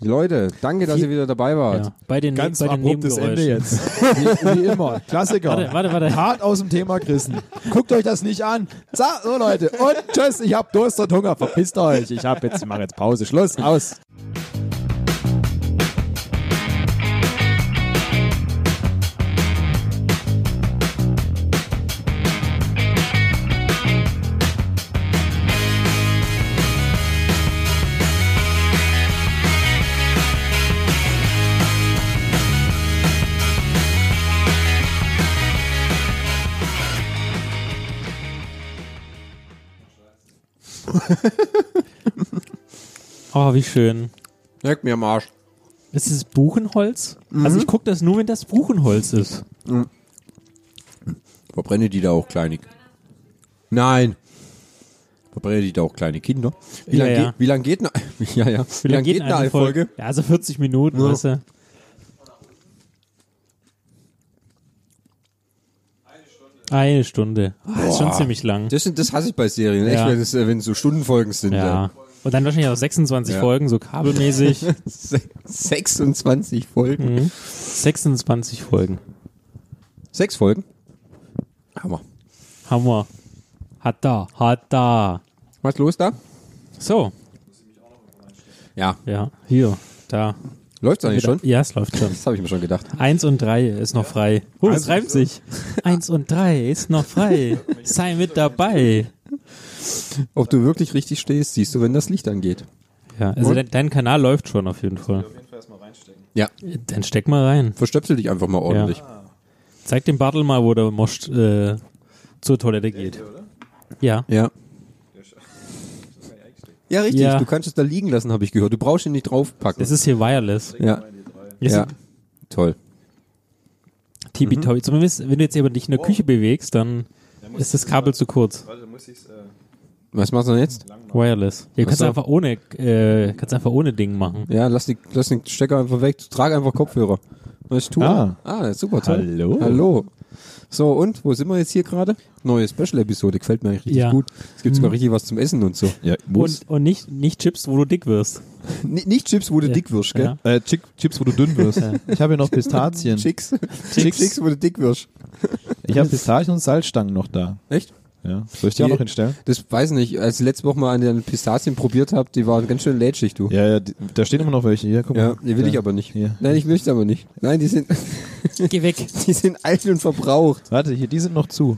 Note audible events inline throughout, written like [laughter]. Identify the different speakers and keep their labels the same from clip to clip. Speaker 1: Leute, danke, dass ihr wieder dabei wart.
Speaker 2: Ja, bei den, Ne-,
Speaker 3: Ganz
Speaker 2: bei den
Speaker 3: abruptes
Speaker 2: Nebengeräuschen.
Speaker 3: Ende jetzt. Wie, wie immer. Klassiker.
Speaker 2: Warte, warte, warte.
Speaker 3: Hart aus dem Thema gerissen. Guckt euch das nicht an. So, so Leute. Und tschüss. Ich hab Durst und Hunger. Verpisst euch. Ich hab jetzt, ich mach jetzt Pause. Schluss. Aus.
Speaker 2: [laughs] Oh, wie schön.
Speaker 1: Leck mir am Arsch.
Speaker 2: Ist es Buchenholz? Also ich gucke das nur, wenn das Buchenholz ist.
Speaker 1: Verbrenne die da auch kleine. Nein. Verbrenne die da auch kleine Kinder. Wie
Speaker 2: Ja,
Speaker 1: lange
Speaker 2: ja.
Speaker 1: geht, wie lang geht,
Speaker 3: [laughs]
Speaker 1: ne, ja, ja. Wie lang geht eine Folge?
Speaker 2: Ja, also 40 Minuten,
Speaker 1: Ja.
Speaker 2: weißt du. Eine Stunde. Ah, Das ist schon ziemlich lang.
Speaker 1: Das, sind- das hasse ich bei Serien, echt,
Speaker 2: Ja.
Speaker 1: wenn es äh, wenn es so Stundenfolgen sind.
Speaker 2: Ja. Und dann wahrscheinlich auch 26
Speaker 1: Ja.
Speaker 2: Folgen, so kabelmäßig.
Speaker 1: Se- 26 Folgen.
Speaker 2: Mhm. 26 Folgen.
Speaker 1: Sechs Folgen? Hammer.
Speaker 2: Hammer. Hat da, hat da.
Speaker 1: Was los da?
Speaker 2: So,
Speaker 1: Ja,
Speaker 2: ja, hier, da.
Speaker 1: läuft's eigentlich schon?
Speaker 2: Ja, es läuft schon.
Speaker 1: Das habe ich mir schon gedacht.
Speaker 2: Eins und drei ist noch frei. Oh, es reimt sich. Eins und drei ist noch frei. Sei mit dabei.
Speaker 1: Ob du wirklich richtig stehst, siehst du, wenn das Licht angeht.
Speaker 2: Ja, also dein, dein Kanal läuft schon auf jeden Fall.
Speaker 1: Ja,
Speaker 2: Dann steck mal rein.
Speaker 1: verstöpsel dich einfach mal ordentlich.
Speaker 2: Zeig dem Bartel mal, wo der Mosch äh, zur Toilette geht. Ja.
Speaker 1: Ja. Ja, richtig.
Speaker 2: Ja.
Speaker 1: Du kannst es da liegen lassen, habe ich gehört. Du brauchst ihn nicht draufpacken.
Speaker 2: Es ist hier wireless.
Speaker 1: ja. ja. Toll.
Speaker 2: Tibi-Tobi. Zumindest, wenn du jetzt aber dich in der Küche bewegst, dann ist das Kabel zu kurz.
Speaker 1: Was machst du denn jetzt?
Speaker 2: Wireless. Ja, du kannst
Speaker 1: so.
Speaker 2: einfach ohne, äh, kannst einfach ohne Ding machen.
Speaker 1: Ja, lass, die, lass den Stecker einfach weg. Trag einfach Kopfhörer. Was ich tue.
Speaker 3: Ah.
Speaker 1: ah, super toll.
Speaker 3: Hallo.
Speaker 1: Hallo. So, und wo sind wir jetzt hier gerade? Neue Special-Episode. Gefällt mir eigentlich richtig
Speaker 2: Ja. Hm.
Speaker 1: gut. Es gibt sogar richtig was zum Essen und
Speaker 2: [laughs]
Speaker 1: so.
Speaker 3: Ja,
Speaker 2: Und, und nicht, nicht Chips, wo du dick wirst.
Speaker 1: N nicht Chips, wo du dick wirst, gell?
Speaker 2: Ja.
Speaker 3: Äh, Chick- Chips, wo du dünn wirst. Ich habe hier noch Pistazien.
Speaker 1: Chicks. [laughs]
Speaker 3: Chicks.
Speaker 1: Chicks, wo du dick wirst.
Speaker 3: Ich habe Pistazien und Salzstangen noch da.
Speaker 1: Echt?
Speaker 3: Ja. Soll ich die auch noch hinstellen?
Speaker 1: Das weiß nicht. Als ich letzte Woche mal eine Pistazien probiert habe, die waren ganz schön lätschig, du.
Speaker 3: Ja, ja, die, da stehen immer noch welche. Hier, guck
Speaker 1: Ja,
Speaker 3: mal.
Speaker 1: die will
Speaker 3: Da.
Speaker 1: ich aber nicht.
Speaker 3: Hier.
Speaker 1: Nein, ich will es aber nicht. Nein, die sind, [laughs]
Speaker 2: Geh weg.
Speaker 1: die sind alt und verbraucht.
Speaker 3: Warte, hier, die sind noch zu.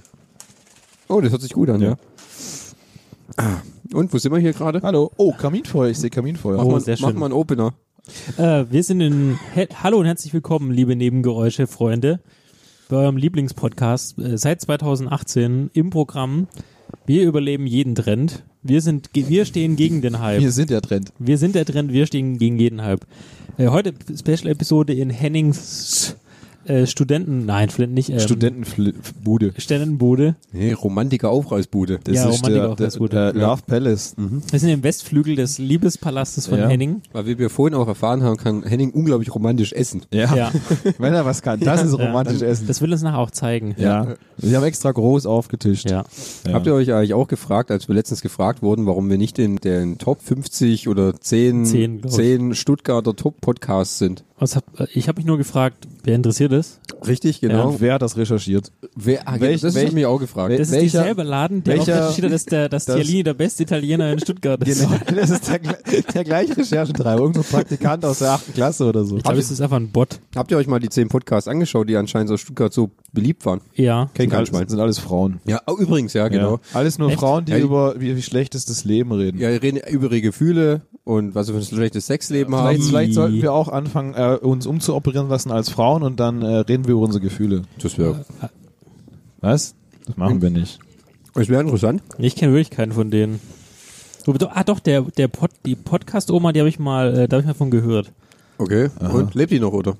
Speaker 1: Oh, das hört sich gut an, ja.
Speaker 3: Ja.
Speaker 1: Ah, Und wo sind wir hier gerade?
Speaker 3: Hallo. Oh, Kaminfeuer. Ich sehe Kaminfeuer.
Speaker 1: Mach,
Speaker 2: Oh,
Speaker 1: mal,
Speaker 2: sehr
Speaker 1: mach
Speaker 2: schön.
Speaker 1: mal einen Opener.
Speaker 2: Äh, wir sind in. He Hallo und herzlich willkommen, liebe Nebengeräusche-Freunde, bei eurem Lieblingspodcast äh, seit 2018 im Programm. Wir überleben jeden Trend. Wir, sind, ge- wir stehen gegen den Hype.
Speaker 3: Hier sind der Trend.
Speaker 2: Wir sind der Trend, wir stehen gegen jeden Hype. Äh, heute Special-Episode in Hennings äh, Studenten. Nein, vielleicht nicht. Ähm,
Speaker 3: Studentenbude.
Speaker 2: Studentenbude.
Speaker 1: Nee, Romantiker Aufreißbude.
Speaker 3: Das
Speaker 2: Ja,
Speaker 3: ist
Speaker 2: Romantik
Speaker 3: der,
Speaker 2: auch
Speaker 3: der,
Speaker 2: ganz gut.
Speaker 3: der
Speaker 2: Ja. Mhm.
Speaker 3: Love Palace.
Speaker 2: Wir sind im Westflügel des Liebespalastes von
Speaker 3: Ja.
Speaker 2: Henning.
Speaker 1: Weil wie wir vorhin auch erfahren haben, kann Henning unglaublich romantisch essen.
Speaker 2: Ja.
Speaker 3: [laughs] Wenn er was kann, das ist
Speaker 2: Ja.
Speaker 3: romantisch Essen.
Speaker 2: Das will uns nachher auch zeigen.
Speaker 3: Ja. Wir haben extra groß aufgetischt.
Speaker 2: Ja.
Speaker 3: Ja.
Speaker 1: Habt ihr euch eigentlich auch gefragt, als wir letztens gefragt wurden, warum wir nicht in den Top 50 oder 10,
Speaker 2: Zehn, glaub ich.
Speaker 1: 10 Stuttgarter Top-Podcasts sind?
Speaker 2: Was hab, äh, ich habe mich nur gefragt, wer interessiert es?
Speaker 1: Richtig, genau.
Speaker 3: Und wer hat das recherchiert?
Speaker 1: Wer, ah,
Speaker 3: Welch-
Speaker 1: das
Speaker 3: welch-
Speaker 1: ist mich auch gefragt.
Speaker 2: Das ist
Speaker 3: Welcher-
Speaker 2: derselbe Laden, der
Speaker 3: welcher-
Speaker 2: auch recherchiert hat, dass der, dass
Speaker 3: das-
Speaker 2: Tialini der beste Italiener in Stuttgart ist.
Speaker 3: Genau, [laughs] Das ist der, gle- der gleiche Recherchetreiber. Irgendein Praktikant aus der achten Klasse oder so.
Speaker 2: Ich glaube, es ist einfach ein Bot.
Speaker 1: Habt ihr euch mal die 10 Podcasts angeschaut, die anscheinend aus Stuttgart so beliebt waren?
Speaker 2: Ja.
Speaker 3: Kein
Speaker 1: Kein
Speaker 3: alles,
Speaker 1: Schwein.
Speaker 3: sind alles Frauen.
Speaker 1: Ja, oh, übrigens, ja, genau.
Speaker 3: Ja. Alles nur
Speaker 2: Echt?
Speaker 3: Frauen, die
Speaker 1: Ja, ich-
Speaker 3: über wie, wie schlechtes das Leben reden.
Speaker 1: Ja, wir reden über ihre Gefühle und was sie für ein schlechtes Sexleben
Speaker 3: Vielleicht,
Speaker 1: haben.
Speaker 3: vielleicht sollten wir auch anfangen, äh, uns umzuoperieren lassen als Frauen und dann äh, reden wir über unsere Gefühle.
Speaker 1: Das wäre
Speaker 3: Was? Das machen wir nicht.
Speaker 1: das wär interessant.
Speaker 2: Ich kenne wirklich keinen von denen. Wobei doch- Ah, doch, der, der Pod, die Podcast-Oma, die habe ich mal, äh, da habe ich mal von gehört.
Speaker 1: Okay. Und lebt die noch, oder?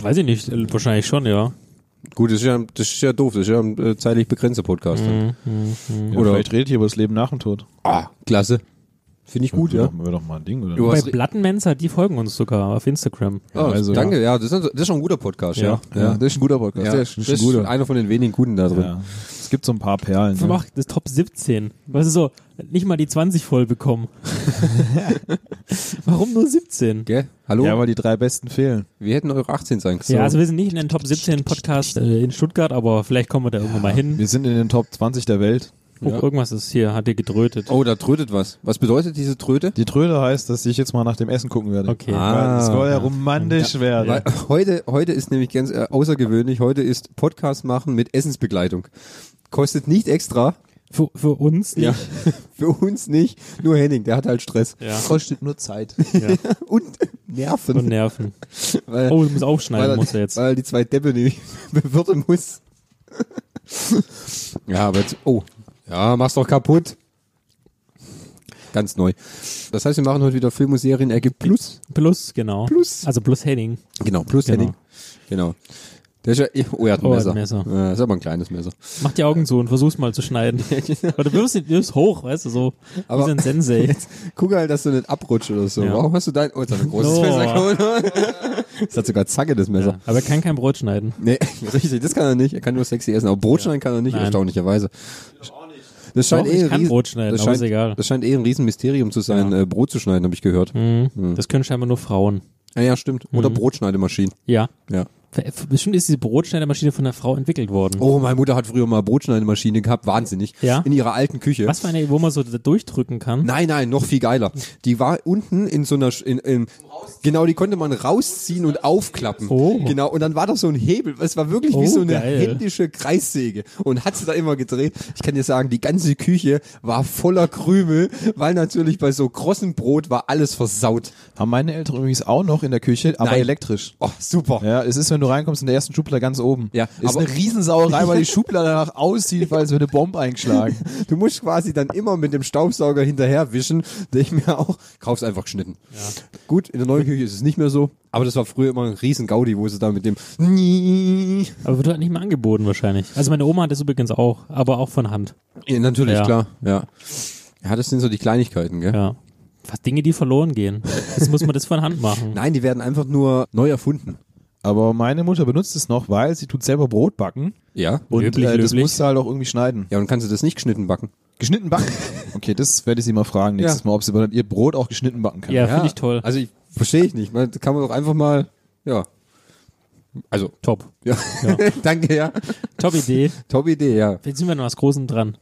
Speaker 2: Weiß ich nicht, äh, wahrscheinlich schon, ja.
Speaker 1: Gut, das ist ja, das ist ja doof. Das ist ja ein äh, zeitlich begrenzter Podcast.
Speaker 3: Mhm.
Speaker 1: dann.
Speaker 3: Ja,
Speaker 1: Oder-
Speaker 3: vielleicht redet ihr über das Leben nach dem Tod.
Speaker 1: Ah, klasse. Finde ich gut, ja.
Speaker 3: Machen wir doch mal ein Ding, oder?
Speaker 1: Jo.
Speaker 2: Bei
Speaker 1: Was-
Speaker 2: Plattenmenzer, die folgen uns sogar auf Instagram.
Speaker 1: Ah,
Speaker 3: also,
Speaker 1: danke, ja. das, ist, das ist schon ein guter Podcast, ja.
Speaker 3: Ja, das ist ein guter Podcast.
Speaker 1: Ja,
Speaker 3: Der
Speaker 1: das ist einer von den wenigen guten da drin.
Speaker 3: Ja. Es gibt so ein paar Perlen. Ne?
Speaker 2: Mach das Top 17. Weißt du so, nicht mal die 20 voll [laughs] bekommen. Warum nur 17?
Speaker 1: Gell? Hallo?
Speaker 3: Ja, weil die drei besten fehlen.
Speaker 1: wir hätten eure 18 sein können.
Speaker 2: Ja, also wir sind nicht in den Top 17 Podcast äh, in Stuttgart, aber vielleicht kommen wir da irgendwann mal hin.
Speaker 3: Wir sind in den Top 20 der Welt.
Speaker 2: Oh, Irgendwas ist hier, hat dir gedrötet.
Speaker 1: oh, da trötet was. Was bedeutet diese Tröte?
Speaker 3: Die Tröde heißt, dass ich jetzt mal nach dem Essen gucken werde.
Speaker 2: Okay.
Speaker 1: Ah.
Speaker 3: Weil es soll ja romantisch werden.
Speaker 1: Weil heute, heute ist nämlich ganz äh, außergewöhnlich. Heute ist Podcast machen mit Essensbegleitung. Kostet nicht extra.
Speaker 2: Für, für uns nicht.
Speaker 1: [laughs] Für uns nicht. Nur Henning, der hat halt Stress.
Speaker 2: Ja.
Speaker 3: Kostet nur Zeit.
Speaker 1: [laughs]
Speaker 2: [laughs]
Speaker 1: Und Nerven.
Speaker 2: Und Nerven.
Speaker 1: weil,
Speaker 2: Oh, du musst aufschneiden,
Speaker 1: weil,
Speaker 2: muss er jetzt.
Speaker 1: weil die zwei Deppe nämlich [laughs] bewirten muss. [laughs] ja, aber jetzt, oh. Ja, mach's doch kaputt. Ganz neu. Das heißt, wir machen heute wieder Film und Serien ergibt Plus.
Speaker 2: Plus, genau.
Speaker 1: Plus.
Speaker 2: Also plus Henning.
Speaker 1: Genau, Plus
Speaker 2: Genau.
Speaker 1: Henning. Genau. Der ist ja, oh, er hat ein
Speaker 2: Oh, er hat
Speaker 1: Messer.
Speaker 2: ein Messer.
Speaker 1: Ja, ist aber ein kleines Messer.
Speaker 2: Mach die Augen zu und versuch's mal zu [laughs] schneiden. Oder wirfst du wirfst hoch, weißt du, so.
Speaker 1: Aber-
Speaker 2: wie so ein Sensei. [laughs]
Speaker 1: Guck halt, dass du nicht abrutscht oder so.
Speaker 2: Ja.
Speaker 1: Warum hast du dein, oh, ist ein großes
Speaker 2: No.
Speaker 1: Messer geholt. [laughs] Das hat sogar Zacke, das Messer.
Speaker 2: Ja. Aber er kann kein Brot schneiden.
Speaker 1: Nee, [laughs] richtig, das kann er nicht. Er kann nur sexy essen, aber Brot schneiden kann er nicht,
Speaker 2: Nein.
Speaker 1: erstaunlicherweise. Das scheint
Speaker 2: Doch,
Speaker 1: eh
Speaker 2: ich
Speaker 1: ein
Speaker 2: kann
Speaker 1: Riesen,
Speaker 2: Brot schneiden,
Speaker 1: das
Speaker 2: aber
Speaker 1: scheint,
Speaker 2: ist egal.
Speaker 1: Das scheint eh ein Riesenmysterium zu sein, äh, Brot zu schneiden, habe ich gehört.
Speaker 2: Mhm. Das können scheinbar nur Frauen.
Speaker 1: Ja, ja, stimmt. Oder Brotschneidemaschinen.
Speaker 2: Ja.
Speaker 1: Ja.
Speaker 2: Ver- Bestimmt ist diese Brotschneidermaschine von einer Frau entwickelt worden.
Speaker 1: Oh, meine Mutter hat früher mal Brotschneidemaschine gehabt, wahnsinnig.
Speaker 2: Ja?
Speaker 1: In ihrer alten Küche.
Speaker 2: Was für eine, wo man so da durchdrücken kann.
Speaker 1: Nein, nein, noch viel geiler. Die war unten in so einer, Sch- in, in, genau, die konnte man rausziehen und aufklappen.
Speaker 2: Oh.
Speaker 1: Genau, und dann war das so ein Hebel. Es war wirklich wie
Speaker 2: Oh,
Speaker 1: so eine
Speaker 2: geil.
Speaker 1: händische Kreissäge. Und hat sie da immer gedreht. Ich kann dir sagen, die ganze Küche war voller Krümel, weil natürlich bei so krossen Brot war alles versaut.
Speaker 3: Haben meine Eltern übrigens auch noch in der Küche, aber
Speaker 1: Nein.
Speaker 3: elektrisch.
Speaker 1: Oh, super.
Speaker 3: Ja, es ist, wenn du reinkommst in der ersten Schublade ganz oben.
Speaker 1: Ja,
Speaker 3: ist
Speaker 1: aber-
Speaker 3: eine Riesensauerei, weil die Schublade danach aussieht, weil es wird eine Bombe eingeschlagen.
Speaker 1: Du musst quasi dann immer mit dem Staubsauger hinterher wischen, der ich mir auch, kauf's einfach geschnitten. Gut, in der neuen Küche ist es nicht mehr so, aber das war früher immer ein riesen Gaudi, wo sie da mit dem
Speaker 2: Aber wird halt nicht mehr angeboten wahrscheinlich. Also meine Oma hat das übrigens auch, aber auch von Hand.
Speaker 1: Ja, natürlich,
Speaker 2: Ja.
Speaker 1: klar. Ja. ja, das sind so die Kleinigkeiten, gell?
Speaker 2: Ja. Was Dinge, die verloren gehen. Jetzt muss man das von Hand machen.
Speaker 1: Nein, die werden einfach nur neu erfunden.
Speaker 3: Aber meine Mutter benutzt es noch, weil sie tut selber Brot backen.
Speaker 1: Ja.
Speaker 3: Und
Speaker 2: Löblich,
Speaker 3: äh, das
Speaker 2: löblich.
Speaker 3: musst du halt auch irgendwie schneiden.
Speaker 1: Ja, und kannst du das nicht geschnitten backen?
Speaker 3: Geschnitten backen? Okay, das werde ich sie mal fragen nächstes Mal, ob sie dann ihr Brot auch geschnitten backen kann.
Speaker 2: Ja, finde ich toll.
Speaker 1: Also ich verstehe ich nicht. Man, kann man doch einfach mal, ja. Also,
Speaker 2: Top.
Speaker 1: ja.
Speaker 2: Ja.
Speaker 1: [laughs] Danke, ja. [laughs]
Speaker 2: Top Idee.
Speaker 1: Top Idee, ja.
Speaker 2: Jetzt sind wir noch was Großem dran.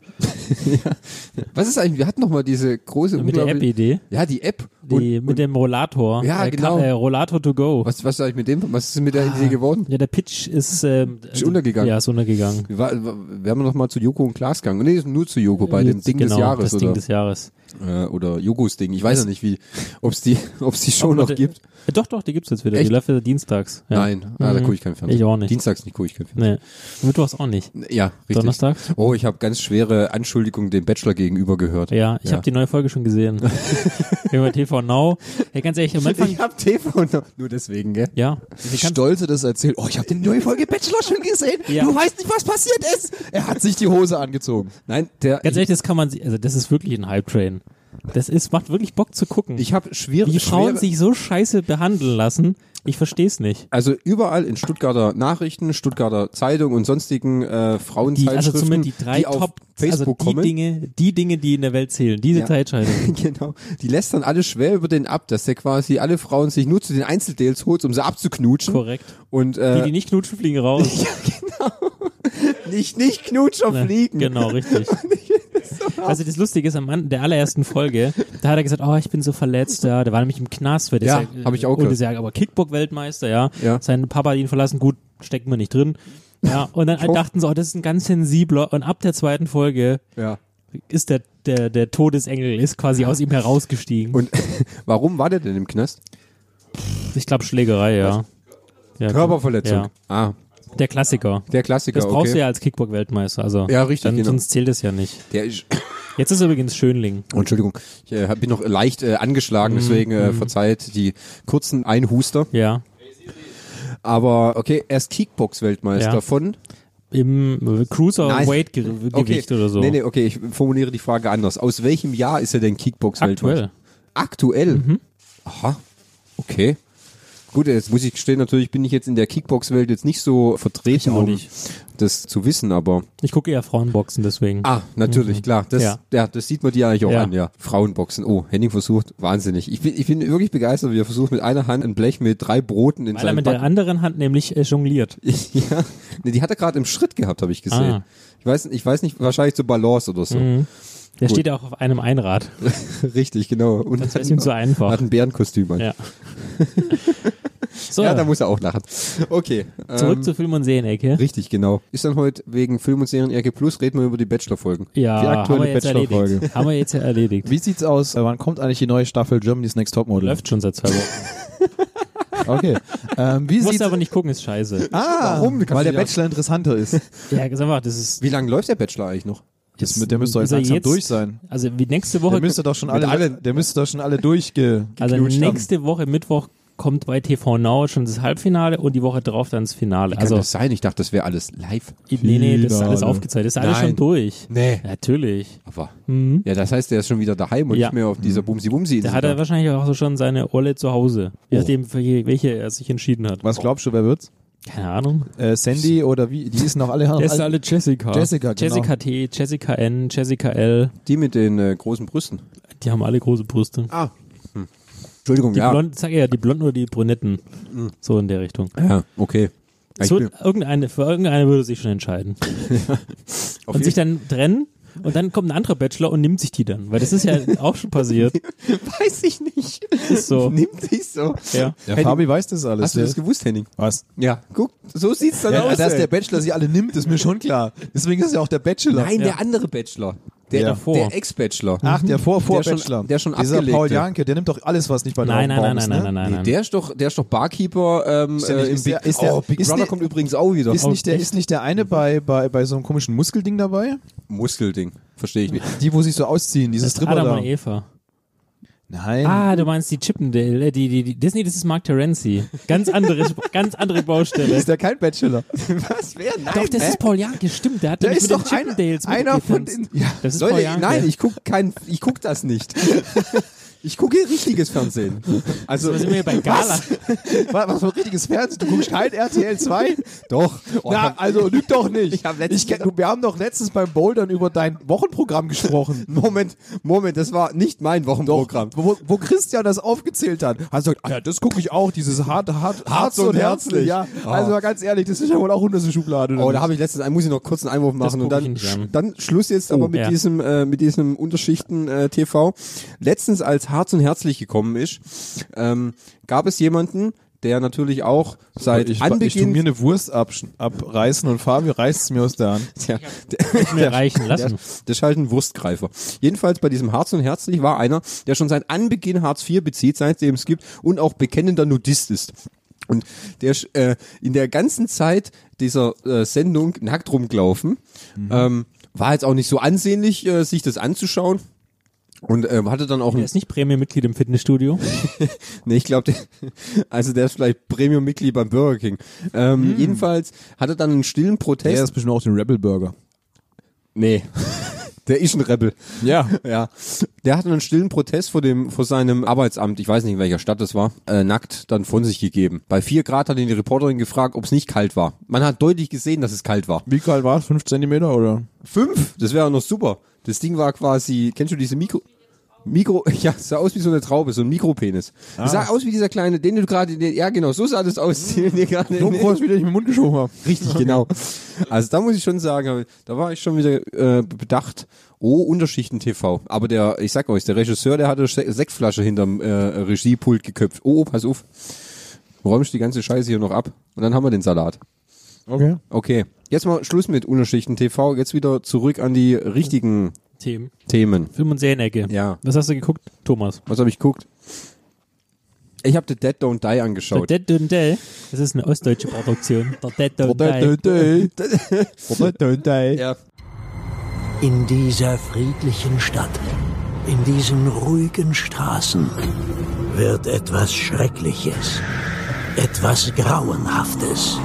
Speaker 1: Was ist eigentlich, wir hatten noch mal diese große
Speaker 2: Mit der
Speaker 1: unglaubliche-
Speaker 2: App-Idee.
Speaker 1: Ja, die App.
Speaker 2: Die,
Speaker 1: und,
Speaker 2: mit dem Rollator.
Speaker 1: Ja,
Speaker 2: äh,
Speaker 1: genau.
Speaker 2: Ka- Äh, Rollator to go.
Speaker 1: was, was sag ich mit dem? Was ist mit der
Speaker 2: Ah.
Speaker 1: Idee geworden?
Speaker 2: Ja, der Pitch ist, ähm,
Speaker 1: Ist untergegangen.
Speaker 2: Ja, ist untergegangen.
Speaker 1: Wir, war, wir haben noch mal zu Joko und Klaas gegangen. Nee, nur zu Joko bei dem
Speaker 2: Jetzt,
Speaker 1: Ding
Speaker 2: genau,
Speaker 1: des Jahres.
Speaker 2: Das
Speaker 1: oder?
Speaker 2: Ding des Jahres.
Speaker 1: äh, oder Jogos Ding. Ich weiß ja nicht, wie, ob es die, [laughs] ob's die Show
Speaker 2: Ob man
Speaker 1: noch
Speaker 2: die-
Speaker 1: gibt.
Speaker 2: Äh, Doch, doch, die gibt's jetzt wieder.
Speaker 1: Echt?
Speaker 2: Die läuft ja dienstags. Ja. Mhm.
Speaker 1: Nein, ah, da gucke ich keinen Fernsehen.
Speaker 2: Ich auch nicht.
Speaker 1: Dienstags nicht gucke ich keinen Fernsehen.
Speaker 2: Nee. Mittwochs auch nicht.
Speaker 1: Ja, richtig.
Speaker 2: Donnerstags?
Speaker 1: Oh, ich habe ganz schwere Anschuldigungen dem Bachelor gegenüber gehört.
Speaker 2: Ja, ich hab
Speaker 1: Ja.
Speaker 2: habe die neue Folge schon gesehen. Über TV Now. Ja, ganz ehrlich, am Anfang.
Speaker 1: [laughs] Ich hab TV noch. Nur deswegen, gell?
Speaker 2: Ja,
Speaker 3: Wie stolz das erzählt. Oh, ich habe die neue Folge Bachelor schon gesehen.
Speaker 2: Ja.
Speaker 3: Du weißt nicht, was passiert ist. Er hat sich die Hose angezogen.
Speaker 1: Nein, der.
Speaker 2: ganz ehrlich, das kann man, sie- also das ist wirklich ein Hype Train. Das ist, macht wirklich Bock zu gucken.
Speaker 1: ich habe schwere.
Speaker 2: Wie Frauen
Speaker 1: schwere-
Speaker 2: sich so scheiße behandeln lassen, ich versteh's nicht.
Speaker 1: Also überall in Stuttgarter Nachrichten, Stuttgarter Zeitung und sonstigen äh,
Speaker 2: Die, also
Speaker 1: Frauenzeitschriften,
Speaker 2: zumindest die drei
Speaker 1: auf
Speaker 2: Top,
Speaker 1: Facebook
Speaker 2: also die
Speaker 1: kommen.
Speaker 2: Dinge, die Dinge, die in der Welt zählen, diese
Speaker 1: Ja. [laughs]
Speaker 2: Zeitscheidung.
Speaker 1: genau. Die lässt dann alle schwer über den ab, dass der quasi alle Frauen sich nur zu den Einzeldeals holt, um sie abzuknutschen.
Speaker 2: Korrekt.
Speaker 1: Und äh,
Speaker 2: Die, die nicht knutschen,
Speaker 1: [laughs]
Speaker 2: fliegen raus.
Speaker 1: Nicht, nicht knutschen auf Fliegen. [laughs]
Speaker 2: Genau, richtig. Also das Lustige ist, am An der allerersten Folge, da hat er gesagt, oh, ich bin so verletzt, ja, der war nämlich im Knast. Weil der
Speaker 1: Ja,
Speaker 2: ist
Speaker 1: hab ich auch
Speaker 2: und
Speaker 1: gehört.
Speaker 2: ist ja aber Kickbock-Weltmeister, ja.
Speaker 1: Ja.
Speaker 2: Sein Papa hat ihn verlassen, gut, stecken wir nicht drin. Ja,
Speaker 1: [laughs]
Speaker 2: und dann
Speaker 1: hoffe-
Speaker 2: dachten sie, oh, das ist ein ganz sensibler. Und ab der zweiten Folge
Speaker 1: Ja.
Speaker 2: ist der, der, der Todesengel ist quasi aus ihm herausgestiegen.
Speaker 1: Und [laughs] warum war der denn im Knast?
Speaker 2: ich glaube Schlägerei, ja. ja.
Speaker 1: Körperverletzung.
Speaker 2: Ja.
Speaker 1: Ah,
Speaker 2: Der Klassiker.
Speaker 1: der Klassiker.
Speaker 2: Das brauchst
Speaker 1: okay.
Speaker 2: du ja als Kickbock-Weltmeister. Also
Speaker 1: Ja, richtig,
Speaker 2: Dann,
Speaker 1: genau.
Speaker 2: Sonst zählt es ja nicht.
Speaker 1: Der ist, [clears throat]
Speaker 2: Jetzt ist übrigens Schönling.
Speaker 1: oh, Entschuldigung, ich äh, hab- bin noch leicht äh, angeschlagen, deswegen
Speaker 2: Mhm,
Speaker 1: äh, verzeiht die kurzen Einhuster.
Speaker 2: Ja.
Speaker 1: Aber okay, er ist Kickbox-Weltmeister
Speaker 2: Ja.
Speaker 1: von.
Speaker 2: Im
Speaker 1: Nein.
Speaker 2: Cruiserweight-Gewicht oder so.
Speaker 1: Nee, nee, okay, ich formuliere die Frage anders. Aus welchem Jahr
Speaker 2: Mhm.
Speaker 1: ist er denn Kickbox-Weltmeister?
Speaker 2: Aktuell.
Speaker 1: Aktuell. Aha. Okay. Gut, jetzt muss ich gestehen, natürlich bin ich jetzt in der Kickbox-Welt jetzt nicht so vertreten,
Speaker 2: auch
Speaker 1: um
Speaker 2: nicht.
Speaker 1: das zu wissen, aber.
Speaker 2: Ich gucke eher Frauenboxen deswegen.
Speaker 1: Ah, natürlich, klar. Das,
Speaker 2: Mhm. Ja.
Speaker 1: ja. das sieht man dir eigentlich auch
Speaker 2: Ja.
Speaker 1: an, ja. Frauenboxen. Oh, Henning versucht, wahnsinnig. Ich bin, ich bin wirklich begeistert, wie er versucht, mit einer Hand ein Blech mit drei Broten in
Speaker 2: Weil er
Speaker 1: seinem
Speaker 2: mit der
Speaker 1: Backen.
Speaker 2: anderen Hand nämlich äh, jongliert.
Speaker 1: [laughs] Ja, nee, die hat er gerade im Schritt gehabt, habe ich gesehen.
Speaker 2: Ah.
Speaker 1: Ich weiß, ich weiß nicht, wahrscheinlich zur Balance oder so.
Speaker 2: Der
Speaker 1: Gut.
Speaker 2: steht ja auch auf
Speaker 1: [laughs]
Speaker 2: einem Einrad.
Speaker 1: Richtig, genau. Und
Speaker 2: Das ist ihm zu einfach.
Speaker 1: hat ein Bärenkostüm an. Ja,
Speaker 2: Ja. so,
Speaker 1: da muss er auch lachen. Okay. ähm,
Speaker 2: zurück zur Film- und Serienecke.
Speaker 1: Richtig, genau. Ist dann heute wegen Film- und Serien-RG Plus, reden wir über die Bachelor-Folgen.
Speaker 2: Ja,
Speaker 3: Die
Speaker 2: haben
Speaker 3: aktuelle
Speaker 2: wir jetzt
Speaker 3: Bachelor-Folge.
Speaker 2: erledigt. Haben wir jetzt
Speaker 1: [laughs]
Speaker 2: ja erledigt.
Speaker 3: Wie sieht's aus? Äh, Wann kommt eigentlich die neue Staffel Germany's Next Topmodel?
Speaker 2: Läuft schon seit zwei Wochen.
Speaker 3: Okay. ähm, wie
Speaker 2: Musst
Speaker 3: sieht's
Speaker 2: aber nicht gucken, ist scheiße.
Speaker 3: Ah,
Speaker 1: Warum? Kannst
Speaker 3: Weil
Speaker 1: du
Speaker 3: der
Speaker 1: dir-
Speaker 3: Bachelor interessanter ist.
Speaker 2: Ja, sag mal, das ist.
Speaker 1: Wie lange läuft der Bachelor eigentlich noch?
Speaker 3: Das mit, der müsste doch jetzt
Speaker 2: ist er
Speaker 3: langsam durch sein.
Speaker 2: Also wie nächste
Speaker 3: Der
Speaker 2: Woche.
Speaker 3: müsste doch schon alle,
Speaker 1: Mit alle-
Speaker 3: der müsste doch schon alle durchge.
Speaker 2: also
Speaker 3: geknutscht haben.
Speaker 2: nächste Woche Mittwoch kommt bei TV Now schon das Halbfinale und die Woche drauf dann das Finale. Also
Speaker 1: Kann das sein? Ich dachte, das wäre alles live.
Speaker 2: nee, nee, das ist alles
Speaker 3: Finale.
Speaker 2: aufgezeichnet. Das ist alles
Speaker 1: Nein.
Speaker 2: schon durch.
Speaker 1: Nee.
Speaker 2: Natürlich.
Speaker 1: Aber. Ja, das heißt, der ist schon wieder daheim und
Speaker 2: Mhm. Ja.
Speaker 1: nicht mehr auf dieser Bumsi-Bumsi.
Speaker 2: Da hat er wahrscheinlich auch schon seine Olle zu Hause.
Speaker 3: Oh.
Speaker 2: Je nachdem, für je- welche er sich entschieden hat.
Speaker 3: Was glaubst du, wer wird's?
Speaker 2: Keine Ahnung.
Speaker 3: Äh, Sandy oder wie? Die hießen noch alle.
Speaker 2: [laughs] Der ist alle Jessica.
Speaker 3: Oh, also Jessica, genau.
Speaker 2: Jessica T, Jessica N, Jessica L.
Speaker 1: die mit den äh, großen Brüsten.
Speaker 2: Die haben alle große Brüste.
Speaker 1: Ah. Entschuldigung,
Speaker 2: Die
Speaker 1: ja.
Speaker 2: Blonden, sag ich ja, die Blonden oder die Brunetten.
Speaker 3: Mhm.
Speaker 2: So in der Richtung.
Speaker 1: Ja, okay. Ja,
Speaker 2: Es
Speaker 1: ich
Speaker 2: wird
Speaker 1: bin
Speaker 2: irgendeine, für irgendeine würde sich schon entscheiden.
Speaker 1: auf
Speaker 2: und sich
Speaker 1: jeden-
Speaker 2: dann trennen und dann kommt ein anderer Bachelor und nimmt sich die dann. Weil das ist ja auch schon passiert.
Speaker 1: [laughs] weiß ich nicht.
Speaker 2: Ist so.
Speaker 1: Nimmt sich so.
Speaker 2: Ja.
Speaker 3: Der
Speaker 1: Hey,
Speaker 3: Fabi weiß das alles.
Speaker 1: Hast du
Speaker 3: der-
Speaker 1: das gewusst, Henning?
Speaker 3: Was?
Speaker 1: Ja. Guck, so sieht's dann
Speaker 2: Genau
Speaker 3: Ja,
Speaker 1: aus.
Speaker 3: dass
Speaker 1: ey.
Speaker 3: der Bachelor sie alle nimmt, ist mir schon klar. Deswegen ist ja auch der Bachelor.
Speaker 1: Nein, der andere Bachelor. Der, Hm.
Speaker 3: Ja.
Speaker 2: Davor.
Speaker 1: der Ex-Bachelor.
Speaker 3: Ach, der vor, vor
Speaker 1: Der schon-
Speaker 3: Bachelor.
Speaker 1: der schon
Speaker 3: Dieser
Speaker 1: abgelegte.
Speaker 3: Paul Janke, der nimmt doch alles, was nicht bei
Speaker 2: Nein, nein, nein,
Speaker 3: Lautenbaum
Speaker 2: nein,
Speaker 3: ist,
Speaker 2: nein,
Speaker 3: ne?
Speaker 2: nein, nein,
Speaker 1: Nee,
Speaker 2: nein.
Speaker 1: der ist doch, der ist doch Barkeeper ähm,
Speaker 3: der nicht-
Speaker 1: äh, im
Speaker 3: ist der-
Speaker 1: Big,
Speaker 3: ist der-
Speaker 1: oh, Big
Speaker 3: ist
Speaker 1: Brother
Speaker 3: der-
Speaker 1: kommt übrigens auch wieder. Oh.
Speaker 3: Ist nicht, der,
Speaker 2: echt?
Speaker 3: ist nicht der eine bei, bei, bei so einem komischen Muskelding dabei?
Speaker 1: Muskelding. Verstehe ich nicht.
Speaker 3: Die, wo sich so ausziehen, dieses Tripper
Speaker 2: Adam
Speaker 3: da.
Speaker 2: und Eva.
Speaker 3: Nein.
Speaker 2: Ah, du meinst die Chippendale, äh, die, die, die Disney, das ist Mark Terenzi. Ganz andere, [laughs] ganz andere Baustelle.
Speaker 3: Ist der kein
Speaker 2: [laughs]
Speaker 3: Bachelor?
Speaker 1: Was? Wer? Nein.
Speaker 2: Doch, das ist Paul Janke, stimmt. Der hat
Speaker 3: Der
Speaker 2: nämlich
Speaker 3: ist
Speaker 2: mit
Speaker 3: doch
Speaker 2: den
Speaker 3: ein-
Speaker 2: Chippendales
Speaker 3: einer von
Speaker 2: mitgetanzt.
Speaker 3: den- Ja.
Speaker 2: Das ist
Speaker 1: Leute,
Speaker 2: Paul Janke.
Speaker 1: nein, ich guck kein, ich guck das [laughs] nicht. Ich gucke richtiges Fernsehen. Also
Speaker 2: Da sind wir hier bei Gala.
Speaker 3: Was, was für ein richtiges Fernsehen? Du guckst kein RTL 2?
Speaker 1: doch. Oh,
Speaker 3: Na, also lüg doch nicht.
Speaker 1: Ich hab letztens-
Speaker 3: kenn- du, wir haben doch letztens beim Bouldern über dein Wochenprogramm [laughs] gesprochen.
Speaker 1: Moment, Moment, das war nicht mein Wochenprogramm.
Speaker 3: Wo, wo Christian das aufgezählt hat, hat er gesagt, ah ja, das gucke ich auch, dieses hart, hart, Harz und Herzlich. Ja,
Speaker 1: Ah.
Speaker 3: also mal ganz ehrlich, das ist ja wohl auch unter der Schublade. oder
Speaker 1: Oh, da
Speaker 3: nicht?
Speaker 1: habe ich letztens, muss ich noch kurz einen Einwurf machen
Speaker 2: guck
Speaker 1: und
Speaker 2: ich
Speaker 1: dann,
Speaker 2: nicht an. Oh,
Speaker 1: dann Schluss jetzt aber mit
Speaker 2: ja.
Speaker 1: diesem äh, mit diesem Unterschichten äh, TV. Letztens als Harz und Herzlich gekommen ist, ähm, gab es jemanden, der natürlich auch seit
Speaker 3: ich, ich tu
Speaker 1: Anbeginn [laughs]
Speaker 3: mir eine Wurst absch- abreißen und Fabi reißt es mir aus der Hand.
Speaker 1: Tja, der,
Speaker 2: mir reichen
Speaker 1: [laughs]
Speaker 2: lassen.
Speaker 1: Der, der ist halt ein Wurstgreifer. Jedenfalls bei diesem Harz und Herzlich war einer, der schon seit Anbeginn Hartz IV bezieht, seitdem es gibt, und auch bekennender Nudist ist. Und der ist äh, in der ganzen Zeit dieser äh, Sendung nackt rumgelaufen.
Speaker 2: Mhm.
Speaker 1: Ähm, war jetzt auch nicht so ansehnlich, äh, sich das anzuschauen. Und ähm, hatte dann auch
Speaker 2: Der
Speaker 1: ein,
Speaker 2: ist nicht Prämie-Mitglied im Fitnessstudio.
Speaker 1: Nee, ich glaube, [laughs] also der ist vielleicht Premium-Mitglied beim Burger King. Ähm,
Speaker 2: Mhm.
Speaker 1: Jedenfalls hatte dann einen stillen Protest.
Speaker 3: ist bestimmt auch den Rebel Burger.
Speaker 1: nee, [laughs] der ist ein Rebel.
Speaker 3: Ja.
Speaker 1: [laughs] Ja, der hatte einen stillen Protest vor dem vor seinem Arbeitsamt, ich weiß nicht in welcher Stadt das war, äh, nackt dann von sich gegeben. Bei vier Grad hat ihn die Reporterin gefragt, ob es nicht kalt war. Man hat deutlich gesehen, dass es kalt war.
Speaker 3: Wie kalt war es? Fünf Zentimeter oder?
Speaker 1: Fünf, das wäre noch super. Das Ding war quasi, kennst du diese Mikro? Mikro, [laughs] ja, es sah aus wie so eine Traube, so ein Mikropenis. Es sah aus wie dieser kleine, den du gerade, in den- ja genau, so sah das aus, [laughs] den du gerade.
Speaker 3: So groß, wie ich mir den Mund geschoben habe.
Speaker 1: [laughs] Richtig, genau. Also da muss ich schon sagen, da war ich schon wieder äh, bedacht. Oh, Unterschichten TV. Aber der, ich sag euch, der Regisseur, der hatte Se Sektflasche hinterm äh, Regiepult geköpft. Oh, oh, pass auf. Räumst die ganze Scheiße hier noch ab. Und dann haben wir den Salat.
Speaker 3: Okay.
Speaker 1: Okay, jetzt mal Schluss mit Unterschichten TV. Jetzt wieder zurück an die richtigen
Speaker 2: Themen.
Speaker 1: Themen.
Speaker 2: Film- und Serienecke.
Speaker 1: Ja.
Speaker 2: Was hast du geguckt, Thomas?
Speaker 1: Was habe ich geguckt? Ich habe The Dead Don't Die
Speaker 2: Der
Speaker 1: angeschaut.
Speaker 2: Dead Don't Die. Das ist eine ostdeutsche Produktion. Der Dead Don't Die.
Speaker 1: [laughs]
Speaker 3: Ja.
Speaker 1: ja.
Speaker 4: In dieser friedlichen Stadt, in diesen ruhigen Straßen wird etwas Schreckliches, etwas Grauenhaftes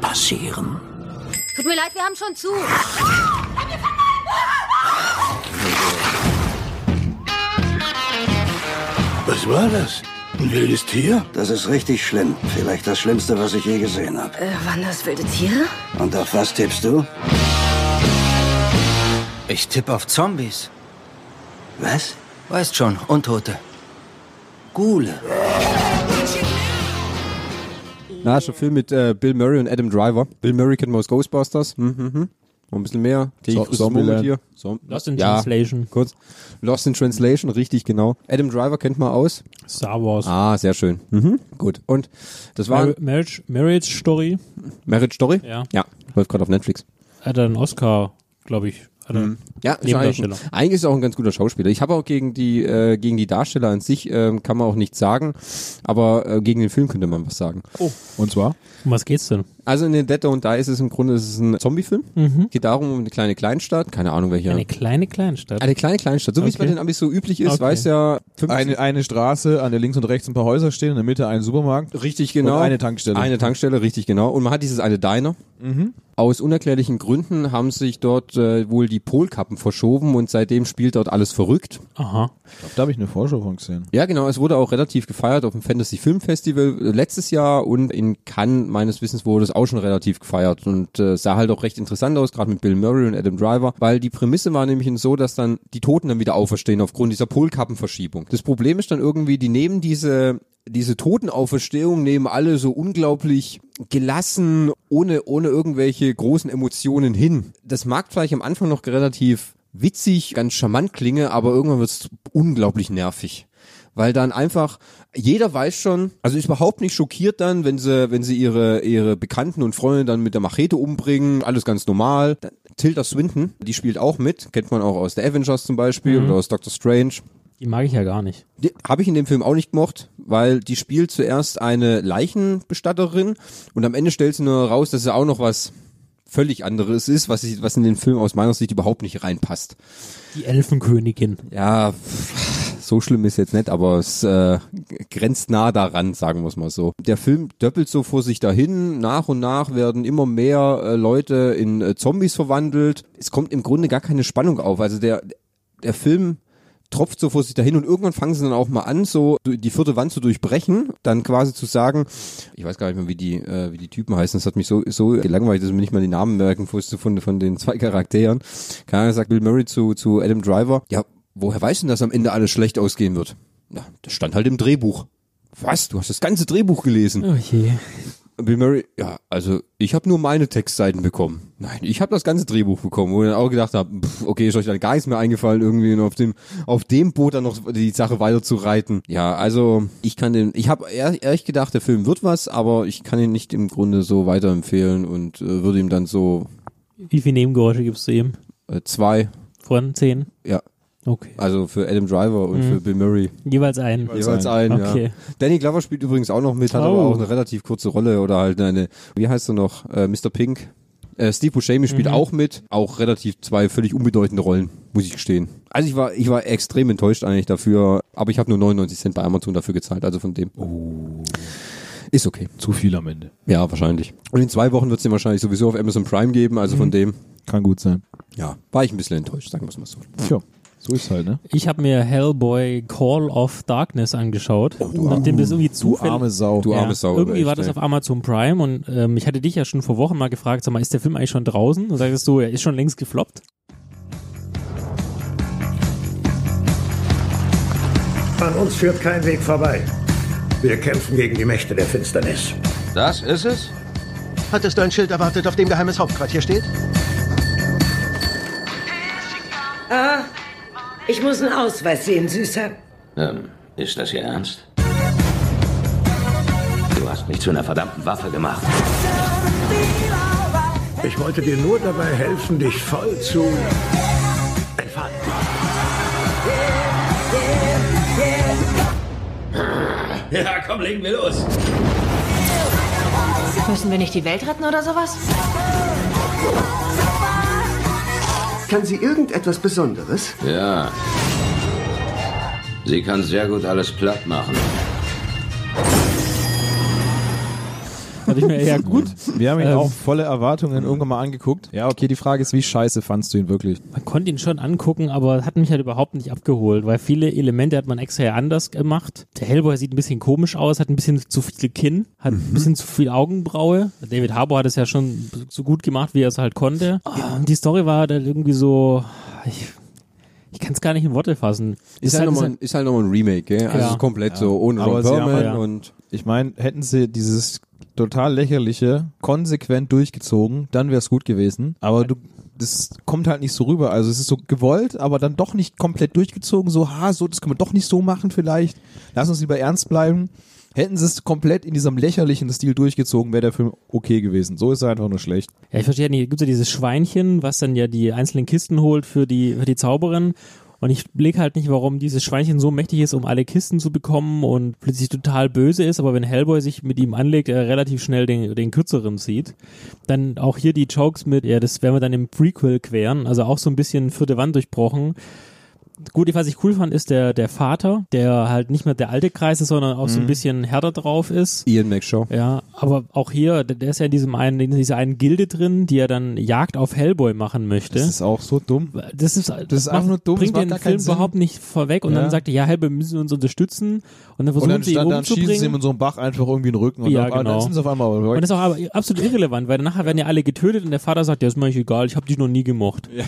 Speaker 4: passieren.
Speaker 5: Tut mir leid, wir haben schon zu.
Speaker 4: Was war das?
Speaker 6: Wildes Tier?
Speaker 4: Das ist richtig schlimm. Vielleicht das Schlimmste, was ich je gesehen habe.
Speaker 5: Äh, waren das wilde Tiere?
Speaker 4: Und auf was tippst du? Ich tippe auf Zombies. Was? Weißt schon, Untote. Gule.
Speaker 1: Na, schon Film mit äh, Bill Murray und Adam Driver. Bill Murray kennt man aus Ghostbusters. Mhm, mhm. Noch ein bisschen mehr. Die
Speaker 3: So-
Speaker 1: grüßt das
Speaker 3: Zombieland.
Speaker 1: Murmeltier. Som-
Speaker 2: Lost in
Speaker 1: ja,
Speaker 2: Translation.
Speaker 1: Kurz. Lost in Translation, richtig genau. Adam Driver kennt man aus.
Speaker 2: Star Wars.
Speaker 1: Ah, sehr schön. Mhm. Gut. Und das war
Speaker 2: Mar Marriage, Marriage Story
Speaker 1: Marriage Story.
Speaker 2: Ja.
Speaker 1: Ja, läuft gerade auf Netflix.
Speaker 2: hat er einen Oscar, glaube ich. Hat er-
Speaker 1: Ja, ist eigentlich,
Speaker 2: Nebendarsteller.
Speaker 1: ein- eigentlich ist er auch ein ganz guter Schauspieler. Ich habe auch gegen die äh, gegen die Darsteller an sich ähm, kann man auch nichts sagen, aber äh, gegen den Film könnte man was sagen.
Speaker 3: Und zwar?
Speaker 2: Um was geht's denn?
Speaker 1: Also in den Dead Don't Die ist es im Grunde ist es ein Zombie-Film. Geht darum um eine kleine Kleinstadt, keine Ahnung welche.
Speaker 2: Mhm. Eine kleine Kleinstadt.
Speaker 1: Eine kleine Kleinstadt, so wie es bei
Speaker 2: Okay.
Speaker 1: den Amis so üblich ist,
Speaker 2: Okay.
Speaker 1: weiß ja 50
Speaker 3: Eine, eine Straße, an der links und rechts ein paar Häuser stehen, in der Mitte ein Supermarkt.
Speaker 1: richtig genau.
Speaker 3: Und eine Tankstelle. Mhm.
Speaker 1: Eine Tankstelle, richtig genau. Und man hat dieses eine Diner. Aus unerklärlichen Gründen haben sich dort äh, wohl die Polkappen verschoben und seitdem spielt dort alles verrückt.
Speaker 2: Aha.
Speaker 3: Da habe ich eine Vorschau von gesehen.
Speaker 1: Ja, genau. Es wurde auch relativ gefeiert auf dem Fantasy Film Festival äh, letztes Jahr und in Cannes meines Wissens wurde es auch schon relativ gefeiert und äh, sah halt auch recht interessant aus, gerade mit Bill Murray und Adam Driver, weil die Prämisse war nämlich so, dass dann die Toten dann wieder auferstehen aufgrund dieser Polkappenverschiebung. Das Problem ist dann irgendwie, die nehmen diese diese Totenauferstehung nehmen alle so unglaublich gelassen, ohne, ohne irgendwelche großen Emotionen hin. Das mag vielleicht am Anfang noch relativ witzig, ganz charmant klinge, aber irgendwann wird es unglaublich nervig. Weil dann einfach, jeder weiß schon, also ist überhaupt nicht schockiert dann, wenn sie, wenn sie ihre, ihre Bekannten und Freunde dann mit der Machete umbringen, alles ganz normal. Dann, Tilda Swinton, die spielt auch mit, kennt man auch aus der Avengers zum Beispiel oder aus Doctor Strange.
Speaker 2: Die mag ich ja gar nicht.
Speaker 1: Die Habe ich in dem Film auch nicht gemocht, weil die spielt zuerst eine Leichenbestatterin und am Ende stellt sie nur raus, dass sie auch noch was völlig anderes ist, was, ich, was in den Film aus meiner Sicht überhaupt nicht reinpasst.
Speaker 2: Die Elfenkönigin.
Speaker 1: Ja, pff, so schlimm ist jetzt nicht, aber es äh, grenzt nah daran, sagen wir es mal so. Der Film döppelt so vor sich dahin. Nach und nach werden immer mehr äh, Leute in äh, Zombies verwandelt. Es kommt im Grunde gar keine Spannung auf. Also der, der Film tropft so vor sich dahin und irgendwann fangen sie dann auch mal an, so du- die vierte Wand zu durchbrechen, dann quasi zu sagen, ich weiß gar nicht mehr, wie die, äh, wie die Typen heißen, das hat mich so, so gelangweilt, dass ich mir nicht mal die Namen merken musste von, von den zwei Charakteren. Keine Ahnung, sagt Bill Murray zu, zu Adam Driver, ja, woher weißt du denn, dass am Ende alles schlecht ausgehen wird? Na, das stand halt im Drehbuch. Was? Du hast das ganze Drehbuch gelesen?
Speaker 2: Oh je.
Speaker 1: Bill Murray, ja, also ich habe nur meine Textseiten bekommen. Nein, ich habe das ganze Drehbuch bekommen, wo ich dann auch gedacht habe, pff, okay, ist euch dann gar nichts mehr eingefallen, irgendwie auf dem auf dem Boot dann noch die Sache weiter zu reiten. Ja, also ich kann den, ich habe ehrlich gedacht, der Film wird was, aber ich kann ihn nicht im Grunde so weiterempfehlen und äh, würde ihm dann so
Speaker 2: Wie viele Nebengeräusche gibst du ihm?
Speaker 1: äh, zwei,
Speaker 2: Von zehn?
Speaker 1: ja,
Speaker 2: Okay.
Speaker 1: also für Adam Driver und für Bill Murray
Speaker 2: Jeweils einen.
Speaker 1: jeweils einen. Ja.
Speaker 2: Okay.
Speaker 1: Danny Glover spielt übrigens auch noch mit, hat aber
Speaker 2: Oh.
Speaker 1: auch eine relativ kurze Rolle oder halt eine, wie heißt er noch, äh, Mr. Pink. Äh, Steve Buscemi spielt
Speaker 2: Mhm.
Speaker 1: auch mit, auch relativ zwei völlig unbedeutende Rollen, muss ich gestehen. Also ich war, ich war extrem enttäuscht eigentlich dafür, aber ich habe nur 99 Cent bei Amazon dafür gezahlt, also von dem.
Speaker 3: Oh.
Speaker 1: Ist okay.
Speaker 3: Zu viel am Ende.
Speaker 1: Ja, wahrscheinlich. Und in zwei Wochen wird es den wahrscheinlich sowieso auf Amazon Prime geben, also
Speaker 2: Mhm.
Speaker 1: von dem,
Speaker 3: Kann gut sein.
Speaker 1: ja, war ich ein bisschen enttäuscht, sagen wir es mal so.
Speaker 3: Tja, so ist halt, ne?
Speaker 2: Ich habe mir Hellboy Call of Darkness angeschaut, nachdem das irgendwie
Speaker 3: Du
Speaker 2: zufällig
Speaker 3: arme Sau.
Speaker 1: Du Oh, arme
Speaker 2: Ja,
Speaker 1: Sau.
Speaker 2: Irgendwie
Speaker 1: echt,
Speaker 2: war das
Speaker 1: ey.
Speaker 2: auf Amazon Prime und ähm, ich hatte dich ja schon vor Wochen mal gefragt, sag mal, ist der Film eigentlich schon draußen? Und sagtest du, er ist schon längst gefloppt.
Speaker 7: An uns führt kein Weg vorbei. Wir kämpfen gegen die Mächte der Finsternis.
Speaker 8: Das ist es?
Speaker 9: Hattest du ein Schild erwartet, auf dem geheimes Hauptquartier steht?
Speaker 10: Ich muss einen Ausweis sehen, Süßer.
Speaker 8: Ähm, ist das Ihr Ernst? Du hast mich zu einer verdammten Waffe gemacht.
Speaker 7: Ich wollte dir nur dabei helfen, dich voll zu entfalten.
Speaker 8: Ja, komm, legen wir los.
Speaker 5: Müssen wir nicht die Welt retten oder sowas?
Speaker 9: Kann sie irgendetwas Besonderes?
Speaker 8: Ja. Sie kann sehr gut alles platt machen.
Speaker 2: Dachte ich mir, ja gut,
Speaker 3: Wir haben ihn
Speaker 2: Ähm.
Speaker 3: auch volle Erwartungen irgendwann mal angeguckt. Ja, okay, die Frage ist, wie scheiße fandst du ihn wirklich?
Speaker 2: man konnte ihn schon angucken, aber hat mich halt überhaupt nicht abgeholt, weil viele Elemente hat man extra ja anders gemacht. Der Hellboy sieht ein bisschen komisch aus, hat ein bisschen zu viel Kinn, hat ein bisschen zu viel Augenbraue. David Harbour hat es ja schon so gut gemacht, wie er es halt konnte. Ah, und die Story war dann irgendwie so, ich, ich kann es gar nicht in Worte fassen.
Speaker 1: Ist, halt nochmal, ein- ist halt nochmal ein Remake, gell?
Speaker 2: Ja.
Speaker 1: Also komplett so, ohne
Speaker 3: Aber
Speaker 1: Ron
Speaker 3: sie haben halt-
Speaker 1: Perlman
Speaker 2: ja-
Speaker 1: und
Speaker 3: Ich meine, hätten sie dieses total lächerliche konsequent durchgezogen, dann wäre es gut gewesen. Aber du, das kommt halt nicht so rüber. Also es ist so gewollt, aber dann doch nicht komplett durchgezogen. So, ha, so, das können wir doch nicht so machen vielleicht. Lass uns lieber ernst bleiben. Hätten sie es komplett in diesem lächerlichen Stil durchgezogen, wäre der Film okay gewesen. So ist er einfach nur schlecht.
Speaker 2: Ja, ich verstehe halt nicht. Gibt ja dieses Schweinchen, was dann ja die einzelnen Kisten holt für die, für die Zauberin. Und ich blick halt nicht, warum dieses Schweinchen so mächtig ist, um alle Kisten zu bekommen und plötzlich total böse ist. Aber wenn Hellboy sich mit ihm anlegt, er relativ schnell den, den kürzeren zieht. Dann auch hier die Jokes mit, ja, das werden wir dann im Prequel queren. Also auch so ein bisschen vierte Wand durchbrochen. Gut, was ich cool fand, ist der, der Vater, der halt nicht mehr der alte Kreis ist, sondern auch so ein bisschen härter drauf ist.
Speaker 1: Ian McShaw.
Speaker 2: Ja, aber auch hier, der der ist ja in diesem einen, in dieser einen Gilde drin, die er dann Jagd auf Hellboy machen möchte.
Speaker 3: Das ist auch so dumm.
Speaker 2: Das ist, das
Speaker 3: ist einfach nur dumm,
Speaker 2: bringt
Speaker 3: das macht
Speaker 2: den
Speaker 3: gar
Speaker 2: Film
Speaker 3: keinen Sinn.
Speaker 2: überhaupt nicht vorweg und
Speaker 3: Ja.
Speaker 2: dann sagt er, ja, Hellboy müssen uns unterstützen und dann versuchen sie ihn
Speaker 3: sie ihm
Speaker 2: umzubringen.
Speaker 3: in so einem Bach einfach irgendwie in den Rücken
Speaker 2: Ja,
Speaker 3: dann, ah,
Speaker 2: genau.
Speaker 3: dann sind sie auf einmal.
Speaker 2: und das ist auch aber absolut irrelevant, weil nachher werden ja alle getötet und der Vater sagt, ja, ist mir eigentlich egal, ich habe dich noch nie gemocht.
Speaker 3: ja,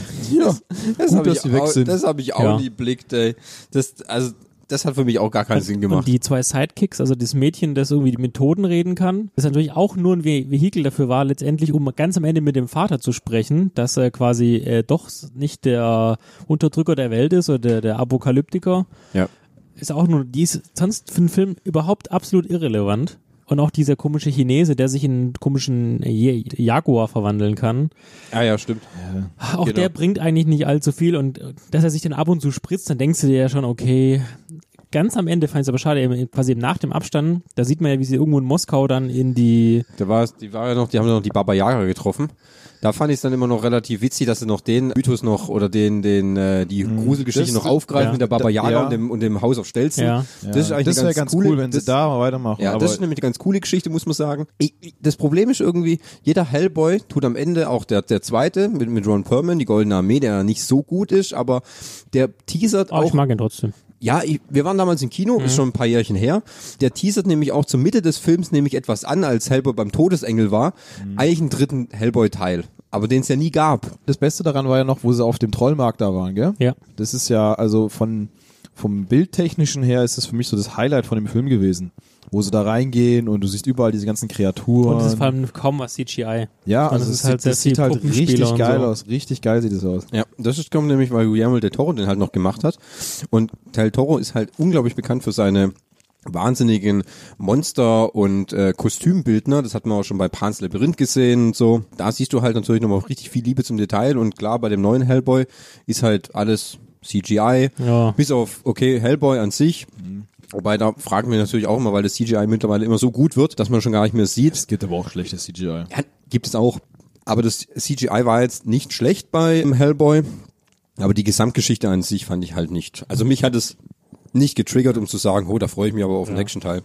Speaker 1: Das
Speaker 3: gut,
Speaker 1: habe
Speaker 3: dass
Speaker 1: ich,
Speaker 3: sie weg
Speaker 1: auch-
Speaker 3: sind.
Speaker 1: das hab ich auch
Speaker 2: Ja.
Speaker 1: nie blickt, ey. Das, also, das hat für mich auch gar keinen Sinn
Speaker 2: Und
Speaker 1: gemacht.
Speaker 2: die zwei Sidekicks, also das Mädchen, das irgendwie die Methoden reden kann, das natürlich auch nur ein Ve- Vehikel dafür war, letztendlich, um ganz am Ende mit dem Vater zu sprechen, dass er quasi äh, doch s- nicht der Unterdrücker der Welt ist oder der, der Apokalyptiker.
Speaker 1: Ja.
Speaker 2: Ist auch nur, die ist sonst für den Film überhaupt absolut irrelevant. Und auch dieser komische Chinese, der sich in einen komischen Je- Jaguar verwandeln kann.
Speaker 1: Ah ja, stimmt.
Speaker 2: Auch
Speaker 3: Genau.
Speaker 2: der bringt eigentlich nicht allzu viel und äh, dass er sich dann ab und zu spritzt, dann denkst du dir ja schon, okay. Ganz am Ende fand ich es aber schade, eben quasi eben nach dem Abstand, da sieht man ja, wie sie irgendwo in Moskau dann in die,
Speaker 1: Da war es, die war ja noch, die haben ja noch die Baba Yaga getroffen. Da fand ich es dann immer noch relativ witzig, dass sie noch den Mythos noch oder den, den, äh, die Gruselgeschichte
Speaker 3: Mhm. Das-
Speaker 1: noch aufgreifen
Speaker 2: ja.
Speaker 1: mit der Baba Yaga
Speaker 3: Ja.
Speaker 1: und dem, und dem Haus auf Stelzen.
Speaker 2: Ja.
Speaker 1: Das ist eigentlich
Speaker 3: das
Speaker 1: eine
Speaker 3: wäre
Speaker 1: ganz,
Speaker 3: ganz
Speaker 1: coole,
Speaker 3: cool, wenn
Speaker 1: das,
Speaker 3: sie da mal weitermachen.
Speaker 1: Ja,
Speaker 3: aber
Speaker 1: das ist nämlich eine ganz coole Geschichte, muss man sagen. Ich, ich, das Problem ist irgendwie, jeder Hellboy tut am Ende auch der, der zweite mit, mit Ron Perlman, die Goldene Armee, der nicht so gut ist, aber der teasert
Speaker 3: Oh,
Speaker 2: aber ich
Speaker 1: auch
Speaker 2: mag ihn trotzdem.
Speaker 1: ja, ich, wir waren damals im Kino, ist schon ein paar Jährchen her. Der teasert nämlich auch zur Mitte des Films nämlich etwas an, als Hellboy beim Todesengel war. Eigentlich einen dritten Hellboy-Teil, aber den es ja nie gab.
Speaker 3: das Beste daran war ja noch, wo sie auf dem Trollmarkt da waren, gell?
Speaker 2: Ja.
Speaker 3: Das ist ja, also von, vom Bildtechnischen her ist es für mich so das Highlight von dem Film gewesen. Wo sie da reingehen und du siehst überall diese ganzen Kreaturen.
Speaker 2: Und es ist vor allem kaum was CGI.
Speaker 3: ja,
Speaker 2: und
Speaker 3: also
Speaker 2: es ist
Speaker 3: sieht-
Speaker 2: halt sehr
Speaker 3: das sieht
Speaker 2: viel
Speaker 3: halt
Speaker 2: Puppenspieler
Speaker 3: richtig
Speaker 2: und
Speaker 3: geil
Speaker 2: so.
Speaker 3: aus. Richtig geil sieht es aus.
Speaker 1: Ja, das ist kommt nämlich, weil Guillermo del Toro den halt noch gemacht hat. Und Del Toro ist halt unglaublich bekannt für seine wahnsinnigen Monster und äh, Kostümbildner. Das hat man auch schon bei Pan's Labyrinth gesehen und so. Da siehst du halt natürlich nochmal richtig viel Liebe zum Detail. Und klar, bei dem neuen Hellboy ist halt alles CGI.
Speaker 2: Ja.
Speaker 1: Bis auf, okay, Hellboy an sich. Wobei, da fragen wir natürlich auch immer, weil das CGI mittlerweile immer so gut wird, dass man schon gar nicht mehr sieht.
Speaker 3: Es gibt aber auch schlechtes CGI.
Speaker 1: Ja, gibt es auch. Aber das CGI war jetzt nicht schlecht bei Hellboy. Aber die Gesamtgeschichte an sich fand ich halt nicht. Also mich hat es nicht getriggert, um zu sagen, oh, da freue ich mich aber auf den nächsten Teil.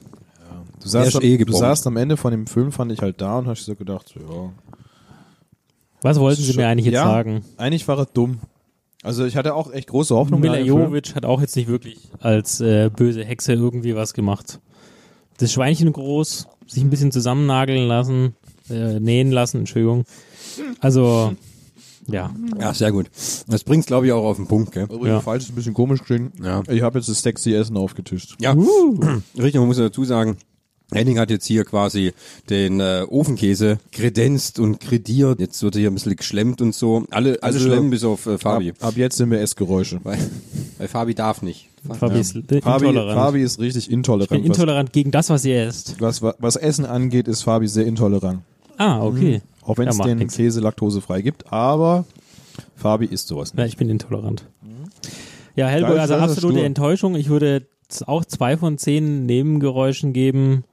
Speaker 3: Du
Speaker 1: ist
Speaker 3: saßt, am,
Speaker 1: eh
Speaker 3: du
Speaker 1: gebombt.
Speaker 3: saßt am Ende von dem Film, fand ich halt da und hast so gedacht, so, ja.
Speaker 2: Was wollten sie mir eigentlich jetzt
Speaker 3: ja,
Speaker 2: sagen?
Speaker 3: Eigentlich war er dumm. Also ich hatte auch echt große Hoffnung.
Speaker 2: Mila
Speaker 3: in den Film.
Speaker 2: Jovovich hat auch jetzt nicht wirklich als äh, böse Hexe irgendwie was gemacht. Das Schweinchen groß, sich ein bisschen zusammennageln lassen, äh, nähen lassen, Entschuldigung. Also, ja.
Speaker 1: Ja, sehr gut. Das bringt's, glaube ich, auch auf den Punkt, gell?
Speaker 3: Übrigens,
Speaker 2: Ja.
Speaker 3: falsch ist ein bisschen komisch klingen.
Speaker 1: Ja.
Speaker 3: Ich habe jetzt das sexy Essen aufgetischt.
Speaker 1: Ja, richtig, man muss dazu sagen, Henning hat jetzt hier quasi den äh, Ofenkäse kredenzt und krediert. Jetzt wird er hier ein bisschen geschlemmt und so. Alle, alle
Speaker 3: Also-
Speaker 1: schlemmen bis auf äh, Fabi.
Speaker 3: Ab, ab jetzt sind wir Essgeräusche.
Speaker 1: Weil, weil Fabi darf nicht.
Speaker 2: Fabi ist intolerant.
Speaker 3: Fabi, Fabi ist richtig intolerant.
Speaker 2: ich bin intolerant gegen das, was ihr esst.
Speaker 3: was, was, was Essen angeht, ist Fabi sehr intolerant.
Speaker 2: Ah, okay.
Speaker 3: Auch wenn es
Speaker 2: Ja, macht
Speaker 3: Mhm. den
Speaker 2: nix.
Speaker 3: Käse laktosefrei gibt, aber Fabi isst sowas
Speaker 2: Ja,
Speaker 3: nicht.
Speaker 2: ich bin intolerant. Ja, Hellboy,
Speaker 3: Mhm. Da ist-
Speaker 2: also
Speaker 3: da ist er
Speaker 2: absolute
Speaker 3: stur.
Speaker 2: Enttäuschung. Ich würde z- auch zwei von zehn Nebengeräuschen geben.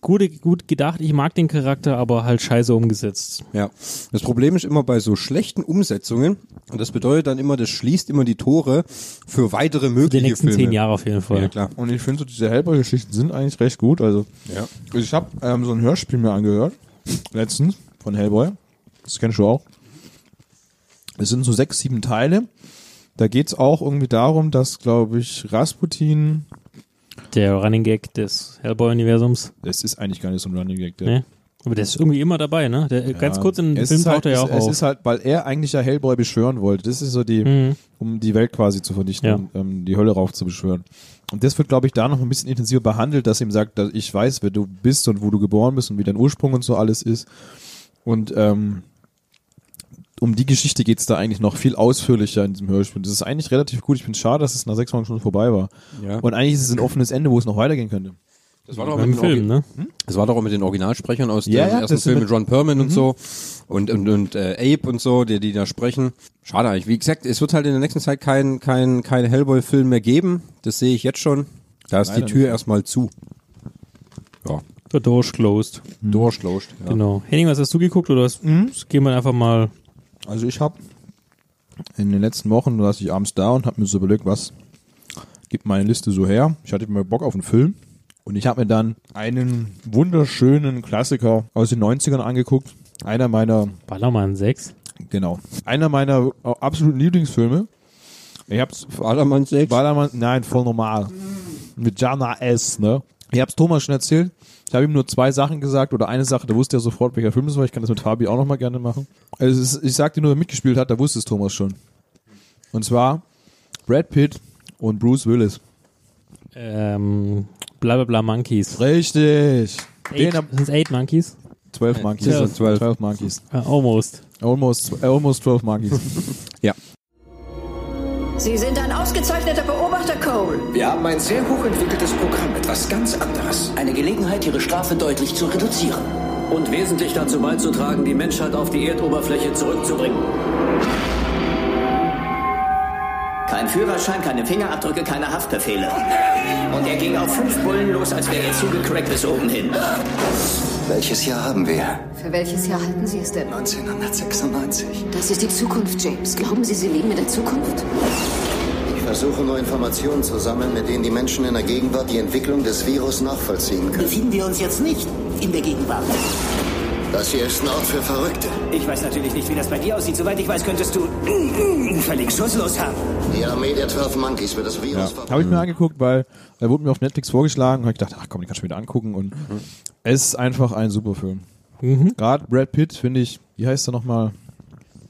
Speaker 2: Gute, gut gedacht, ich mag den Charakter, aber halt scheiße umgesetzt.
Speaker 1: Ja, das Problem ist immer bei so schlechten Umsetzungen, und das bedeutet dann immer, das schließt immer die Tore für weitere
Speaker 2: Die
Speaker 1: mögliche
Speaker 2: nächsten
Speaker 1: Filme.
Speaker 2: zehn Jahre auf jeden Fall.
Speaker 1: Ja, klar.
Speaker 3: Und ich finde so diese Hellboy-Geschichten sind eigentlich recht gut. Also
Speaker 1: Ja.
Speaker 3: ich habe ähm, so ein Hörspiel mir angehört letztens von Hellboy. Das kennst du auch. Es sind so sechs, sieben Teile. Da geht's auch irgendwie darum, dass glaube ich Rasputin.
Speaker 2: Der Running Gag des Hellboy-Universums.
Speaker 3: Es ist eigentlich gar nicht so ein Running Gag. Der,
Speaker 2: Ne? Aber der ist irgendwie immer dabei, ne? Der, Ganz kurz in dem
Speaker 3: Es
Speaker 2: Film
Speaker 3: ist halt,
Speaker 2: taucht er ja auch
Speaker 3: es, es
Speaker 2: auf.
Speaker 3: ist halt, weil er eigentlich ja Hellboy beschwören wollte. Das ist so die, um die Welt quasi zu vernichten,
Speaker 2: Mhm. Ja.
Speaker 3: und, ähm, die Hölle rauf zu beschwören. Und das wird, glaube ich, da noch ein bisschen intensiver behandelt, dass ihm sagt, dass ich weiß, wer du bist und wo du geboren bist und wie dein Ursprung und so alles ist. Und ähm, um die Geschichte geht's da eigentlich noch viel ausführlicher in diesem Hörspiel. Das ist eigentlich relativ gut. Ich finde es schade, dass es nach sechs Wochen schon vorbei war.
Speaker 1: Ja.
Speaker 3: Und eigentlich ist es ein offenes Ende, wo es noch weitergehen könnte.
Speaker 1: Das war doch
Speaker 2: Im Film, ne?
Speaker 1: Das war doch auch mit den Originalsprechern aus dem
Speaker 3: Ja, ja,
Speaker 1: ersten
Speaker 3: das
Speaker 1: Film
Speaker 3: sind
Speaker 1: mit Ron Perman und so und und, und äh, Abe und so, die die da sprechen. Schade eigentlich. Wie gesagt, es wird halt in der nächsten Zeit kein kein kein Hellboy Film mehr geben. Das sehe ich jetzt schon. Da ist
Speaker 3: Leider
Speaker 1: die Tür erstmal zu. Ja,
Speaker 2: The
Speaker 3: Hm?
Speaker 2: Door's closed.
Speaker 1: durchgelost. Ja.
Speaker 2: Genau. Henning, was hast du geguckt oder was?
Speaker 3: Mhm.
Speaker 2: Das Gehen wir einfach mal.
Speaker 3: Also ich habe in den letzten Wochen saß ich abends da und habe mir so überlegt, was gibt meine Liste so her. Ich hatte mal Bock auf einen Film und ich habe mir dann einen wunderschönen Klassiker aus den 90ern angeguckt. Einer meiner,
Speaker 2: Ballermann 6.
Speaker 3: genau, einer meiner absoluten Lieblingsfilme. Ich hab's
Speaker 1: Vatermann 6.
Speaker 3: Ballermann, nein, voll normal. Mit Jana S., ne? Ich hab's Thomas schon erzählt. Ich habe ihm nur zwei Sachen gesagt oder eine Sache, da wusste er sofort, welcher Film es war. Ich kann das mit Fabi auch nochmal gerne machen. Also es ist, ich sagte nur, wer mitgespielt hat, da wusste es Thomas schon. Und zwar Brad Pitt und Bruce Willis.
Speaker 2: Ähm, bla bla bla Monkeys.
Speaker 3: Richtig.
Speaker 2: Eight,
Speaker 3: Den hab,
Speaker 2: sind es Eight Monkeys?
Speaker 3: 12 Monkeys.
Speaker 2: Twelve.
Speaker 3: 12. 12 Monkeys.
Speaker 2: Äh, almost.
Speaker 3: Almost, almost 12 Monkeys.
Speaker 1: Ja.
Speaker 5: Sie sind ein ausgezeichneter Beobachter, Cole.
Speaker 4: Wir haben ein sehr hochentwickeltes Programm, etwas ganz anderes.
Speaker 8: Eine Gelegenheit, Ihre Strafe deutlich zu reduzieren.
Speaker 6: und wesentlich dazu beizutragen, die Menschheit auf die Erdoberfläche zurückzubringen. Kein Führerschein, keine Fingerabdrücke, keine Haftbefehle. Und er ging auf fünf Bullen los, als wäre er zugecrackt bis oben hin.
Speaker 4: Welches Jahr haben wir?
Speaker 5: Für welches Jahr halten Sie es denn?
Speaker 4: 1996.
Speaker 5: Das ist die Zukunft, James. Glauben Sie, Sie leben in der Zukunft?
Speaker 6: Ich versuche nur Informationen zu sammeln, mit denen die Menschen in der Gegenwart die Entwicklung des Virus nachvollziehen können. Befinden wir uns jetzt nicht in der Gegenwart. Das hier ist ein Ort für Verrückte.
Speaker 4: Ich weiß natürlich nicht, wie das bei dir aussieht. Soweit ich weiß, könntest du völlig schusslos haben.
Speaker 6: Die Armee der 12 Monkeys wird das Virus
Speaker 3: Ja. Habe ich mir angeguckt, weil er wurde mir auf Netflix vorgeschlagen und habe gedacht, ach komm, den kannst du mir wieder angucken. Und es ist einfach ein super Film.
Speaker 2: Mhm.
Speaker 3: Gerade Brad Pitt finde ich, wie heißt er nochmal?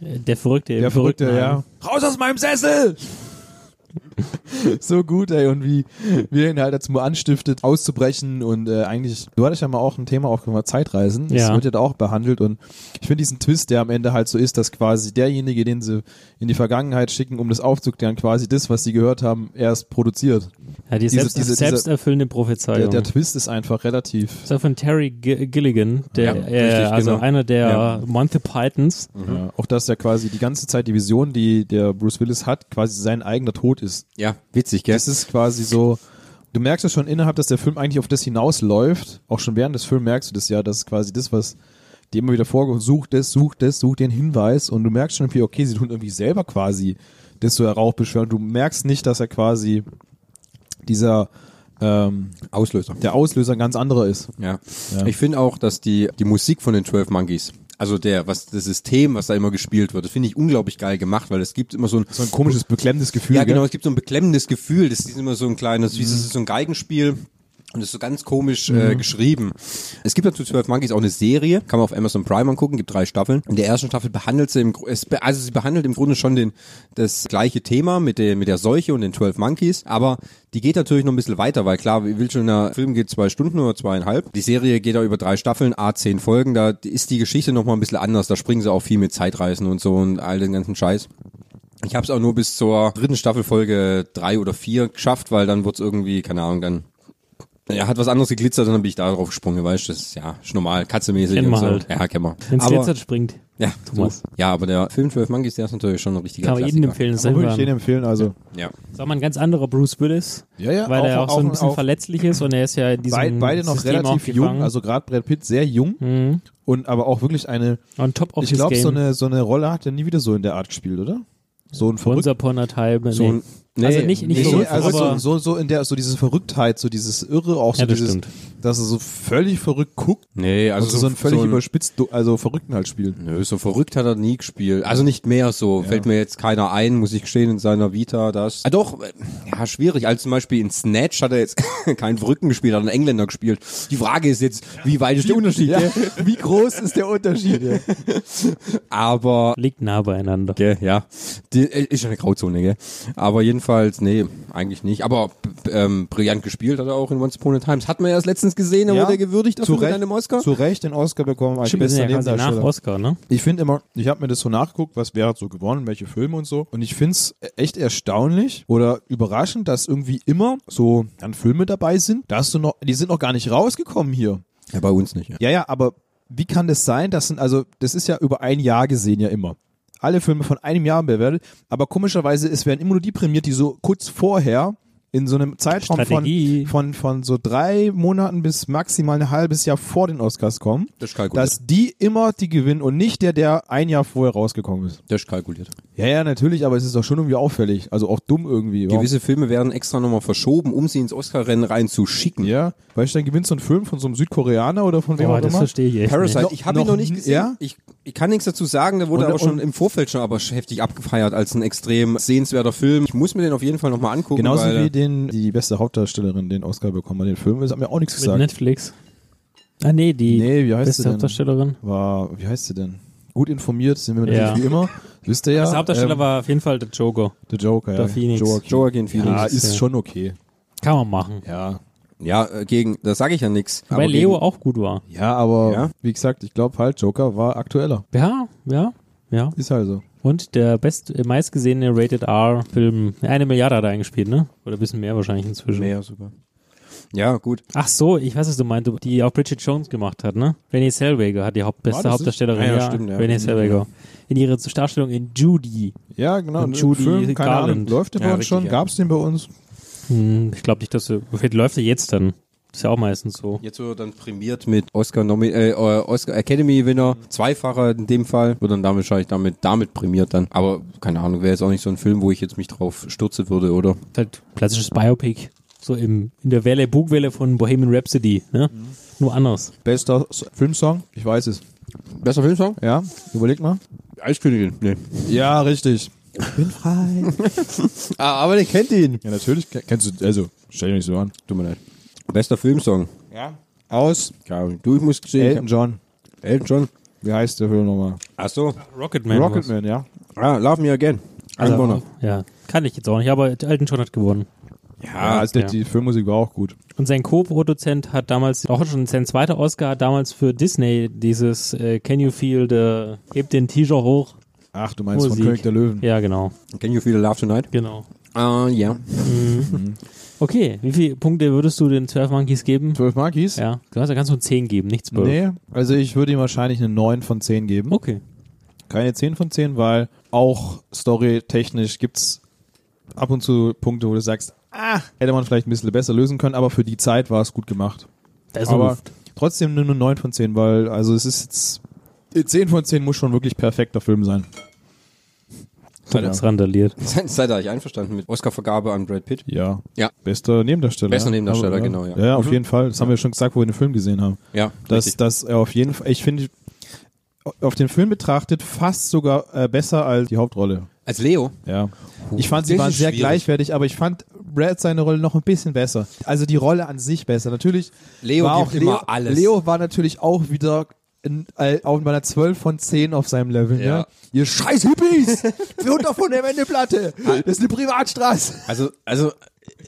Speaker 2: Äh, Der Verrückte. im
Speaker 3: Der Verrückte,
Speaker 2: Verrückten-
Speaker 3: ja. Raus aus meinem Sessel! so gut, ey, und wie, wie er ihn halt dazu anstiftet, auszubrechen und äh, eigentlich, du hattest ja mal auch ein Thema aufgemacht, Zeitreisen, das
Speaker 2: Ja.
Speaker 3: wird ja da auch behandelt und ich finde diesen Twist, der am Ende halt so ist, dass quasi derjenige, den sie in die Vergangenheit schicken, um das aufzuklären, quasi das, was sie gehört haben, erst produziert.
Speaker 2: Ja, die
Speaker 3: Diese-
Speaker 2: selbst,
Speaker 3: diese- diese-
Speaker 2: selbsterfüllende
Speaker 3: Der,
Speaker 2: Prophezeiung.
Speaker 3: der Twist ist einfach relativ.
Speaker 2: das war von Terry G Gilligan, der,
Speaker 1: Ja,
Speaker 2: äh,
Speaker 1: richtig,
Speaker 2: also
Speaker 1: genau.
Speaker 2: einer der
Speaker 1: Ja.
Speaker 2: Monty Pythons.
Speaker 1: Hm?
Speaker 3: Ja, auch dass er quasi die ganze Zeit die Vision, die der Bruce Willis hat, quasi sein eigener Tod ist.
Speaker 1: Ja, witzig, gell?
Speaker 3: Es ist quasi so, du merkst ja schon innerhalb, dass der Film eigentlich auf das hinausläuft. Auch schon während des Films merkst du das ja, dass quasi das, was die immer wieder vorgeholt, sucht das, sucht das, sucht den Hinweis und du merkst schon irgendwie, okay, sie tun irgendwie selber quasi das so heraufbeschwören. Du merkst nicht, dass er quasi dieser, ähm,
Speaker 1: Auslöser.
Speaker 3: der Auslöser ein ganz anderer ist.
Speaker 1: Ja. Ich finde auch, dass die, die Musik von den 12 Monkeys, also der, was das System, was da immer gespielt wird, das finde ich unglaublich geil gemacht, weil es gibt immer so ein,
Speaker 3: So ein komisches, beklemmendes Gefühl.
Speaker 1: ja
Speaker 3: gell? Mhm.
Speaker 1: genau, es gibt so ein beklemmendes Gefühl, das ist immer so ein kleines, wie es ist so ein Geigenspiel. Und das ist so ganz komisch äh, geschrieben. Es gibt dazu 12 Monkeys auch eine Serie, kann man auf Amazon Prime angucken, gibt drei Staffeln. In der ersten Staffel behandelt sie im Gru- es, be- also sie behandelt im Grunde schon den, das gleiche Thema mit der, mit der Seuche und den 12 Monkeys, aber die geht natürlich noch ein bisschen weiter, weil klar, wie will schon der Film geht zwei Stunden oder zweieinhalb. Die Serie geht da über drei Staffeln, A zehn Folgen, da ist die Geschichte nochmal ein bisschen anders, da springen sie auch viel mit Zeitreisen und so und all den ganzen Scheiß. Ich habe es auch nur bis zur dritten Staffel Folge drei oder vier geschafft, weil dann wurde es irgendwie, keine Ahnung, dann ja, hat was anderes geglitzert und dann bin ich da drauf gesprungen, weißt du, das ist ja schon normal, katzemäßig
Speaker 2: Kennen
Speaker 1: und
Speaker 2: wir
Speaker 1: so.
Speaker 2: halt.
Speaker 1: Ja, kennen wir.
Speaker 2: Wenn's
Speaker 1: Aber-
Speaker 2: glitzert, springt.
Speaker 1: Ja,
Speaker 2: Thomas.
Speaker 1: So. Ja, aber der Film 12 Monkeys, der ist natürlich schon ein richtiger
Speaker 2: Kann man jedem
Speaker 1: Klassiker.
Speaker 2: empfehlen. Das
Speaker 3: Aber würde
Speaker 2: ist
Speaker 3: ich denen empfehlen, also.
Speaker 1: Ja.
Speaker 2: Das ist auch mal ein ganz anderer Bruce Willis.
Speaker 3: Ja, ja,
Speaker 2: Weil er
Speaker 3: auch-
Speaker 2: auch, so
Speaker 3: auch-
Speaker 2: ein bisschen
Speaker 3: auch-
Speaker 2: verletzlich ist und er ist ja in diesem
Speaker 3: Beid, beide noch
Speaker 2: System auch
Speaker 3: relativ jung,
Speaker 2: gefangen.
Speaker 3: also gerade Brad Pitt sehr jung und aber auch wirklich eine.
Speaker 2: On top of
Speaker 3: ich
Speaker 2: his
Speaker 3: glaube, so
Speaker 2: Mhm. game.
Speaker 3: eine, so eine Rolle hat er nie wieder so in der Art gespielt, oder? So ein verrückt.
Speaker 2: Once upon a time.
Speaker 3: So
Speaker 2: nee.
Speaker 3: ein-
Speaker 2: also nicht, nicht
Speaker 3: Nee,
Speaker 2: verrückt,
Speaker 3: also so,
Speaker 2: aber
Speaker 3: so, so in der, so diese Verrücktheit, so dieses Irre, auch so
Speaker 2: Ja, das
Speaker 3: dieses,
Speaker 2: stimmt.
Speaker 3: dass er so völlig verrückt guckt.
Speaker 1: Nee, also
Speaker 3: und so,
Speaker 1: so-
Speaker 3: so ein völlig
Speaker 1: so ein-
Speaker 3: überspitzt, also Verrückten halt spielt.
Speaker 1: Nö, so verrückt hat er nie gespielt. Also nicht mehr so. Fällt mir jetzt keiner ein, muss ich gestehen, in seiner Vita. Das. Ah, doch, äh, ja, schwierig. Als zum Beispiel in Snatch hat er jetzt [laughs] keinen Verrückten gespielt, hat einen Engländer gespielt. Die Frage ist jetzt, wie weit ist der Unterschied?
Speaker 3: Ja.
Speaker 1: gell?
Speaker 3: Wie groß ist der
Speaker 1: [laughs]
Speaker 3: Unterschied? Ja.
Speaker 1: Aber
Speaker 2: liegt nah beieinander.
Speaker 1: Gell, ja. Die, äh, ist ja eine Grauzone, gell? Aber jedenfalls, nee, eigentlich nicht. Aber b- ähm, brillant gespielt hat er auch in Once Upon a Times. Hat man erst letztens gesehen, da
Speaker 3: Ja,
Speaker 1: wurde er gewürdigt
Speaker 3: zu
Speaker 1: dafür mit
Speaker 3: Recht-
Speaker 1: einem Oscar.
Speaker 3: Zu Recht den Oscar bekommen als
Speaker 2: Stimmt, wir
Speaker 3: bester
Speaker 2: sind ja quasi nach
Speaker 3: Nebendarsteller.
Speaker 2: Oscar, ne?
Speaker 3: Ich finde immer, ich habe mir das so nachgeguckt, was wäre so gewonnen, welche Filme und so. Und ich finde es echt erstaunlich oder überraschend, dass irgendwie immer so dann Filme dabei sind. Da hast du noch, die sind noch gar nicht rausgekommen hier.
Speaker 1: ja, bei uns nicht. Ja.
Speaker 3: Ja, ja, aber wie kann das sein? Das sind also, das ist ja über ein Jahr gesehen ja immer. Alle Filme von einem Jahr bewertet, aber komischerweise, es werden immer nur die prämiert, die so kurz vorher in so einem Zeitraum von,
Speaker 2: Strategie.
Speaker 3: von, von so drei Monaten bis maximal ein halbes Jahr vor den Oscars kommen,
Speaker 1: Das ist kalkuliert.
Speaker 3: dass die immer die gewinnen und nicht der, der ein Jahr vorher rausgekommen ist.
Speaker 1: Das ist kalkuliert.
Speaker 3: Ja, ja, natürlich, aber es ist doch schon irgendwie auffällig. Also auch dumm irgendwie. Warum-
Speaker 1: Gewisse Filme werden extra nochmal verschoben, um sie ins Oscar-Rennen reinzuschicken.
Speaker 3: ja, weil ich dann gewinnt so ein Film von so einem Südkoreaner oder von wem
Speaker 2: Boah,
Speaker 3: auch
Speaker 2: das
Speaker 3: immer.
Speaker 2: verstehe ich echt
Speaker 1: Parasite,
Speaker 3: Noch-
Speaker 1: ich habe ihn
Speaker 3: noch
Speaker 1: noch nicht
Speaker 3: n-
Speaker 1: gesehen.
Speaker 3: ja?
Speaker 1: Ich, ich kann nichts dazu sagen, der wurde
Speaker 3: Und-
Speaker 1: aber schon
Speaker 3: und-
Speaker 1: im Vorfeld schon aber heftig abgefeiert als ein extrem sehenswerter Film. Ich muss mir den auf jeden Fall nochmal angucken.
Speaker 3: Genauso
Speaker 1: weil,
Speaker 3: wie den, die beste Hauptdarstellerin den Oscar bekommen hat, den Film, das hat mir auch nichts
Speaker 2: Mit
Speaker 3: gesagt.
Speaker 2: Netflix. Ah, nee, die
Speaker 3: Nee, wie heißt
Speaker 2: beste
Speaker 3: sie denn?
Speaker 2: Hauptdarstellerin.
Speaker 3: War, wie heißt sie denn? Gut informiert sind wir
Speaker 2: Ja.
Speaker 3: natürlich wie immer. Wisst ihr ja.
Speaker 2: Der Hauptdarsteller
Speaker 3: ähm,
Speaker 2: war auf jeden Fall der Joker.
Speaker 3: The Joker, ja.
Speaker 2: der Phoenix.
Speaker 3: Joaquin.
Speaker 1: Joaquin Phoenix.
Speaker 3: Ja,
Speaker 2: Phoenix,
Speaker 3: ist
Speaker 2: ja.
Speaker 3: schon okay.
Speaker 2: Kann man machen.
Speaker 3: Ja.
Speaker 1: Ja, äh, gegen, das sage ich ja nichts.
Speaker 2: Weil Leo auch gut war.
Speaker 3: Ja, aber
Speaker 1: Ja.
Speaker 3: wie gesagt, ich glaube halt, Joker war aktueller.
Speaker 2: Ja, ja, ja.
Speaker 3: Ist halt so.
Speaker 2: Und der best, äh, meistgesehene Rated R-Film. Eine Milliarde hat er eingespielt, ne? Oder ein bisschen mehr wahrscheinlich inzwischen.
Speaker 1: Mehr sogar. Ja, gut.
Speaker 2: Ach so, ich weiß, was du meinst, die auch Bridget Jones gemacht hat, ne? Renée Zellweger hat die Haupt beste
Speaker 3: das
Speaker 2: Hauptdarstellerin.
Speaker 1: Ah ja, stimmt, ja.
Speaker 3: Mhm.
Speaker 2: Renée Zellweger. In ihrer Darstellung in Judy.
Speaker 3: Ja, genau.
Speaker 2: Und
Speaker 3: ein
Speaker 2: Judy
Speaker 3: Film, keine
Speaker 2: Garland.
Speaker 3: Ahnung, läuft der
Speaker 1: Ja,
Speaker 3: bei uns
Speaker 1: richtig,
Speaker 3: schon?
Speaker 1: ja.
Speaker 3: Gab's den bei uns?
Speaker 2: Hm, ich glaube nicht, dass sie, vielleicht läuft sie jetzt dann. Ist ja auch meistens so.
Speaker 1: Jetzt wird er dann prämiert mit Oscar, Nomi äh, äh, Oscar Academy Winner,
Speaker 3: Mhm.
Speaker 1: zweifacher in dem Fall, wird dann damit wahrscheinlich damit, damit prämiert dann. Aber keine Ahnung, wäre jetzt auch nicht so ein Film, wo ich jetzt mich drauf stürze würde, oder?
Speaker 2: Ist Halt klassisches Biopic. So im, in der Welle, Bugwelle von Bohemian Rhapsody, ne?
Speaker 3: Mhm.
Speaker 2: Nur anders.
Speaker 3: Bester S- Filmsong? Ich weiß es.
Speaker 1: Besser Filmsong?
Speaker 3: Ja, überleg mal.
Speaker 1: Eiskönigin. Nee.
Speaker 3: Ja, richtig. Bin frei.
Speaker 1: [laughs] Ah, aber ich kennt ihn.
Speaker 3: Ja, natürlich. Ken- Kennst du, also, stell dich nicht so an.
Speaker 1: Tut mir leid. Bester Filmsong.
Speaker 3: Aus
Speaker 1: Keine Ahnung. Du, ich muss gestehen.
Speaker 3: Elton John.
Speaker 1: ich hab- Elton John.
Speaker 3: Wie heißt der Film nochmal?
Speaker 1: Ach so.
Speaker 2: Rocketman. war's.
Speaker 3: Rocketman, ja.
Speaker 1: Ah, Love Me Again.
Speaker 2: Also,
Speaker 1: Ein Bonner.
Speaker 2: ja, kann ich jetzt auch nicht, aber Elton John hat gewonnen.
Speaker 3: Ja, also
Speaker 2: ja.
Speaker 3: die Filmmusik war auch gut.
Speaker 2: Und sein Co-Produzent hat damals, auch schon sein zweiter Oscar, hat damals für Disney dieses äh, Can You Feel the, heb den T-Shirt hoch.
Speaker 3: Ach, du meinst
Speaker 2: Musik.
Speaker 3: von König der Löwen.
Speaker 2: Ja, genau.
Speaker 1: Can you feel the love tonight?
Speaker 2: Genau.
Speaker 1: Ah, ja. [laughs]
Speaker 2: Okay, wie viele Punkte würdest du den 12 Monkeys geben?
Speaker 3: 12 Markies?
Speaker 2: Ja, du hast ja ganz nur 10 geben, nicht 12.
Speaker 3: Nee, also ich würde ihm wahrscheinlich eine 9 von 10 geben.
Speaker 2: Okay.
Speaker 3: Keine 10 von 10, weil auch storytechnisch gibt's ab und zu Punkte, wo du sagst, ah, hätte man vielleicht ein bisschen besser lösen können, aber für die Zeit war es gut gemacht.
Speaker 2: Da ist noch
Speaker 3: aber
Speaker 2: Luft.
Speaker 3: trotzdem nur eine 9 von 10, weil also es ist jetzt 10 von 10 muss schon wirklich perfekter Film sein.
Speaker 2: Thomas randaliert.
Speaker 1: Seid, seid ihr euch einverstanden mit Oscar-Vergabe an Brad Pitt?
Speaker 3: Ja.
Speaker 1: Ja.
Speaker 3: Bester Nebendarsteller.
Speaker 1: Bester Nebendarsteller,
Speaker 3: Aber,
Speaker 1: genau, ja.
Speaker 3: Ja, auf jeden Fall. Das haben wir schon gesagt, wo wir den Film gesehen haben.
Speaker 1: Ja,
Speaker 3: Dass,
Speaker 1: richtig.
Speaker 3: dass er auf jeden Fall, ich finde, auf den Film betrachtet, fast sogar äh, besser als die Hauptrolle.
Speaker 1: Als Leo?
Speaker 3: Ja. Ich fand, sie
Speaker 1: das
Speaker 3: waren
Speaker 1: ist
Speaker 3: sehr
Speaker 1: schwierig.
Speaker 3: gleichwertig, aber ich fand Brad seine Rolle noch ein bisschen besser. Also die Rolle an sich besser. Natürlich.
Speaker 1: Leo
Speaker 3: war
Speaker 1: gibt
Speaker 3: auch
Speaker 1: immer
Speaker 3: Leo,
Speaker 1: alles.
Speaker 3: Leo war natürlich auch wieder in, äh, auf einer 12 von 10 auf seinem Level.
Speaker 1: Ja.
Speaker 3: Ne?
Speaker 1: [laughs]
Speaker 3: Ihr scheiß Hippies! Wir runter von der Wendeplatte! Das ist eine Privatstraße!
Speaker 1: Also, also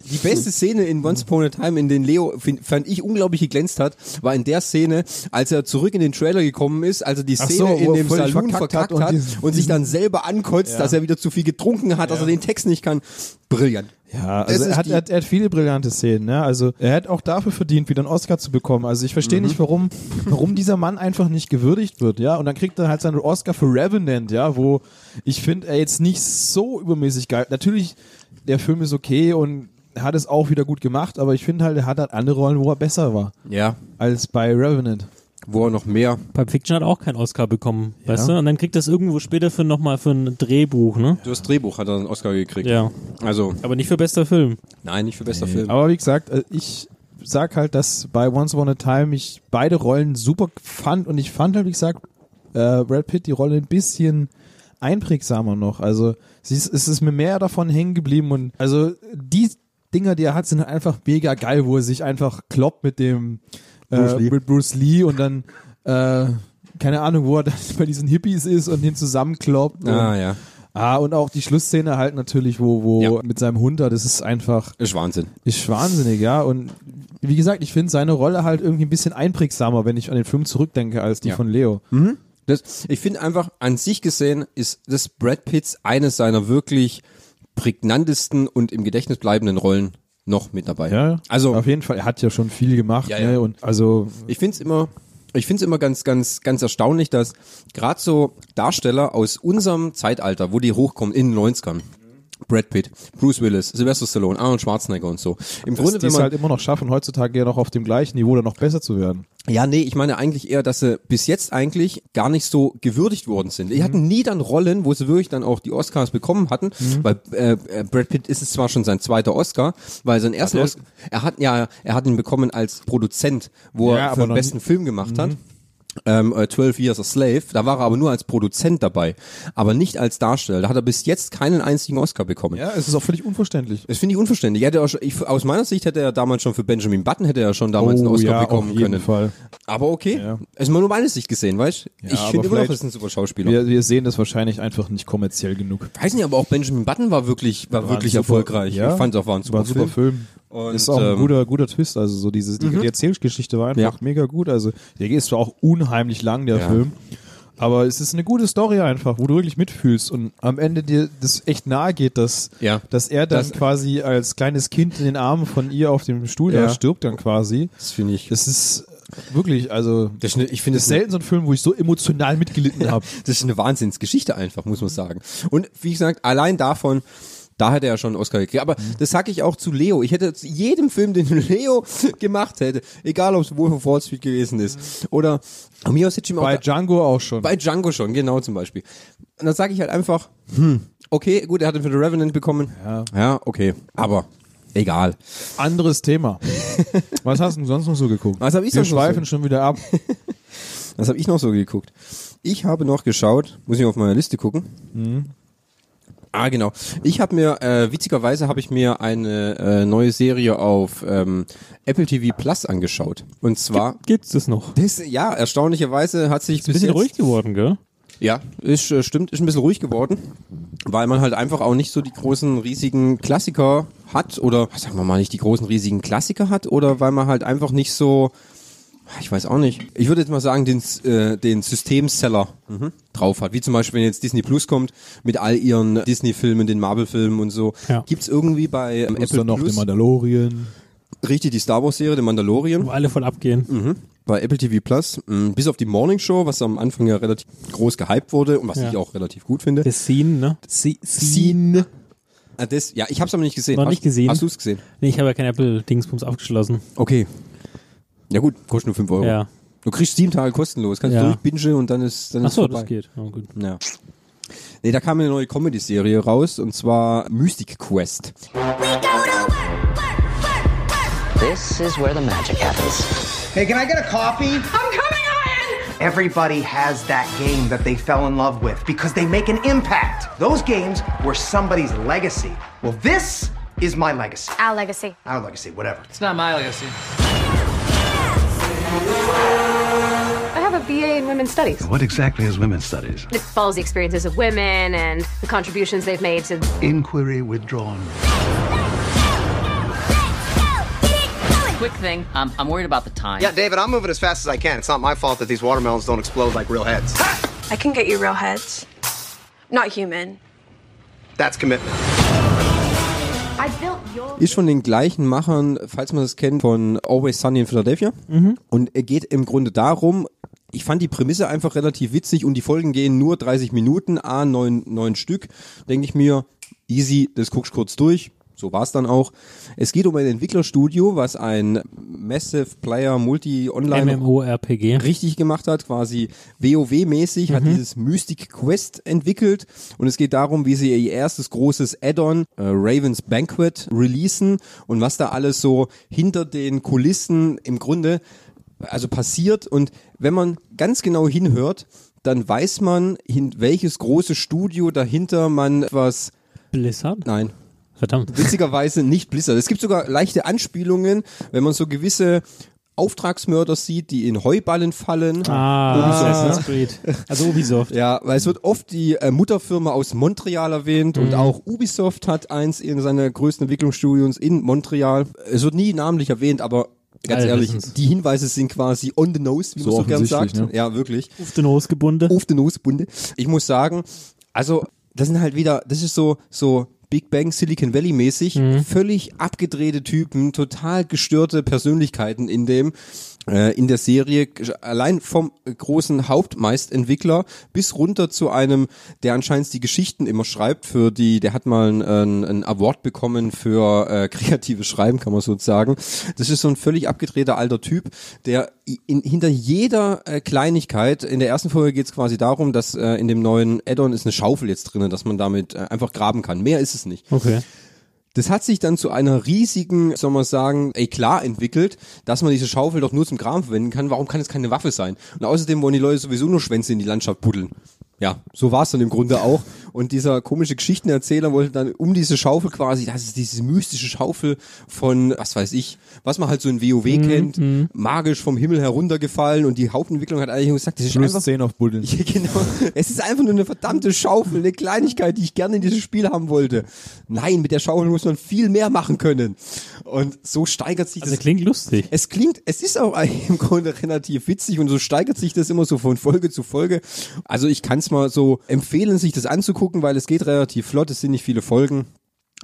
Speaker 1: die beste Szene in Once Upon a Time, in den Leo, fin- fand ich, unglaublich geglänzt hat, war in der Szene, als er zurück in den Trailer gekommen ist, also die
Speaker 3: Ach
Speaker 1: Szene
Speaker 3: so, wo
Speaker 1: in
Speaker 3: er
Speaker 1: dem
Speaker 3: völlig
Speaker 1: Saloon verkackt
Speaker 3: verkackt
Speaker 1: hat
Speaker 3: hat
Speaker 1: und,
Speaker 3: und diesen-
Speaker 1: sich dann selber ankotzt,
Speaker 3: Ja.
Speaker 1: dass er wieder zu viel getrunken hat, dass er den Text nicht kann. Brillant.
Speaker 3: Ja,
Speaker 1: Das
Speaker 3: also
Speaker 1: ist
Speaker 3: er hat,
Speaker 1: die-
Speaker 3: er, hat, er hat viele brillante Szenen. Ne? Also er hätte auch dafür verdient, wieder einen Oscar zu bekommen. Also ich verstehe
Speaker 1: Mhm.
Speaker 3: nicht, warum, warum dieser Mann einfach nicht gewürdigt wird. Ja, und dann kriegt er halt seinen Oscar für Revenant. Ja, wo ich finde, er jetzt nicht so übermäßig geil. Natürlich, der Film ist okay und er hat es auch wieder gut gemacht, aber ich finde halt, er hat halt andere Rollen, wo er besser war
Speaker 1: Ja.
Speaker 3: als bei Revenant.
Speaker 1: Wo er noch mehr.
Speaker 2: Pulp Fiction hat auch keinen Oscar bekommen, weißt du? Und dann kriegt das irgendwo später für nochmal für ein Drehbuch, ne?
Speaker 1: Für das Drehbuch hat er einen Oscar gekriegt.
Speaker 2: Ja.
Speaker 1: Also,
Speaker 2: Aber nicht für bester Film.
Speaker 1: nein, nicht für bester
Speaker 3: Nee,
Speaker 1: Film.
Speaker 3: Aber wie gesagt, äh, ich sag halt, dass bei Once Upon a Time ich beide Rollen super fand und ich fand halt, wie gesagt, äh, Brad Pitt die Rolle ein bisschen einprägsamer noch. Also sie ist, es ist mir mehr davon hängen geblieben und also die Dinger, die er hat, sind halt einfach mega geil, wo er sich einfach kloppt mit dem äh,
Speaker 1: Bruce Lee.
Speaker 3: mit Bruce Lee und dann äh, keine Ahnung, wo er dann [laughs] bei diesen Hippies ist und den zusammenkloppt.
Speaker 1: Ah,
Speaker 3: und,
Speaker 1: ja.
Speaker 3: Ah, und auch die Schlussszene halt natürlich, wo, wo
Speaker 1: Ja.
Speaker 3: mit seinem Hund da, das ist einfach,
Speaker 1: Ist Wahnsinn.
Speaker 3: ist wahnsinnig, ja. Und wie gesagt, ich finde seine Rolle halt irgendwie ein bisschen einprägsamer, wenn ich an den Film zurückdenke, als die
Speaker 1: Ja. Mhm.
Speaker 3: von Leo.
Speaker 1: Das, ich finde einfach, an sich gesehen, ist das Brad Pitts eines seiner wirklich prägnantesten und im Gedächtnis bleibenden Rollen noch mit dabei. Also,
Speaker 3: auf jeden Fall, er hat ja schon viel gemacht,
Speaker 1: Ja, ja.
Speaker 3: ne? Und also
Speaker 1: ich finde es immer, ich finde es immer ganz, ganz, ganz erstaunlich, dass gerade so Darsteller aus unserem Zeitalter, wo die hochkommen, in den 90ern, Brad Pitt, Bruce Willis, Sylvester Stallone, Arnold Schwarzenegger und so. Im
Speaker 3: dass
Speaker 1: Grunde,
Speaker 3: die
Speaker 1: wenn
Speaker 3: es
Speaker 1: man,
Speaker 3: halt immer noch schaffen, heutzutage ja noch auf dem gleichen Niveau oder noch besser zu werden.
Speaker 1: Ja, nee, ich meine eigentlich eher, dass sie bis jetzt eigentlich gar nicht so gewürdigt worden sind.
Speaker 3: Mhm.
Speaker 1: Die hatten nie dann Rollen, wo sie wirklich dann auch die Oscars bekommen hatten,
Speaker 3: Mhm.
Speaker 1: weil äh, äh, Brad Pitt ist es zwar schon sein zweiter Oscar, weil sein erster Oscar, er hat ja, er hat ihn bekommen als Produzent, wo
Speaker 3: Ja,
Speaker 1: er
Speaker 3: aber Mhm.
Speaker 1: für den
Speaker 3: noch
Speaker 1: besten Film gemacht hat. Ähm, äh, 12 Years a Slave, da war er aber nur als Produzent dabei, aber nicht als Darsteller. Da hat er bis jetzt keinen einzigen Oscar bekommen.
Speaker 3: Ja, es ist auch völlig unverständlich.
Speaker 1: Das finde ich unverständlich. Er Hätte auch schon, ich, aus meiner Sicht hätte er damals schon für Benjamin Button hätte er schon damals einen
Speaker 3: Oh,
Speaker 1: Oscar
Speaker 3: ja, auf
Speaker 1: bekommen
Speaker 3: jeden
Speaker 1: können.
Speaker 3: Fall.
Speaker 1: Aber okay,
Speaker 3: Ja.
Speaker 1: ist mal nur meine Sicht gesehen, weißt du? ich
Speaker 3: aber
Speaker 1: finde immer noch,
Speaker 3: vielleicht-
Speaker 1: das ist ein super Schauspieler.
Speaker 3: Wir, wir sehen das wahrscheinlich einfach nicht kommerziell genug.
Speaker 1: Weiß nicht, aber auch Benjamin Button war wirklich, war wirklich
Speaker 3: War ein super-
Speaker 1: erfolgreich.
Speaker 3: Ja,
Speaker 1: Ich fand auch war ein super, Film. Und,
Speaker 3: ist auch ein
Speaker 1: ähm,
Speaker 3: guter, guter Twist. Also so diese die, die Erzählgeschichte war einfach
Speaker 1: Ja.
Speaker 3: mega gut. Also der ist zwar auch unheimlich lang, der
Speaker 1: Ja.
Speaker 3: Film. Aber es ist eine gute Story einfach, wo du wirklich mitfühlst und am Ende dir das echt nahe geht, dass,
Speaker 1: Ja.
Speaker 3: dass er dann
Speaker 1: Das-
Speaker 3: quasi als kleines Kind in den Armen von ihr auf dem Stuhl
Speaker 1: Ja.
Speaker 3: da stirbt dann quasi.
Speaker 1: Das finde ich.
Speaker 3: Das ist wirklich, also
Speaker 1: Das ist eine- ich finde
Speaker 3: das ist
Speaker 1: es eine-
Speaker 3: selten so ein Film, wo ich so emotional mitgelitten habe.
Speaker 1: Das ist eine Wahnsinnsgeschichte einfach, muss man sagen. Und wie gesagt, allein davon, da hätte er schon einen Oscar gekriegt. Aber
Speaker 3: Mhm.
Speaker 1: das sag ich auch zu Leo. Ich hätte zu jedem Film, den [laughs] Leo gemacht hätte, egal ob es Wolf of Wall Street gewesen ist oder von mir aus hätte ich ihm auch
Speaker 3: Mhm. Bei Django auch schon.
Speaker 1: Bei Django schon, genau zum Beispiel. Und dann sage ich halt einfach, hm, okay, gut, er hat ihn für The Revenant bekommen. Ja, ja okay, aber egal.
Speaker 3: Anderes Thema. Was hast du denn sonst noch so geguckt?
Speaker 1: Was hab ich
Speaker 3: Wir
Speaker 1: sonst noch so-
Speaker 3: schweifen schon wieder ab.
Speaker 1: Was habe ich noch so geguckt? Ich habe noch geschaut, muss ich auf meine Liste gucken. Ah, genau. Ich habe mir, äh, witzigerweise habe ich mir eine äh, neue Serie auf ähm, Apple TV Plus angeschaut. Und zwar,
Speaker 2: Gibt's das noch?
Speaker 1: das, ja, erstaunlicherweise hat sich bis
Speaker 2: Bisschen
Speaker 1: jetzt,
Speaker 2: ruhig geworden, gell?
Speaker 1: Ja, ist, äh, stimmt, ist ein bisschen ruhig geworden, weil man halt einfach auch nicht so die großen, riesigen Klassiker hat oder, sagen wir mal, nicht die großen, riesigen Klassiker hat oder weil man halt einfach nicht so, ich weiß auch nicht, ich würde jetzt mal sagen, den, S- äh, den Systemseller
Speaker 3: Mhm.
Speaker 1: drauf hat. Wie zum Beispiel, wenn jetzt Disney Plus kommt mit all ihren Disney-Filmen, den Marvel-Filmen und so.
Speaker 2: Ja.
Speaker 1: Gibt's irgendwie bei ähm,
Speaker 3: Plus
Speaker 1: Apple
Speaker 3: dann noch den
Speaker 1: Plus
Speaker 3: Mandalorian.
Speaker 1: richtig die Star Wars-Serie, den Mandalorian?
Speaker 2: Wo alle voll abgehen.
Speaker 1: Mhm. bei Apple TV Plus, mh, bis auf die Morning Show, was am Anfang ja relativ groß gehypt wurde und was
Speaker 2: Ja.
Speaker 1: ich auch relativ gut finde.
Speaker 2: Das Scene, ne?
Speaker 1: Scene. Ah, das, ja, ich habe es aber nicht gesehen.
Speaker 2: Noch
Speaker 1: hast,
Speaker 2: nicht gesehen.
Speaker 1: Hast du es gesehen?
Speaker 2: Nee, ich habe ja kein Apple-Dingsbums abgeschlossen.
Speaker 1: Okay. Ja gut, kostet nur 5 Euro.
Speaker 2: Ja.
Speaker 1: Du kriegst sieben Tage kostenlos, kannst
Speaker 2: Ja.
Speaker 1: du durchbingen und dann ist dann
Speaker 2: Ach
Speaker 1: ist
Speaker 2: so,
Speaker 1: vorbei.
Speaker 2: das geht. Oh, gut.
Speaker 1: Ja. Nee, da kam eine neue Comedy-Serie raus und zwar Mystic Quest.
Speaker 11: This is where the magic happens.
Speaker 12: Hey, can I get a coffee?
Speaker 11: I'm coming on!
Speaker 12: Everybody has that game that they fell in love with because they make an impact. Those games were somebody's legacy. Well, this is my legacy.
Speaker 13: Our legacy.
Speaker 12: Our legacy, whatever.
Speaker 14: It's not my legacy.
Speaker 13: I have a BA in women's studies.
Speaker 9: What exactly is women's studies?
Speaker 13: It follows the experiences of women and the contributions they've made to.
Speaker 9: Inquiry withdrawn.
Speaker 11: quick thing. Um, I'm worried about the time.
Speaker 9: Yeah, David, I'm moving as fast as I can. It's not my fault that these watermelons don't explode like real heads.
Speaker 13: I can get you real heads. Not human.
Speaker 9: That's commitment.
Speaker 13: I built your.
Speaker 1: Ist von den gleichen Machern, falls man das kennt, von Always Sunny in Philadelphia.
Speaker 2: Mhm.
Speaker 1: Und er geht im Grunde darum, ich fand die Prämisse einfach relativ witzig und die Folgen gehen nur 30 Minuten, a neun, neun Stück. Denke ich mir, easy, das guckst kurz durch. So war's dann auch. Es geht um ein Entwicklerstudio, was ein Massive Player Multi-Online
Speaker 2: MMORPG.
Speaker 1: richtig gemacht hat, quasi WoW-mäßig, hat dieses Mystic Quest entwickelt und es geht darum, wie sie ihr erstes großes Add-on äh, Raven's Banquet releasen und was da alles so hinter den Kulissen im Grunde also passiert und wenn man ganz genau hinhört, dann weiß man, hin, welches große Studio dahinter man was
Speaker 2: Blizzard?
Speaker 1: Nein.
Speaker 2: Verdammt.
Speaker 1: Witzigerweise nicht Blizzard. Es gibt sogar leichte Anspielungen, wenn man so gewisse Auftragsmörder sieht, die in Heuballen fallen.
Speaker 2: Ah,
Speaker 1: Ubisoft. ne?
Speaker 2: Assassin's Creed. Also Ubisoft.
Speaker 1: Ja, weil es wird oft die äh, Mutterfirma aus Montreal erwähnt und auch Ubisoft hat eins in seiner größten Entwicklungsstudios in Montreal. Es wird nie namentlich erwähnt, aber ganz
Speaker 2: Alle
Speaker 1: ehrlich,
Speaker 2: wissen's.
Speaker 1: die Hinweise sind quasi on the nose, wie
Speaker 3: So
Speaker 1: man so gern sagt.
Speaker 3: offensichtlich, ne?
Speaker 1: Ja, wirklich.
Speaker 2: Auf den Ausgebunde.
Speaker 1: Auf den Nosebunde. Ich muss sagen, also das sind halt wieder, das ist so so Big Bang Silicon Valley mäßig, völlig abgedrehte Typen, total gestörte Persönlichkeiten in dem äh, in der Serie allein vom großen Hauptmeistentwickler bis runter zu einem, der anscheinend die Geschichten immer schreibt für die, der hat mal einen, äh, einen Award bekommen für äh, [laughs] kreatives Schreiben, kann man so sagen. Das ist so ein völlig abgedrehter alter Typ, der i- in, hinter jeder äh, Kleinigkeit, in der ersten Folge geht es quasi darum, dass äh, in dem neuen Add-on ist eine Schaufel jetzt drinne, dass man damit äh, einfach graben kann. Mehr ist es nicht.
Speaker 2: Okay.
Speaker 1: Das hat sich dann zu einer riesigen, soll man sagen, ey klar entwickelt, dass man diese Schaufel doch nur zum Graben verwenden kann. Warum kann es keine Waffe sein? Und außerdem wollen die Leute sowieso nur Schwänze in die Landschaft buddeln. Ja, so war es dann im Grunde auch. Und dieser komische Geschichtenerzähler wollte dann um diese Schaufel quasi, das ist diese mystische Schaufel von, was weiß ich, was man halt so in WoW kennt, magisch vom Himmel heruntergefallen und die Hauptentwicklung hat eigentlich gesagt, das ist
Speaker 3: Plus
Speaker 1: einfach
Speaker 3: 10 auf Buddeln.
Speaker 1: [laughs] ja, genau. Es ist einfach nur eine verdammte Schaufel, eine Kleinigkeit, die ich gerne in dieses Spiel haben wollte. Nein, mit der Schaufel muss man viel mehr machen können. Und so steigert sich
Speaker 2: Also
Speaker 1: das.
Speaker 2: klingt lustig.
Speaker 1: Es klingt, es ist auch [laughs] eigentlich im Grunde relativ witzig und so steigert sich das immer so von Folge zu Folge. Also ich kann es mal so empfehlen, sich das anzugucken, weil es geht relativ flott, es sind nicht viele Folgen.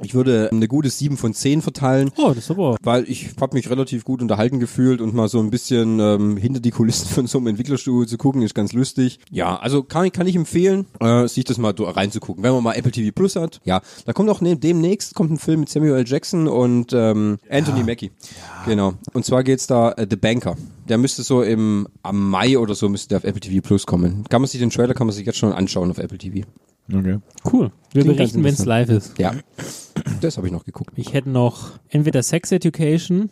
Speaker 1: Ich würde ähm, eine gute 7 von 10 verteilen
Speaker 2: Oh, das ist aber.
Speaker 1: weil ich habe mich relativ gut unterhalten gefühlt und mal so ein bisschen ähm, hinter die Kulissen von so einem Entwicklerstudio zu gucken, ist ganz lustig. Ja, also kann, ich- kann ich empfehlen, äh, sich das mal do- reinzugucken, wenn man mal Apple TV Plus hat. Ja, da kommt auch ne, demnächst kommt ein Film mit Samuel L. Jackson und ähm, Anthony Mackie. Genau. Und zwar geht's da äh, The Banker. Der müsste so im am Mai oder so müsste der auf Apple TV Plus kommen. Kann man sich den Trailer kann man sich jetzt schon anschauen auf Apple TV.
Speaker 3: Okay.
Speaker 2: Cool. Wir
Speaker 1: Klingt ganz
Speaker 2: berichten, wenn es live ist.
Speaker 1: Ja. Das habe ich noch geguckt.
Speaker 2: Ich hätte noch entweder Sex Education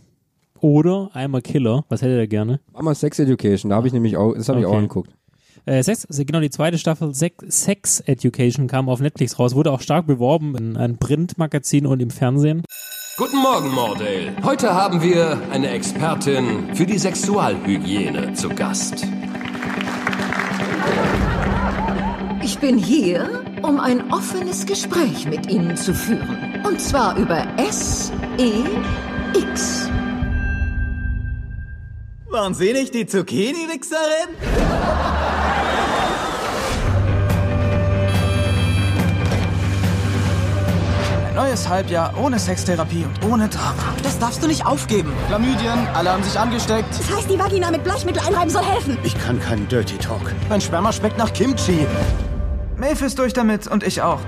Speaker 2: oder einmal Killer. Was hätte er gerne?
Speaker 1: War mal Sex Education, da habe ich nämlich auch, das habe ich
Speaker 2: Okay.
Speaker 1: auch angeguckt.
Speaker 2: Äh, Sex, also genau, die zweite Staffel Sex, Sex Education kam auf Netflix raus, wurde auch stark beworben in einem Printmagazin und im Fernsehen.
Speaker 14: Guten Morgen, Mordale. Heute haben wir eine Expertin für die Sexualhygiene zu Gast.
Speaker 5: Ich bin hier, um ein offenes Gespräch mit Ihnen zu führen. Und zwar über S-E-X.
Speaker 15: Waren Sie nicht die Zucchini-Wichserin? Ein neues Halbjahr ohne Sextherapie und ohne Drama. Das darfst du nicht aufgeben. Chlamydien, alle haben sich angesteckt.
Speaker 16: Das heißt, die Vagina mit Bleichmittel einreiben soll helfen.
Speaker 9: Ich kann keinen Dirty Talk.
Speaker 15: Mein Sperma schmeckt nach Kimchi. Maeve ist durch damit und ich auch.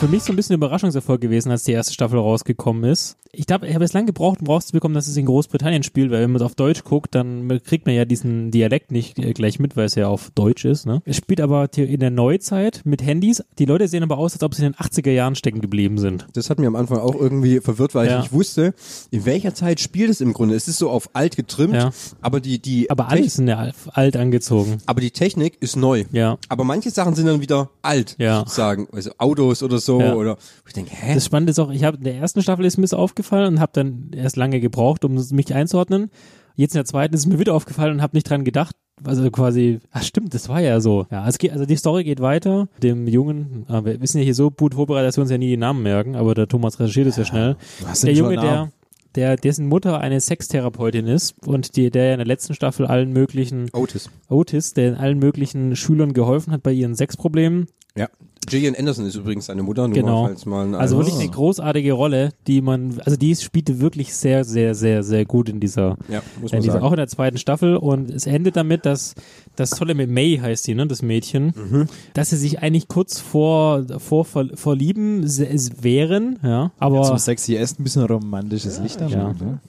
Speaker 2: Für mich so ein bisschen ein Überraschungserfolg gewesen, als die erste Staffel rausgekommen ist. Ich glaube, ich habe es lange gebraucht, um rauszubekommen, dass es in Großbritannien spielt, weil wenn man es auf Deutsch guckt, dann kriegt man ja diesen Dialekt nicht äh, gleich mit, weil es ja auf Deutsch ist. Ne? Es spielt aber the- in der Neuzeit mit Handys. Die Leute sehen aber aus, als ob sie in den 80er Jahren stecken geblieben sind.
Speaker 1: Das hat mir am Anfang auch irgendwie verwirrt, weil
Speaker 2: Ja.
Speaker 1: ich nicht wusste, in welcher Zeit spielt es im Grunde. Es ist so auf alt getrimmt,
Speaker 2: Ja.
Speaker 1: aber die, die,
Speaker 2: Aber alles sind ja al- alt angezogen.
Speaker 1: aber die Technik ist neu.
Speaker 2: Ja.
Speaker 1: Aber manche Sachen sind dann wieder alt,
Speaker 2: Ja.
Speaker 1: sozusagen. Also Autos oder so,
Speaker 2: Ja.
Speaker 1: oder, ich denke, hä?
Speaker 2: Das Spannende ist auch, ich habe in der ersten Staffel ist mir das aufgefallen und habe dann erst lange gebraucht, um es- mich einzuordnen. Jetzt in der zweiten ist es mir wieder aufgefallen und habe nicht dran gedacht. Also quasi, ah stimmt, das war ja so. Ja, es geht, also die Story geht weiter. Dem Jungen, ah, wir wissen ja hier so gut vorbereitet, dass wir uns ja nie die Namen merken, aber der Thomas recherchiert es ja schnell.
Speaker 3: hast
Speaker 2: Der
Speaker 3: den
Speaker 2: Junge,
Speaker 3: schon
Speaker 2: der,
Speaker 3: Namen.
Speaker 2: der, dessen Mutter eine Sextherapeutin ist und die, der in der letzten Staffel allen möglichen
Speaker 1: Otis.
Speaker 2: Otis, der allen möglichen Schülern geholfen hat bei ihren Sexproblemen.
Speaker 1: Ja. Gillian Anderson ist übrigens seine Mutter, nur
Speaker 2: Genau.
Speaker 1: falls mal ein
Speaker 2: also wirklich eine großartige Rolle, die man, also die spielte wirklich sehr, sehr, sehr, sehr gut in dieser,
Speaker 1: Ja, muss
Speaker 2: in
Speaker 1: man
Speaker 2: dieser
Speaker 1: sagen.
Speaker 2: auch in der zweiten Staffel. Und es endet damit, dass das tolle mit May heißt sie, ne, das Mädchen,
Speaker 1: Mhm.
Speaker 2: dass sie sich eigentlich kurz vor, vor ver, verlieben se- es wären, ja, aber
Speaker 3: Aber zum sexy Essen ein bisschen romantisches Licht an.
Speaker 2: Ja.
Speaker 3: ne?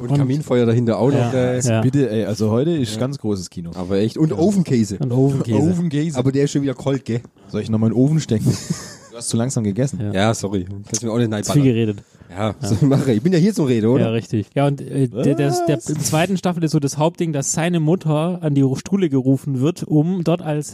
Speaker 1: Und Kaminfeuer dahinter auch noch. Äh,
Speaker 3: Ja. Also Bitte, ey, also heute ist ganz großes Kino.
Speaker 1: Aber echt. Und Ofenkäse.
Speaker 2: Und Ofenkäse.
Speaker 1: Ofenkäse. Aber der ist schon wieder kalt, gell?
Speaker 3: Soll ich nochmal in den Ofen stecken? du hast zu langsam gegessen.
Speaker 1: Ja, sorry. Kannst mir auch nicht
Speaker 2: zu viel geredet.
Speaker 1: Ja, So mache ich. Ich bin ja hier zum Rede, oder?
Speaker 2: Ja, richtig. Ja, und äh, der, der, der, im zweiten Staffel ist so das Hauptding, dass seine Mutter an die Schule gerufen wird, um dort als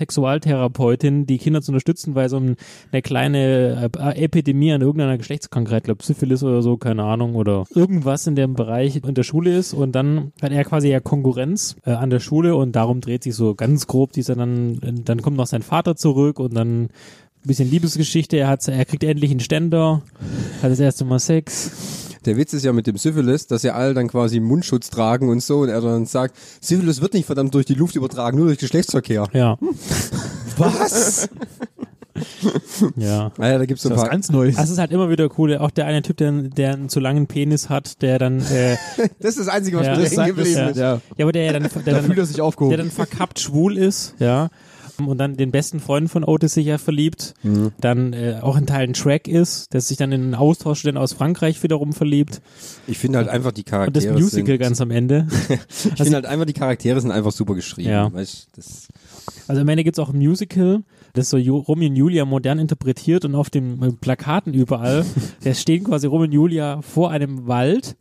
Speaker 2: Sexualtherapeutin die Kinder zu unterstützen, weil so ein, eine kleine äh, Epidemie an irgendeiner Geschlechtskrankheit, glaube Syphilis oder so, keine Ahnung, oder irgendwas in dem Bereich in der Schule ist. Und dann hat er quasi ja Konkurrenz äh, an der Schule und darum dreht sich so ganz grob dieser dann, dann kommt noch sein Vater zurück und dann ein bisschen Liebesgeschichte, er, hat, er kriegt endlich einen Ständer, hat das erste Mal Sex.
Speaker 1: Der Witz ist ja mit dem Syphilis, dass ja alle dann quasi Mundschutz tragen und so und er dann sagt, Syphilis wird nicht verdammt durch die Luft übertragen, nur durch Geschlechtsverkehr.
Speaker 2: Ja.
Speaker 1: [laughs] Was?
Speaker 2: Ja.
Speaker 1: Naja, Ah da gibt's so ein
Speaker 3: Das ist
Speaker 1: paar.
Speaker 3: ganz Neues.
Speaker 2: Das ist halt immer wieder cool. Auch der eine Typ, der, der einen zu langen Penis hat, der dann. Äh,
Speaker 1: das ist das Einzige, [laughs] was
Speaker 2: Ja.
Speaker 1: mir
Speaker 2: Das
Speaker 1: hängen
Speaker 2: sagt-
Speaker 1: geblieben
Speaker 2: das-
Speaker 1: ist.
Speaker 2: ja. Ja, aber der ja dann. Der
Speaker 3: Da
Speaker 2: dann
Speaker 3: fühlt er sich aufgehoben.
Speaker 2: Der dann verkappt schwul ist, ja. Und dann den besten Freund von Otis sich ja verliebt.
Speaker 1: Mhm.
Speaker 2: Dann äh, auch in Teilen Track ist, der sich dann in einen Austauschstudent aus Frankreich wiederum verliebt.
Speaker 1: Ich finde halt einfach die
Speaker 2: Und das
Speaker 1: Charaktere.
Speaker 2: Musical
Speaker 1: sind,
Speaker 2: ganz am Ende.
Speaker 1: Ich finde halt einfach die Charaktere sind einfach super geschrieben.
Speaker 2: Ja.
Speaker 1: Weißt, du, das,
Speaker 2: Also am Ende gibt's auch ein Musical, das so Ju- Romeo und Julia modern interpretiert und auf den äh,
Speaker 1: [laughs]
Speaker 2: Plakaten überall, da stehen quasi Romeo und Julia vor einem Wald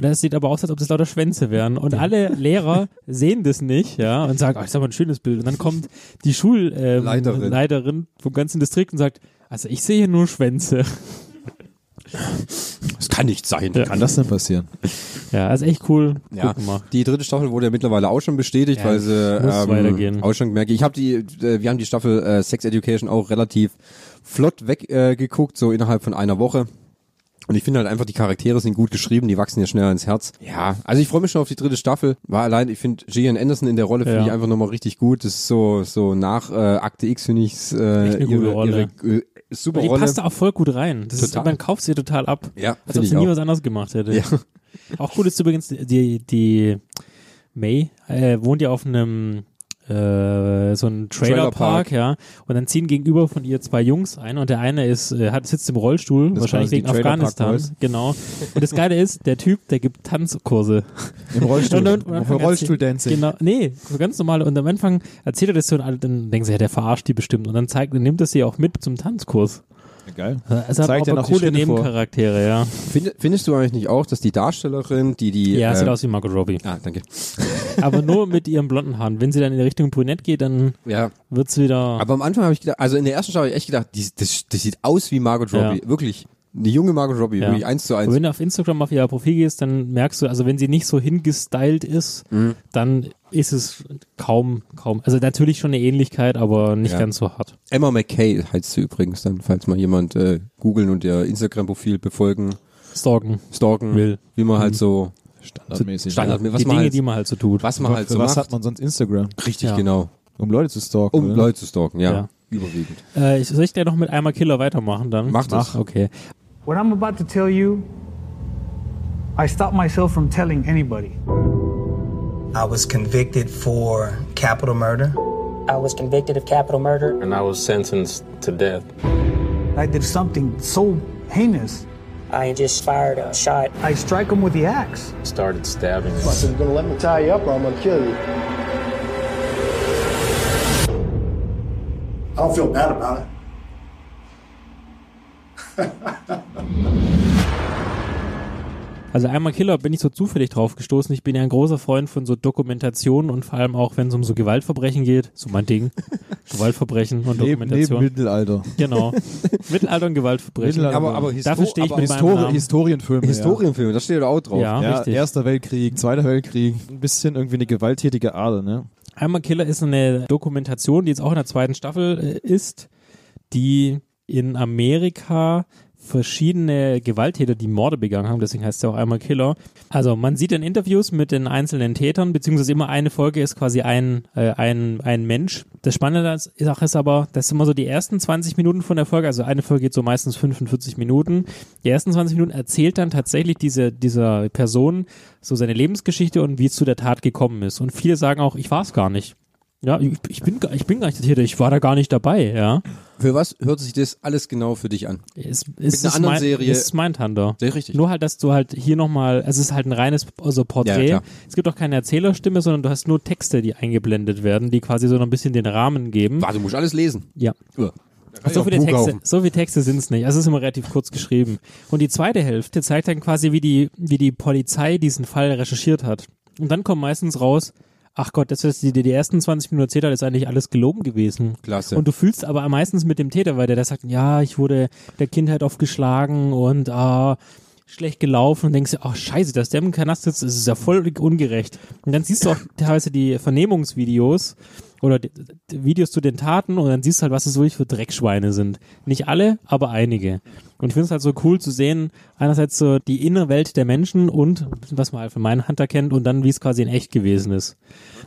Speaker 2: und das sieht aber aus, als ob das lauter Schwänze wären und alle
Speaker 1: [laughs]
Speaker 2: Lehrer sehen das nicht, ja, und sagen, oh, ist aber ein schönes Bild und dann kommt die Schulleiterin ähm,
Speaker 1: Leiterin.
Speaker 2: Leiterin vom ganzen Distrikt und sagt, also ich sehe hier nur Schwänze.
Speaker 1: das kann nicht sein.
Speaker 3: Kann das denn passieren?
Speaker 2: Ja, also echt cool.
Speaker 1: Ja,
Speaker 2: Gut gemacht.
Speaker 1: die dritte Staffel wurde ja mittlerweile auch schon bestätigt,
Speaker 2: Ja,
Speaker 1: weil sie
Speaker 2: muss weitergehen.
Speaker 1: ähm, auch schon gemerkt. Ich habe die, äh, wir haben die Staffel äh, Sex Education auch relativ flott weggeguckt, äh, geguckt, so innerhalb von einer Woche. Und ich finde halt einfach, die Charaktere sind gut geschrieben, die wachsen ja schneller ins Herz. Ja, also ich freue mich schon auf die dritte Staffel. War allein, ich finde Gillian Anderson in der Rolle finde
Speaker 2: Ja.
Speaker 1: ich einfach nochmal richtig gut. Das ist so so nach äh, Akte X finde ich äh, ihre,
Speaker 2: eine gute Rolle.
Speaker 1: ihre äh, super
Speaker 2: Aber die
Speaker 1: Rolle.
Speaker 2: passt da auch voll gut rein. Das ist,
Speaker 1: Total.
Speaker 2: man kauft sie total ab.
Speaker 1: Ja,
Speaker 2: als
Speaker 1: find
Speaker 2: ob
Speaker 1: ich
Speaker 2: sie nie
Speaker 1: auch.
Speaker 2: was anderes gemacht hätte.
Speaker 1: Ja.
Speaker 2: [laughs] Auch cool ist übrigens, die, die May äh, wohnt ja auf einem äh, so einem Trailerpark,
Speaker 1: Trailerpark.
Speaker 2: ja. Und dann ziehen gegenüber von ihr zwei Jungs ein und der eine ist, äh, hat, sitzt im Rollstuhl,
Speaker 3: Das
Speaker 2: wahrscheinlich
Speaker 3: quasi
Speaker 2: wegen
Speaker 3: die Trailerpark
Speaker 2: Afghanistan.
Speaker 3: Boys.
Speaker 2: Genau. Und das Geile ist, der Typ, der gibt Tanzkurse.
Speaker 3: Im Rollstuhl.
Speaker 2: Und, am Anfang
Speaker 3: Für Rollstuhl-Dancing.
Speaker 2: Genau, nee, so ganz normal. Und am Anfang erzählt er das so und alle, dann denken sie, ja, der verarscht die bestimmt. Und dann zeigt, nimmt das sie auch mit zum Tanzkurs.
Speaker 3: Geil.
Speaker 2: Es Also hat
Speaker 3: Zeigt
Speaker 2: aber
Speaker 3: ja noch die
Speaker 2: coole
Speaker 3: Schritte vor.
Speaker 2: Nebencharaktere, ja.
Speaker 1: Find, findest du eigentlich nicht auch, dass die Darstellerin, die die
Speaker 2: Ja,
Speaker 1: äh,
Speaker 2: sieht aus wie Margot Robbie.
Speaker 1: ah danke
Speaker 2: Aber nur mit ihren blonden Haaren. Wenn sie dann in Richtung Brunette geht, dann
Speaker 1: ja
Speaker 2: wird's wieder.
Speaker 1: Aber am Anfang habe ich gedacht, also in der ersten Staffel habe ich echt gedacht, die, das, das sieht aus wie Margot
Speaker 2: Ja.
Speaker 1: Robbie. Wirklich. Eine junge Margot Robbie,
Speaker 2: Ja.
Speaker 1: wirklich eins zu
Speaker 2: Aber
Speaker 1: eins.
Speaker 2: wenn du auf Instagram auf ihr Profil gehst, dann merkst du, also wenn sie nicht so hingestylt ist,
Speaker 1: Mhm.
Speaker 2: dann ist es kaum, kaum. Also natürlich schon eine Ähnlichkeit, aber nicht
Speaker 1: Ja.
Speaker 2: ganz so hart.
Speaker 1: Emma McKay heißt sie übrigens dann, falls mal jemand äh, googeln und ihr Instagram-Profil befolgen,
Speaker 2: Stalken.
Speaker 1: stalken,
Speaker 2: Will. Mhm.
Speaker 1: wie man halt so
Speaker 3: Standardmäßig.
Speaker 1: Standard, was
Speaker 2: die
Speaker 1: man
Speaker 2: Dinge,
Speaker 1: halt,
Speaker 2: die man halt so tut.
Speaker 1: was man halt
Speaker 3: Für
Speaker 1: so
Speaker 3: was
Speaker 1: macht.
Speaker 3: hat man sonst Instagram?
Speaker 1: Richtig,
Speaker 2: Ja.
Speaker 1: genau.
Speaker 3: Um Leute zu stalken.
Speaker 1: Um
Speaker 3: oder?
Speaker 1: Leute zu stalken, ja.
Speaker 2: Ja.
Speaker 1: Überwiegend.
Speaker 2: Äh, ich- soll ich gleich noch mit einmal Killer weitermachen dann?
Speaker 1: Mach das.
Speaker 2: Okay.
Speaker 17: What I'm about to tell you, I stopped myself from telling anybody.
Speaker 18: I was convicted for capital murder. I was convicted of capital murder.
Speaker 19: and I was sentenced to death.
Speaker 17: I did something so heinous.
Speaker 18: I just fired a shot.
Speaker 17: I strike them with the axe.
Speaker 19: Started stabbing.
Speaker 20: I'm gonna let me tie you up or I'm gonna kill you. I don't feel bad about it.
Speaker 2: Also einmal Killer bin ich so zufällig drauf gestoßen. Ich bin ja ein großer Freund von so Dokumentationen und vor allem auch, wenn es um so Gewaltverbrechen geht. So mein
Speaker 1: [laughs]
Speaker 2: Ding. Gewaltverbrechen und
Speaker 3: Neben, neben
Speaker 2: Dokumentation.
Speaker 3: Mittelalter.
Speaker 2: [laughs] genau. Mittelalter und Gewaltverbrechen.
Speaker 3: Mittelalter.
Speaker 1: Aber, aber,
Speaker 2: Dafür stehe ich
Speaker 1: aber
Speaker 2: mit meinem
Speaker 3: Histori
Speaker 2: Namen.
Speaker 3: Historienfilme.
Speaker 1: Historienfilme, das steht da auch drauf.
Speaker 2: Ja,
Speaker 3: Ja, ja
Speaker 2: richtig.
Speaker 3: Erster Weltkrieg, Zweiter Weltkrieg. Ein bisschen irgendwie eine gewalttätige Ader, ne?
Speaker 2: Einmal Killer ist eine Dokumentation, die jetzt auch in der zweiten Staffel äh, ist, die in Amerika verschiedene Gewalttäter, die Morde begangen haben, deswegen heißt es ja auch einmal Killer. Also man sieht in Interviews mit den einzelnen Tätern, beziehungsweise immer eine Folge ist quasi ein, äh, ein, ein Mensch. Das Spannende an der Sache ist aber, das sind immer so die ersten 20 Minuten von der Folge, also eine Folge geht so meistens 45 Minuten. Die ersten 20 Minuten erzählt dann tatsächlich diese, dieser Person so seine Lebensgeschichte und wie es zu der Tat gekommen ist. Und viele sagen auch, ich war es gar nicht. Ja, ich, ich, bin, gar- ich bin gar nicht der Täter, ich war da gar nicht dabei, ja.
Speaker 1: Für was hört sich das alles genau für dich an?
Speaker 2: Ist,
Speaker 1: Mit
Speaker 2: ist
Speaker 1: einer anderen Serie.
Speaker 2: Ist Mindhunter.
Speaker 1: Sehr richtig.
Speaker 2: Nur halt, dass du halt hier nochmal, es ist halt ein reines also
Speaker 1: Ja,
Speaker 2: Porträt.
Speaker 1: klar.
Speaker 2: es gibt auch keine Erzählerstimme, sondern du hast nur Texte, die eingeblendet werden, die quasi so noch ein bisschen den Rahmen geben.
Speaker 1: Warte, du musst alles lesen.
Speaker 2: Ja.
Speaker 1: Ah, ja.
Speaker 2: Ach, so, viele Texte, so viele Texte sind es nicht. Also es ist immer relativ kurz geschrieben. Und die zweite Hälfte zeigt dann quasi, wie die, wie die Polizei diesen Fall recherchiert hat. Und dann kommt meistens raus, ach Gott, das ist die, die ersten 20 Minuten erzählt hat, ist eigentlich alles gelogen gewesen.
Speaker 1: Klasse.
Speaker 2: Und du fühlst aber meistens mit dem Täter, weil der da sagt, ja, ich wurde der Kindheit oft geschlagen und ah, schlecht gelaufen und denkst dir, ach scheiße, dass der im Knast sitzt, das ist ja voll ungerecht. Und dann siehst du auch teilweise die Vernehmungsvideos oder die, die Videos zu den Taten und dann siehst du halt, was es wirklich für Dreckschweine sind. Nicht alle, aber einige. Und ich finde es halt so cool zu sehen, einerseits so die innere Welt der Menschen und was man halt von meinen Hunter kennt und dann, wie es quasi in echt gewesen ist.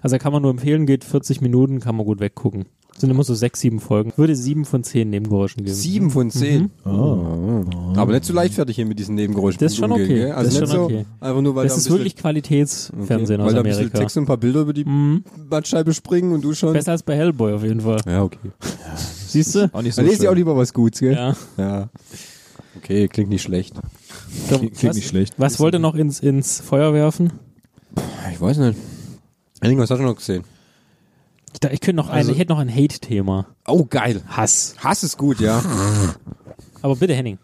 Speaker 2: Also kann man nur empfehlen, geht 40 Minuten, kann man gut weggucken. Sind immer so sechs, sieben Folgen. Würde sieben von zehn Nebengeräuschen geben.
Speaker 1: Sieben von zehn. Ah. Aber nicht so leichtfertig hier mit diesen Nebengeräuschen.
Speaker 2: Ah. Das ist schon
Speaker 1: umgehen,
Speaker 2: okay.
Speaker 1: gell? Also
Speaker 2: das ist
Speaker 1: nicht
Speaker 2: schon
Speaker 1: so,
Speaker 2: okay.
Speaker 1: Einfach nur, weil
Speaker 2: das
Speaker 1: da ein
Speaker 2: ist
Speaker 1: bisschen-
Speaker 2: wirklich Qualitätsfernsehen
Speaker 1: okay.
Speaker 2: aus
Speaker 1: weil da ein bisschen
Speaker 2: Amerika. Mhm.
Speaker 1: Text und ein paar Bilder über die Bandscheibe springen und du schon.
Speaker 2: Besser als bei Hellboy auf jeden Fall.
Speaker 1: Ja, okay.
Speaker 2: Siehst du?
Speaker 1: Auch nicht so Dann lese ich auch lieber was Gutes, gell?
Speaker 2: Ja.
Speaker 1: ja. Okay, klingt nicht schlecht.
Speaker 2: So,
Speaker 1: Klingt,
Speaker 2: was,
Speaker 1: klingt nicht schlecht.
Speaker 2: Was wollt ihr noch ins, ins Feuer werfen?
Speaker 1: Ich weiß nicht. Henning, was hast du noch gesehen?
Speaker 2: Ich, da- ich, könnte noch ein,
Speaker 1: Also-
Speaker 2: ich hätte noch ein Hate-Thema.
Speaker 1: Oh, geil.
Speaker 2: Hass.
Speaker 1: Hass ist gut, ja.
Speaker 2: Aber bitte, Henning.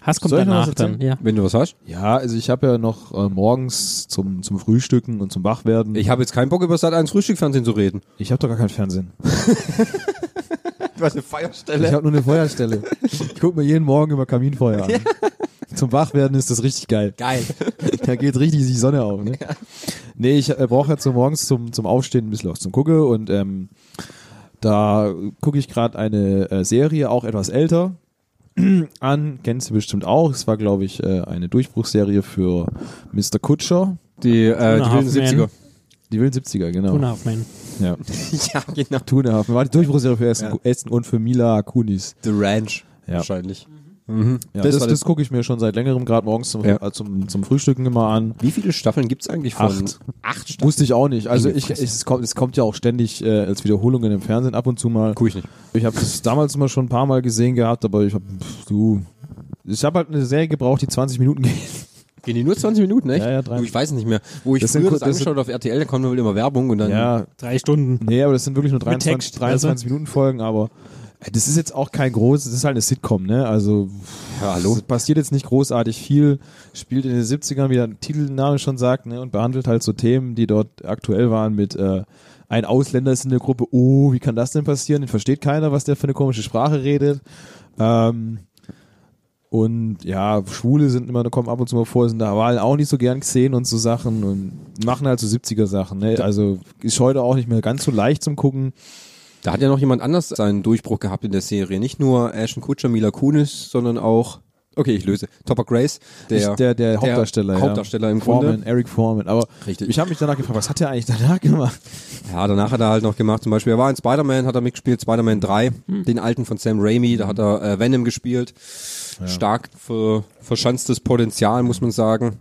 Speaker 2: Hass kommt
Speaker 3: Soll ich noch
Speaker 2: danach
Speaker 3: was erzählen?
Speaker 2: dann. Ja.
Speaker 1: Wenn du was hast?
Speaker 3: Ja, also ich habe ja noch äh, morgens zum, zum Frühstücken und zum Wachwerden.
Speaker 1: Ich habe jetzt keinen Bock, über Sat 1 Frühstückfernsehen zu reden.
Speaker 3: Ich habe doch gar kein Fernsehen.
Speaker 1: [laughs] Du hast eine Feierstelle.
Speaker 3: Ich habe nur eine Feuerstelle. Ich gucke mir jeden Morgen
Speaker 1: [laughs]
Speaker 3: über Kaminfeuer an. Zum Wachwerden ist das richtig geil.
Speaker 1: Geil.
Speaker 3: Da geht richtig die Sonne auf. Ne? Nee, ich äh, brauche jetzt so morgens zum, zum Aufstehen ein bisschen was zum Gucke und ähm, da gucke ich gerade eine äh, Serie, auch etwas älter [clears throat] an. Kennst du bestimmt auch. Es war, glaube ich, äh, eine Durchbruchsserie für Mr. Kutscher.
Speaker 1: Die, äh,
Speaker 2: Two and a die wilden Half Men. [laughs] 70er.
Speaker 3: Die wilden 70er, genau.
Speaker 1: Oh.
Speaker 2: Two and a Half Men.
Speaker 3: Ja. [laughs]
Speaker 1: ja, genau.
Speaker 3: Two and a Half Men. War die Durchbruchsserie für Essen, Essen und für Mila Kunis.
Speaker 1: The Ranch.
Speaker 3: Ja.
Speaker 1: Wahrscheinlich.
Speaker 3: Ja,
Speaker 1: Das
Speaker 3: das
Speaker 1: war
Speaker 3: das,
Speaker 1: das-
Speaker 3: gucke ich mir schon seit längerem gerade morgens zum,
Speaker 1: Ja.
Speaker 3: äh, zum, zum Frühstücken immer an.
Speaker 1: Wie viele Staffeln gibt's eigentlich von?
Speaker 3: Acht.
Speaker 1: Acht Staffeln.
Speaker 3: Wusste ich auch nicht. Also ich, ich, es, kommt, es kommt ja auch ständig äh, als Wiederholungen im Fernsehen ab und zu mal.
Speaker 1: Guck ich nicht.
Speaker 3: Ich habe das damals immer schon ein paar Mal gesehen gehabt, aber ich habe du. Ich habe halt eine Serie gebraucht, die 20 Minuten
Speaker 1: [laughs]
Speaker 3: geht.
Speaker 1: Gehen die nur 20 Minuten, echt?
Speaker 3: Ja, ja,
Speaker 1: Du, ich weiß nicht mehr. Wo ich
Speaker 3: Das sind
Speaker 1: früher
Speaker 3: kurz-
Speaker 1: das
Speaker 3: das sind-
Speaker 1: angeschaut auf RTL, da kommt immer Werbung und dann.
Speaker 3: Ja,
Speaker 2: Drei Stunden.
Speaker 3: nee, aber das sind wirklich nur 23,
Speaker 2: Text,
Speaker 3: 23
Speaker 2: also.
Speaker 3: Minuten Folgen, aber äh, das ist jetzt auch kein großes, das ist halt eine Sitcom, ne? Also
Speaker 1: Ja, hallo.
Speaker 3: es passiert jetzt nicht großartig viel, spielt in den 70ern, wie der Titelname schon sagt, ne? Und behandelt halt so Themen, die dort aktuell waren mit äh, ein Ausländer ist in der Gruppe, oh, wie kann das denn passieren? Den versteht keiner, was der für eine komische Sprache redet. Ähm, und ja, Schwule sind immer, kommen ab und zu mal vor, sind da waren auch nicht so gern gesehen und so Sachen und machen halt so 70er Sachen. Ne? Also ist heute auch nicht mehr ganz so leicht zum Gucken.
Speaker 1: Da hat ja noch jemand anders seinen Durchbruch gehabt in der Serie. Nicht nur Ashton Kutcher, Mila Kunis, sondern auch, okay, ich löse, Topper Grace, der,
Speaker 3: ich, der, der Hauptdarsteller.
Speaker 1: Hauptdarsteller
Speaker 3: ja.
Speaker 1: im
Speaker 3: Foreman,
Speaker 1: Grunde.
Speaker 3: Eric Foreman. Aber
Speaker 1: Richtig.
Speaker 3: ich habe mich danach gefragt, was hat er eigentlich danach gemacht?
Speaker 1: Ja, danach hat er halt noch gemacht, zum Beispiel, er war in Spider-Man, hat er mitgespielt, Spider-Man 3,
Speaker 3: Hm.
Speaker 1: den alten von Sam Raimi, da hat er äh, Venom gespielt. Stark ver, verschanztes Potenzial, muss man sagen.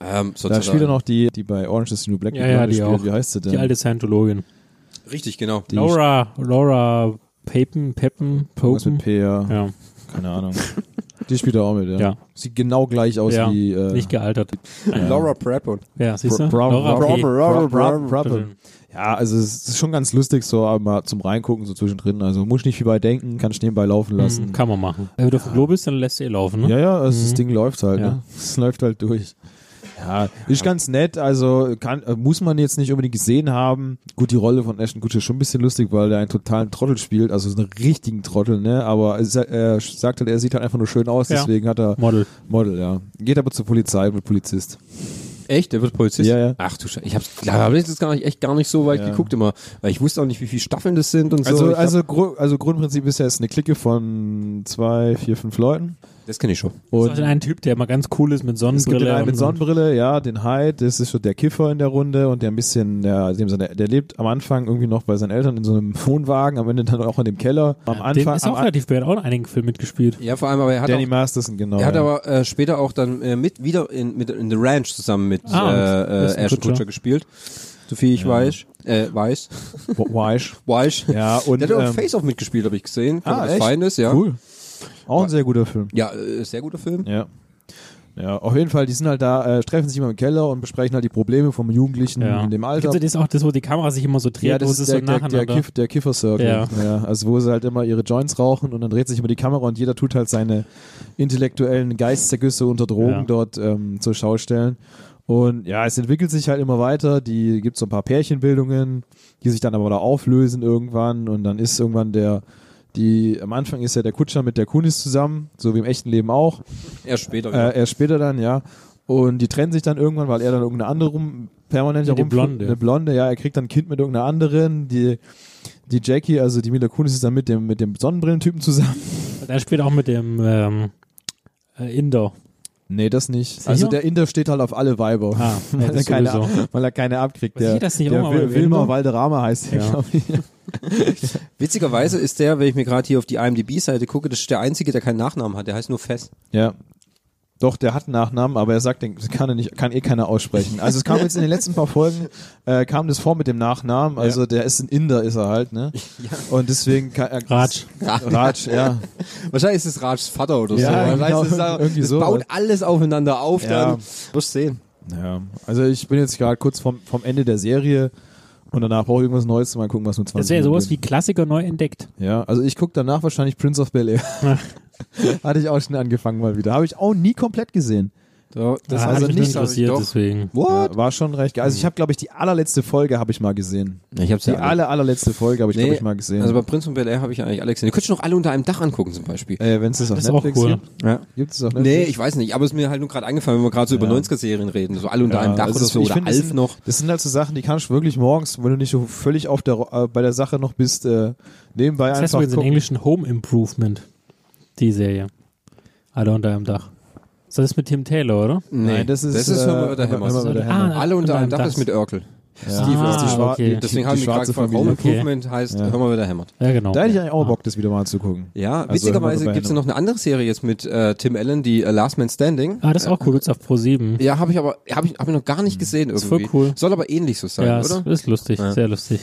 Speaker 1: Ähm,
Speaker 3: Da
Speaker 1: sozusagen.
Speaker 3: spielt er noch die, die bei Orange is the New Black
Speaker 2: Ja,
Speaker 3: die
Speaker 2: ja,
Speaker 3: Rolle
Speaker 2: die
Speaker 3: spielt.
Speaker 2: auch.
Speaker 3: Wie heißt sie denn?
Speaker 2: Die alte Scientologin.
Speaker 1: Richtig, genau.
Speaker 3: Die-
Speaker 2: Laura, Laura Papen, Peppen,
Speaker 3: Irgendwas
Speaker 2: Popen.
Speaker 3: mit P, ja.
Speaker 2: Ja. [laughs]
Speaker 3: Keine Ahnung. Die spielt er auch mit, ja.
Speaker 2: Ja.
Speaker 3: Sieht genau gleich aus
Speaker 2: ja.
Speaker 3: wie... Äh,
Speaker 2: Nicht gealtert.
Speaker 1: Laura Prepon.
Speaker 2: Ja, siehst du?
Speaker 3: Bra-
Speaker 2: Laura
Speaker 3: Bra-
Speaker 2: P.
Speaker 3: Bra- Bra-
Speaker 1: Bra-
Speaker 3: Bra- Bra- Ja, also es ist schon ganz lustig, so aber mal zum Reingucken, so zwischendrin. Also muss nicht viel bei denken, kannst nebenbei laufen lassen.
Speaker 2: Mhm, Kann man machen. Wenn du auf dem Klo bist, dann lässt du ihr laufen, ne?
Speaker 3: Ja, ja, also das Ding läuft halt,
Speaker 2: Ja.
Speaker 3: ne? [laughs] Es läuft halt durch. Ja, ist ganz nett, also kann, äh, muss man jetzt nicht unbedingt gesehen haben. Gut, die Rolle von Ashton Kutcher ist schon ein bisschen lustig, weil der einen totalen Trottel spielt, also so einen richtigen Trottel, ne? Aber es, ist- er sagt halt, er sieht halt einfach nur schön aus,
Speaker 2: Ja.
Speaker 3: deswegen hat er
Speaker 2: Model.
Speaker 3: Model, ja. Geht aber zur Polizei und wird Polizist.
Speaker 1: Echt? Der wird Polizist? Ja, ja. Ach du Scheiße. Ich hab's, da hab ich jetzt gar nicht, echt gar nicht so weit
Speaker 3: Ja.
Speaker 1: geguckt immer. Weil ich wusste auch nicht, wie viele Staffeln das sind und so.
Speaker 3: Also,
Speaker 1: Ich
Speaker 3: also,
Speaker 1: hab-
Speaker 3: gru also Grundprinzip ist ja, es ist eine Clique von zwei, vier, fünf Leuten.
Speaker 1: Das kenne ich schon.
Speaker 2: Und das ist ein Typ, der immer ganz cool ist mit
Speaker 3: Es gibt
Speaker 2: Sonnenbrille.
Speaker 3: den einen mit
Speaker 2: und-
Speaker 3: Sonnenbrille, ja, den Hyde, das ist so der Kiffer in der Runde und der ein bisschen, ja, dem seine, der lebt am Anfang irgendwie noch bei seinen Eltern in so einem [laughs] Wohnwagen, am Ende dann auch in dem Keller. Am
Speaker 2: Dem
Speaker 3: Anfang,
Speaker 2: ist auch
Speaker 3: am,
Speaker 2: relativ bad, auch in einigen Filmen mitgespielt.
Speaker 1: ja, vor allem, aber er hat
Speaker 3: Danny
Speaker 1: auch,
Speaker 3: Masterson, genau.
Speaker 1: er hat
Speaker 3: ja.
Speaker 1: aber äh, später auch dann äh, mit wieder in, mit, in The Ranch zusammen mit
Speaker 2: Ah, und
Speaker 1: äh,
Speaker 2: Ashton
Speaker 1: äh, Ashton
Speaker 2: Kutcher.
Speaker 1: Kutcher gespielt. So viel ich weiß. Äh, weiß. [laughs]
Speaker 3: Weisch.
Speaker 1: Weisch.
Speaker 3: Ja, und,
Speaker 1: der hat auch
Speaker 3: ähm,
Speaker 1: Face-Off mitgespielt, habe ich gesehen.
Speaker 3: Ah,
Speaker 1: was
Speaker 3: echt?
Speaker 1: Feines, ja.
Speaker 3: Cool. Auch ein sehr guter Film.
Speaker 1: Ja, äh, sehr guter Film.
Speaker 3: Ja. Ja, auf jeden Fall, die sind halt da, äh, treffen sich immer im Keller und besprechen halt die Probleme vom Jugendlichen in dem Alter.
Speaker 2: Kennst du Das ist auch das, wo die Kamera sich immer so dreht,
Speaker 3: ja, das
Speaker 2: wo
Speaker 3: ist
Speaker 2: es
Speaker 3: der,
Speaker 2: so
Speaker 3: der, der,
Speaker 2: nacheinander.
Speaker 3: Kiff, der Kiffer-Circle.
Speaker 2: Ja.
Speaker 3: Also wo sie halt immer ihre Joints rauchen und dann dreht sich immer die Kamera und jeder tut halt seine intellektuellen Geistzergüsse unter Drogen
Speaker 2: Ja.
Speaker 3: dort ähm, zur Schau stellen. Und ja, es entwickelt sich halt immer weiter. Die gibt so ein paar Pärchenbildungen, die sich dann aber da auflösen irgendwann und dann ist irgendwann der die am Anfang ist ja der Kutscher mit der Kunis zusammen, so wie im echten Leben auch.
Speaker 1: Erst später, ja.
Speaker 3: Äh, erst später dann, ja. Und die trennen sich dann irgendwann, weil er dann irgendeine andere rum permanent
Speaker 2: Ja, die
Speaker 3: herum
Speaker 2: Blonde.
Speaker 3: eine Blonde, ja, er kriegt dann ein Kind mit irgendeiner anderen, die die Jackie, also die Mila Kunis ist dann mit dem mit dem Sonnenbrillentypen zusammen.
Speaker 2: Der Also spielt auch mit dem ähm, äh, Inder.
Speaker 3: Nee, das nicht.
Speaker 2: Sicher?
Speaker 3: Also der Inder steht halt auf alle Weiber,
Speaker 2: Ah, ja,
Speaker 3: [laughs] weil, er
Speaker 2: das
Speaker 3: keine,
Speaker 2: sowieso.
Speaker 3: weil er keine abkriegt.
Speaker 2: Weiß
Speaker 3: Der,
Speaker 2: ich das nicht
Speaker 3: der
Speaker 2: auch mal,
Speaker 3: Wil
Speaker 2: aber
Speaker 3: Wilmer
Speaker 2: Wilmer?
Speaker 3: Valderrama heißt der,
Speaker 2: Ja.
Speaker 3: glaube ich.
Speaker 1: Witzigerweise ist der, wenn ich mir gerade hier auf die IMDb-Seite gucke, das ist der einzige, der keinen Nachnamen hat. Der heißt nur Fess.
Speaker 3: Ja. Doch, der hat einen Nachnamen, aber er sagt, den kann, er nicht, kann eh keiner aussprechen. Also es kam jetzt in den letzten paar Folgen, äh, kam das vor mit dem Nachnamen. Also der ist ein Inder, ist er halt, ne? Und deswegen kann er,
Speaker 2: Raj.
Speaker 3: Raj, ja.
Speaker 1: Wahrscheinlich ist es Rajs Vater oder
Speaker 3: Ja,
Speaker 1: so. Man
Speaker 3: genau,
Speaker 1: weiß, das,
Speaker 3: [laughs] irgendwie
Speaker 1: das
Speaker 3: so.
Speaker 1: baut alles aufeinander auf.
Speaker 3: Ja.
Speaker 1: Dann wirst sehen.
Speaker 3: ja. Also ich bin jetzt gerade kurz vom, vom Ende der Serie und danach brauche ich irgendwas Neues. Mal gucken, was nur 20
Speaker 2: Das wäre sowas wie
Speaker 3: Minuten
Speaker 2: Klassiker neu entdeckt.
Speaker 3: sind. Ja, also ich gucke danach wahrscheinlich Prince of Bel-Air. Hatte ich auch schon angefangen mal wieder. Habe ich auch nie komplett gesehen.
Speaker 1: So,
Speaker 2: Das
Speaker 3: war
Speaker 2: hat
Speaker 3: also
Speaker 2: mich
Speaker 3: nicht,
Speaker 2: nicht interessiert,
Speaker 1: doch.
Speaker 2: deswegen.
Speaker 1: What?
Speaker 3: Ja, war schon recht geil. Also ich habe, glaube ich, die allerletzte Folge habe ich mal gesehen.
Speaker 1: Ich hab's
Speaker 3: Die
Speaker 1: ja alle-
Speaker 3: aller, allerletzte Folge habe ich, glaube ich, mal gesehen.
Speaker 1: Also bei Prinz und Bel Air habe ich eigentlich alle gesehen. Die könntest du noch alle unter einem Dach angucken zum Beispiel.
Speaker 3: Äh, wenn es das auf
Speaker 2: Das ist auch
Speaker 3: Netflix
Speaker 2: cool.
Speaker 3: gibt.
Speaker 1: Ja.
Speaker 3: Gibt es auf
Speaker 1: Nee,
Speaker 3: Netflix?
Speaker 1: ich weiß nicht, aber es ist mir halt nur gerade angefallen, wenn wir gerade so über 90er-Serien reden, so alle unter einem Dach
Speaker 3: also
Speaker 1: oder
Speaker 3: es-
Speaker 1: so,
Speaker 3: ich
Speaker 1: oder
Speaker 3: finde, das
Speaker 1: Alf
Speaker 3: sind,
Speaker 1: noch.
Speaker 3: Das sind halt so Sachen, die kannst du wirklich morgens, wenn du nicht so völlig auf der, Ro- äh, bei der Sache noch bist, äh, nebenbei
Speaker 2: Das heißt
Speaker 3: einfach
Speaker 2: übrigens im
Speaker 3: gucken.
Speaker 2: Englischen Home Improvement, die Serie. Alle unter einem Dach. Ist das mit Tim Taylor, oder?
Speaker 3: Nein, das ist,
Speaker 1: das ist
Speaker 3: äh,
Speaker 1: Hör mal, wer da
Speaker 3: Hör mal,
Speaker 1: hämmert.
Speaker 3: wer da
Speaker 2: Ah,
Speaker 3: hämmert.
Speaker 2: na,
Speaker 1: alle unter einem Dach,
Speaker 2: Dach.
Speaker 1: ist mit Irkel.
Speaker 3: Ja.
Speaker 2: Ah,
Speaker 3: Das ist die Schwa-
Speaker 2: okay.
Speaker 3: die-
Speaker 1: Deswegen
Speaker 3: die
Speaker 1: haben wir gerade
Speaker 3: schwarze
Speaker 1: von
Speaker 3: Familie.
Speaker 1: Home
Speaker 2: Okay.
Speaker 1: Improvement heißt
Speaker 3: Ja.
Speaker 1: Hör mal, wer da hämmert.
Speaker 2: Ja, genau.
Speaker 3: Da hätte ich eigentlich auch Bock, das wieder mal anzugucken.
Speaker 1: Ja,
Speaker 3: Also,
Speaker 1: witzigerweise
Speaker 3: Hör mal, wer da
Speaker 1: gibt es ja noch eine andere Serie jetzt mit äh, Tim Allen, die äh, Last Man Standing.
Speaker 2: Ah, das ist auch cool. Gibt's auf Pro 7.
Speaker 1: Ja, habe ich aber hab ich, hab ich noch gar
Speaker 3: Hm.
Speaker 1: nicht gesehen irgendwie.
Speaker 2: Ist voll cool.
Speaker 1: Soll aber ähnlich so sein,
Speaker 2: ja,
Speaker 1: oder?
Speaker 2: Ist, ist lustig,
Speaker 1: Ja.
Speaker 2: sehr lustig.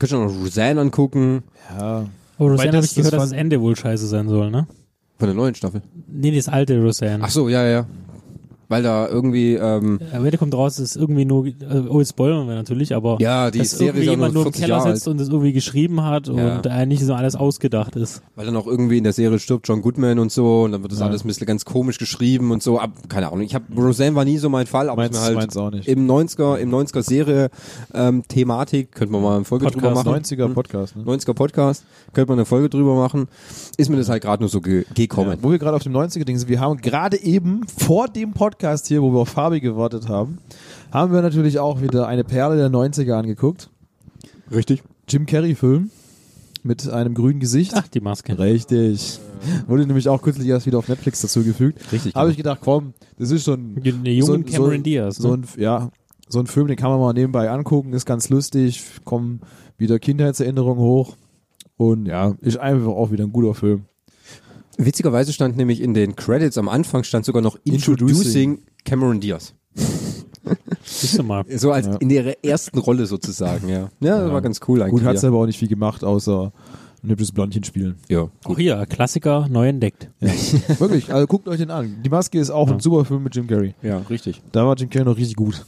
Speaker 1: Könntest du noch Roseanne angucken
Speaker 3: Ja.
Speaker 2: Aber Roseanne habe
Speaker 3: das-
Speaker 2: ich gehört,
Speaker 3: das
Speaker 2: dass das Ende wohl scheiße sein soll, ne?
Speaker 1: von der neuen Staffel.
Speaker 2: Nee, das alte Roseanne.
Speaker 1: Ach so, ja, ja. Weil da irgendwie ähm,
Speaker 2: Am Ende kommt raus, es ist irgendwie nur, also, oh, jetzt spoilern wir natürlich, aber
Speaker 1: Ja, die
Speaker 2: dass
Speaker 1: Serie
Speaker 2: irgendwie
Speaker 1: ist ja
Speaker 2: jemand
Speaker 1: nur
Speaker 2: nur im
Speaker 1: 40
Speaker 2: Keller
Speaker 1: Jahre
Speaker 2: sitzt und es irgendwie geschrieben hat
Speaker 1: Ja.
Speaker 2: und eigentlich so alles ausgedacht ist.
Speaker 1: weil dann auch irgendwie in der Serie stirbt John Goodman und so und dann wird das
Speaker 3: Ja.
Speaker 1: alles ein bisschen ganz komisch geschrieben und so. Ab, keine Ahnung. Ich habe Roseanne war nie so mein Fall, aber
Speaker 3: Meins-
Speaker 1: ist mir halt
Speaker 3: meins auch nicht.
Speaker 1: im 90er im 90er Serie ähm, Thematik könnte man mal eine Folge drüber
Speaker 3: Podcast,
Speaker 1: machen. Hm.
Speaker 3: 90er Podcast. Ne?
Speaker 1: 90er Podcast, könnte man eine Folge drüber machen. Ist mir das halt gerade nur so ge gekommen.
Speaker 3: Wo wir gerade auf dem 90er-Ding sind, wir haben gerade eben vor dem Podcast hier, wo wir auf Fabi gewartet haben, haben wir natürlich auch wieder eine Perle der 90er angeguckt.
Speaker 1: Richtig.
Speaker 3: Jim Carrey-Film mit einem grünen Gesicht.
Speaker 2: Ach, die Maske.
Speaker 3: Richtig. Wurde nämlich auch kürzlich erst wieder auf Netflix dazugefügt.
Speaker 1: Richtig,
Speaker 3: Habe
Speaker 1: genau.
Speaker 3: ich gedacht, komm, das ist schon
Speaker 2: Eine junge
Speaker 3: so ein- so,
Speaker 2: Cameron
Speaker 3: ein-
Speaker 2: Diaz.
Speaker 3: So
Speaker 2: Ne?
Speaker 3: ein, ja, so ein Film, den kann man mal nebenbei angucken, ist ganz lustig, kommen wieder Kindheitserinnerungen hoch. Und ja, ist einfach auch wieder ein guter Film.
Speaker 1: Witzigerweise stand nämlich in den Credits am Anfang stand sogar noch
Speaker 3: Introducing.
Speaker 1: Introducing Cameron Diaz.
Speaker 2: Siehst du mal.
Speaker 1: So als
Speaker 3: Ja.
Speaker 1: in ihrer ersten Rolle sozusagen, ja. Ja, das war ganz cool eigentlich.
Speaker 3: Gut, hat
Speaker 1: ja.
Speaker 3: aber auch nicht viel gemacht, außer ein hübsches Blondchen spielen.
Speaker 1: ja.
Speaker 2: Auch hier, Klassiker neu entdeckt.
Speaker 3: [laughs] Wirklich, also guckt euch den an. Die Maske ist auch ein super Film mit Jim Carrey.
Speaker 1: ja, richtig.
Speaker 3: Da war Jim Carrey noch richtig gut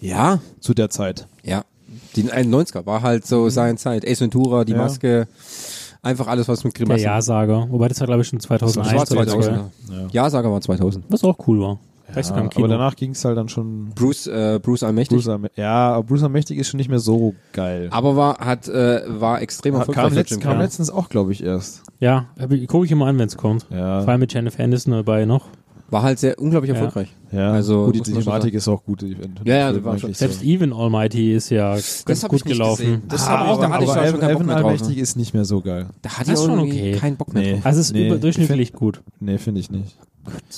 Speaker 1: Ja,
Speaker 3: zu der Zeit.
Speaker 1: ja. Die 91er war halt so seine Zeit. Ace Ventura, die
Speaker 3: Mhm. Ja.
Speaker 1: Maske, einfach alles, was mit
Speaker 2: Der
Speaker 1: Grimassen.
Speaker 2: Ja-Sager. Wobei das war, glaube ich, schon
Speaker 1: das
Speaker 2: 2001.
Speaker 1: war
Speaker 2: 2002.
Speaker 1: 2000. Ja. Ja-Sager war 2000.
Speaker 2: Was auch cool war. Weißt du,
Speaker 3: Ja,
Speaker 2: kam im Kino.
Speaker 3: aber danach ging es halt dann schon.
Speaker 1: Bruce, äh, Bruce Allmächtig.
Speaker 3: Bruce Allmächtig. Ja, aber Bruce Allmächtig ist schon nicht mehr so geil.
Speaker 1: aber war, hat, äh, war extrem erfolgreich.
Speaker 3: kam
Speaker 1: mit
Speaker 3: letzt,
Speaker 1: Jim
Speaker 3: kam
Speaker 1: Carrey.
Speaker 3: letztens auch, glaube ich, erst.
Speaker 2: ja, gucke ich immer an, wenn es kommt.
Speaker 3: Ja.
Speaker 2: Vor allem mit Jennifer Aniston dabei noch.
Speaker 1: War halt sehr unglaublich erfolgreich.
Speaker 3: Ja,
Speaker 1: also
Speaker 3: also gut, die
Speaker 1: muss man schon
Speaker 3: Thematik
Speaker 1: sagen.
Speaker 3: ist auch gut. Ich-
Speaker 1: Ja, ja,
Speaker 3: ich-
Speaker 1: die war schon-
Speaker 3: ich-
Speaker 2: Selbst Even Almighty ist ja ganz
Speaker 1: hab
Speaker 2: gut
Speaker 1: ich nicht
Speaker 2: gelaufen.
Speaker 1: gesehen. Das hab ich- da hatte ich schon keinen Bock
Speaker 3: Ah, Evan
Speaker 1: mehr drauf,
Speaker 3: Allmächtig
Speaker 1: ne?
Speaker 3: ist nicht mehr so geil.
Speaker 1: Da hatte ich schon okay. keinen Bock mehr
Speaker 3: Nee.
Speaker 1: drauf.
Speaker 2: Also es ist
Speaker 3: Nee.
Speaker 2: überdurchschnittlich gut.
Speaker 3: Nee, finde ich nicht.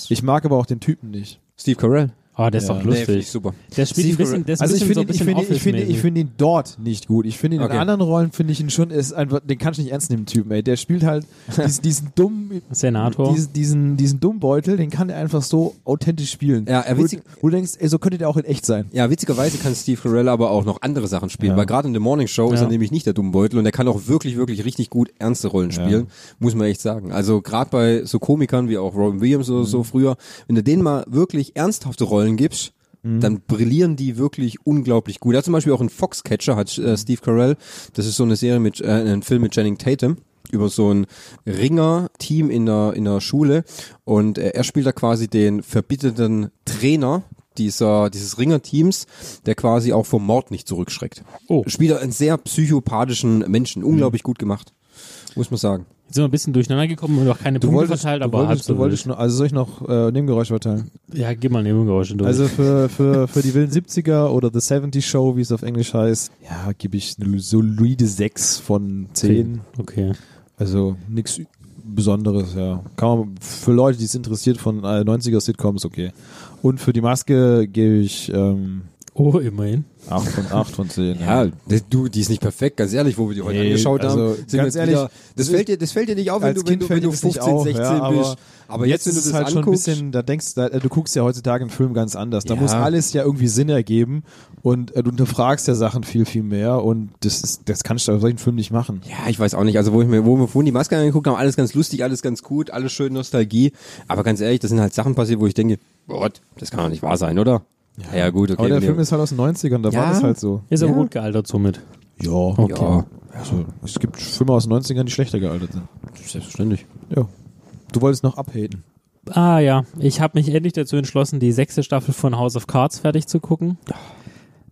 Speaker 3: Ich mag aber auch den Typen nicht.
Speaker 1: Steve Carell.
Speaker 2: Ah, der ist doch lustig.
Speaker 1: finde ich super.
Speaker 2: Der spielt ein
Speaker 3: Steve
Speaker 2: bisschen,
Speaker 3: Carell.
Speaker 2: der ist
Speaker 3: also ich
Speaker 2: ein bisschen
Speaker 3: finde
Speaker 2: so ein
Speaker 3: ihn, ich
Speaker 2: bisschen
Speaker 3: finde ihn- ich
Speaker 2: Office-mäßig.
Speaker 3: finde ich finde ihn dort nicht gut. Ich finde ihn
Speaker 1: Okay.
Speaker 3: in anderen Rollen finde ich ihn schon ist einfach den kannst du nicht ernst nehmen den Typen, ey. Der spielt
Speaker 2: [laughs]
Speaker 3: halt diesen, diesen dummen
Speaker 2: Senator.
Speaker 3: diesen diesen diesen Dummbeutel, den kann er einfach so authentisch spielen.
Speaker 1: Ja, er
Speaker 3: Wo-
Speaker 1: witzig-
Speaker 3: wo du denkst, ey, so könnte der auch in echt sein.
Speaker 1: Ja, witzigerweise kann Steve Carell aber auch noch andere Sachen spielen, weil gerade in der Morning Show ist
Speaker 2: Ja.
Speaker 1: er nämlich nicht der Dummbeutel und er kann auch wirklich, wirklich richtig gut ernste Rollen spielen, muss man echt sagen. Also gerade bei so Komikern wie auch Robin Williams oder so früher, wenn du denen mal wirklich ernsthafte Rollen gibst, dann brillieren die wirklich unglaublich gut. Er hat zum Beispiel auch einen Foxcatcher, hat äh, Steve Carell, das ist so eine Serie mit, äh, ein Film mit Channing Tatum über so ein Ringer-Team in der, in der Schule und äh, er spielt da quasi den verbitterten Trainer dieser, dieses Ringer-Teams, der quasi auch vom Mord nicht zurückschreckt.
Speaker 2: Oh.
Speaker 1: Spielt er einen sehr psychopathischen Menschen, unglaublich gut gemacht, muss man sagen.
Speaker 2: Jetzt sind wir ein bisschen durcheinander gekommen und auch keine
Speaker 3: Du
Speaker 2: Punkte
Speaker 3: wolltest,
Speaker 2: verteilt,
Speaker 3: du
Speaker 2: aber halb
Speaker 3: wolltest,
Speaker 2: so
Speaker 3: du wolltest noch, also soll ich noch äh, Nebengeräusche verteilen?
Speaker 2: wild. Ja, gib mal Nebengeräusche durch.
Speaker 3: Also
Speaker 2: [laughs]
Speaker 3: für, für, für die wilden 70er oder The 70 Show, wie es auf Englisch heißt, ja, gebe ich eine solide 6 von 10.
Speaker 2: Okay.
Speaker 3: Also nichts Besonderes, ja. Kann man, für Leute, die es interessiert von äh, 90er Sitcoms, okay. Und für die Maske gebe ich ähm,
Speaker 2: Oh, immerhin.
Speaker 3: 8 von 8 von 10.
Speaker 1: Ja, das- du, die ist nicht perfekt, ganz ehrlich, wo wir die heute
Speaker 3: Nee,
Speaker 1: angeschaut
Speaker 3: also,
Speaker 1: haben.
Speaker 3: ganz
Speaker 1: jetzt
Speaker 3: ehrlich,
Speaker 1: das,
Speaker 3: das
Speaker 1: fällt dir, das fällt dir nicht auf, wenn
Speaker 3: Als
Speaker 1: du, wenn
Speaker 3: Kind
Speaker 1: du,
Speaker 3: fällt
Speaker 1: wenn du
Speaker 3: mir das nicht
Speaker 1: 15,
Speaker 3: auf,
Speaker 1: 16
Speaker 3: ja, aber
Speaker 1: bist. Aber jetzt, wenn du
Speaker 3: ist
Speaker 1: das
Speaker 3: es halt schon ein
Speaker 1: anguckst,
Speaker 3: bisschen, da denkst du, äh, du guckst ja heutzutage einen Film ganz anders. Da
Speaker 1: Ja.
Speaker 3: muss alles ja irgendwie Sinn ergeben und äh, du hinterfragst ja Sachen viel, viel mehr und das ist, das kannst du auf solchen Film nicht machen.
Speaker 1: Ja, ich weiß auch nicht. Also, wo ich mir, wo wir vorhin die Maske angeguckt haben, alles ganz lustig, alles ganz gut, alles schön Nostalgie. Aber ganz ehrlich, das sind halt Sachen passiert, wo ich denke, Gott, das kann doch nicht wahr sein, oder? Ja, ja gut, okay.
Speaker 3: Aber der
Speaker 1: wir-
Speaker 3: Film ist halt aus den 90ern, da war
Speaker 1: Ja.
Speaker 3: das halt so.
Speaker 2: Ist aber
Speaker 1: Ja.
Speaker 2: gut gealtert somit.
Speaker 3: Ja,
Speaker 2: Okay.
Speaker 3: Also, es gibt Filme aus den 90ern, die schlechter gealtert sind.
Speaker 1: selbstverständlich.
Speaker 3: Ja. Du wolltest noch abhaten.
Speaker 2: Ah ja, ich habe mich endlich dazu entschlossen, die sechste Staffel von House of Cards fertig zu gucken.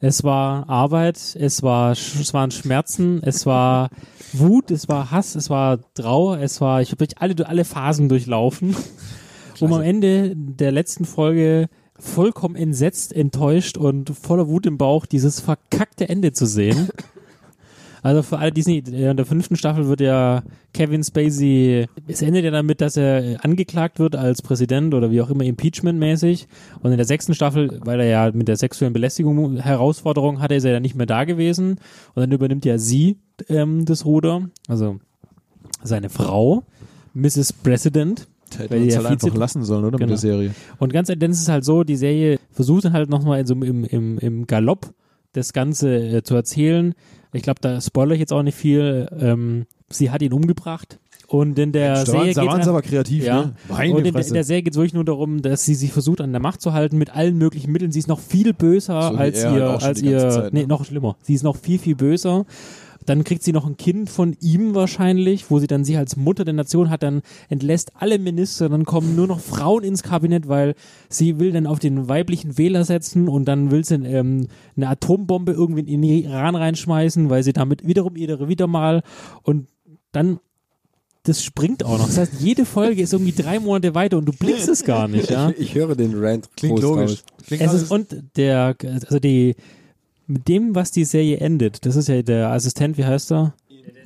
Speaker 2: Es war Arbeit, es, war, Sch- es waren Schmerzen, es war Wut, es war Hass, es war Trauer, es war, ich habe durch alle, alle Phasen durchlaufen, um am Ende der letzten Folge vollkommen entsetzt, enttäuscht und voller Wut im Bauch dieses verkackte Ende zu sehen. Also für alle, die es nicht, in der fünften Staffel wird ja Kevin Spacey, es endet ja damit, dass er äh, angeklagt wird als Präsident oder wie auch immer Impeachment-mäßig. Und in der sechsten Staffel, weil er ja mit der sexuellen Belästigung äh, Herausforderung hatte, ist er ja nicht mehr da gewesen. Und dann übernimmt ja sie ähm, das Ruder, also seine Frau, Mrs. President.
Speaker 3: Hätte
Speaker 2: weil
Speaker 3: man
Speaker 2: die
Speaker 3: es
Speaker 2: ja
Speaker 3: halt einfach
Speaker 2: Vize-
Speaker 3: lassen sollen, oder? Mit
Speaker 2: Genau.
Speaker 3: der Serie.
Speaker 2: und ganz ehrlich, dann ist es halt so, die Serie versucht dann halt nochmal in so, einem- im, im, im Galopp das Ganze äh, zu erzählen. Ich glaube, da spoilere ich jetzt auch nicht viel. Ähm, sie hat ihn umgebracht. Und in der
Speaker 3: Mensch, da
Speaker 2: Serie halt
Speaker 3: waren- da
Speaker 2: geht's
Speaker 3: waren sie
Speaker 2: einfach-
Speaker 3: aber kreativ,
Speaker 2: ja.
Speaker 3: ne? Meine
Speaker 2: Und in, der-
Speaker 3: Fresse.
Speaker 2: in der Serie geht es wirklich nur darum, dass sie sich versucht, an der Macht zu halten mit allen möglichen Mitteln. Sie ist noch viel böser
Speaker 3: So wie
Speaker 2: als
Speaker 3: er halt
Speaker 2: ihr,
Speaker 3: auch schon
Speaker 2: als
Speaker 3: die
Speaker 2: ihr,
Speaker 3: ganze Zeit,
Speaker 2: nee,
Speaker 3: ne?
Speaker 2: noch schlimmer. Sie ist noch viel, viel böser. Dann kriegt sie noch ein Kind von ihm wahrscheinlich, wo sie dann sich als Mutter der Nation hat, dann entlässt alle Minister, dann kommen nur noch Frauen ins Kabinett, weil sie will dann auf den weiblichen Wähler setzen und dann will sie ähm, eine Atombombe irgendwie in den Iran reinschmeißen, weil sie damit wiederum ihre wieder mal und dann das springt auch noch. Das heißt, jede Folge ist irgendwie drei Monate weiter und du blickst es gar nicht, ja.
Speaker 1: [laughs] Ich, ich höre den Rant
Speaker 3: Klingt
Speaker 1: groß
Speaker 3: logisch.
Speaker 1: raus.
Speaker 3: Klingt
Speaker 2: Es
Speaker 3: alles-
Speaker 2: ist, und der, also die, mit dem, was die Serie endet, das ist ja der Assistent, wie heißt er?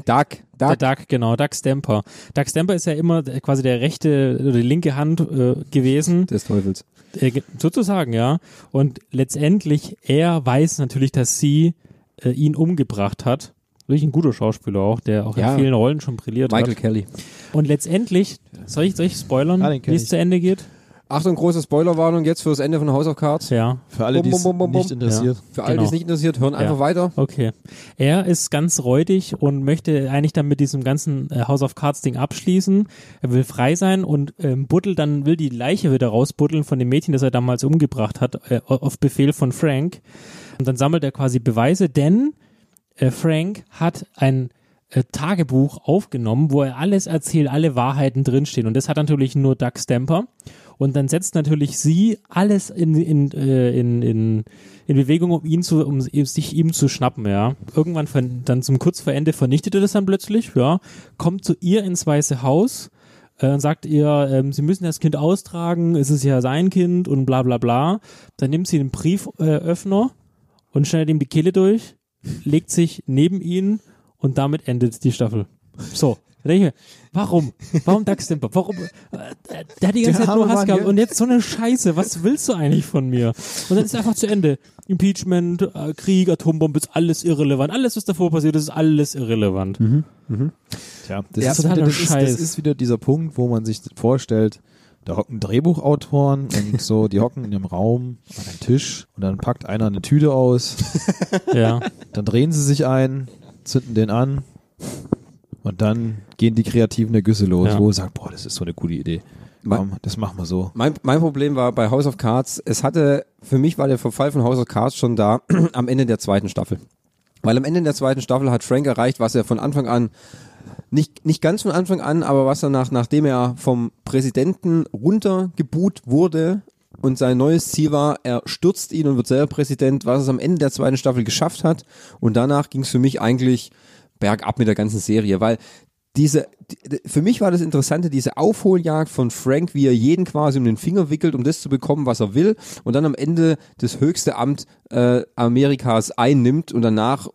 Speaker 1: Doug,
Speaker 2: Der
Speaker 1: Doug,
Speaker 2: Doug, genau, Doug Stamper. Doug Stamper ist ja immer der- quasi der rechte oder die linke Hand äh, gewesen.
Speaker 1: des Teufels.
Speaker 2: Äh, ge- sozusagen, ja. Und letztendlich, er weiß natürlich, dass sie äh, ihn umgebracht hat. Wirklich ein guter Schauspieler auch, der auch
Speaker 1: Ja.
Speaker 2: in vielen Rollen schon brilliert
Speaker 1: Michael
Speaker 2: hat.
Speaker 1: Kelly.
Speaker 2: Und letztendlich, soll ich, soll ich spoilern,
Speaker 3: Ah, den kenn
Speaker 2: wie es
Speaker 3: ich.
Speaker 2: zu Ende geht?
Speaker 1: Achtung, große Spoilerwarnung jetzt fürs Ende von House of Cards.
Speaker 2: Ja.
Speaker 3: Für alle, die es
Speaker 1: Bum, bum, bum, bum,
Speaker 3: nicht
Speaker 1: bum.
Speaker 3: interessiert.
Speaker 1: Für alle, die es
Speaker 2: Genau.
Speaker 1: nicht interessiert, hören einfach
Speaker 2: Ja.
Speaker 1: weiter.
Speaker 2: Okay. Er ist ganz räudig und möchte eigentlich dann mit diesem ganzen äh, House of Cards Ding abschließen. Er will frei sein und ähm, buddelt dann, will die Leiche wieder rausbuddeln von dem Mädchen, das er damals umgebracht hat, äh, auf Befehl von Frank. Und dann sammelt er quasi Beweise, denn äh, Frank hat ein äh, Tagebuch aufgenommen, wo er alles erzählt, alle Wahrheiten drinstehen. Und das hat natürlich nur Doug Stamper. Und dann setzt natürlich sie alles in, in, äh, in, in, in Bewegung, um ihn zu, um sich ihm zu schnappen, ja. Irgendwann von, dann zum kurz vor Ende vernichtet er das dann plötzlich, ja. Kommt zu ihr ins Weiße Haus äh, und sagt ihr, ähm, sie müssen das Kind austragen, es ist ja sein Kind und bla bla bla. Dann nimmt sie den Brieföffner und schneidet ihm die Kehle durch, legt sich neben ihn und damit endet die Staffel. So. Da denk ich mir, warum? Warum Daxtemper? Warum? Äh, der hat die ganze Zeit
Speaker 3: Der
Speaker 2: nur
Speaker 3: arme
Speaker 2: Hass
Speaker 3: Mann,
Speaker 2: gehabt
Speaker 3: gell?
Speaker 2: und jetzt so eine Scheiße. Was willst du eigentlich von mir? Und dann ist einfach zu Ende. Impeachment, äh, Krieg, Atombombe, ist alles irrelevant. Alles, was davor passiert ist, ist alles irrelevant.
Speaker 3: Mhm. Tja, das,
Speaker 2: Ja,
Speaker 3: ist
Speaker 2: totaler
Speaker 3: wieder, das, ist,
Speaker 2: Scheiß.
Speaker 3: das ist wieder dieser Punkt, wo man sich vorstellt, da hocken Drehbuchautoren
Speaker 2: [laughs]
Speaker 3: und so, die hocken in einem Raum an einem Tisch und dann packt einer eine Tüte aus.
Speaker 2: Ja.
Speaker 3: Dann drehen sie sich ein, zünden den an und dann gehen die Kreativen der Güsse los,
Speaker 1: Ja.
Speaker 3: wo sie sagen, boah, das ist so eine coole Idee. Komm, das machen wir so.
Speaker 1: Mein, mein Problem war bei House of Cards, es hatte, für mich war der Verfall von House of Cards schon da [clears throat] am Ende der zweiten Staffel. Weil am Ende der zweiten Staffel hat Frank erreicht, was er von Anfang an, nicht, nicht ganz von Anfang an, aber was er nach, nachdem er vom Präsidenten runtergeboot wurde und sein neues Ziel war, er stürzt ihn und wird selber Präsident, was es am Ende der zweiten Staffel geschafft hat. Und danach ging es für mich eigentlich bergab mit der ganzen Serie, weil diese, die- für mich war das Interessante, diese Aufholjagd von Frank, wie er jeden quasi um den Finger wickelt, um das zu bekommen, was er will, und dann am Ende das höchste Amt äh, Amerikas einnimmt und danach,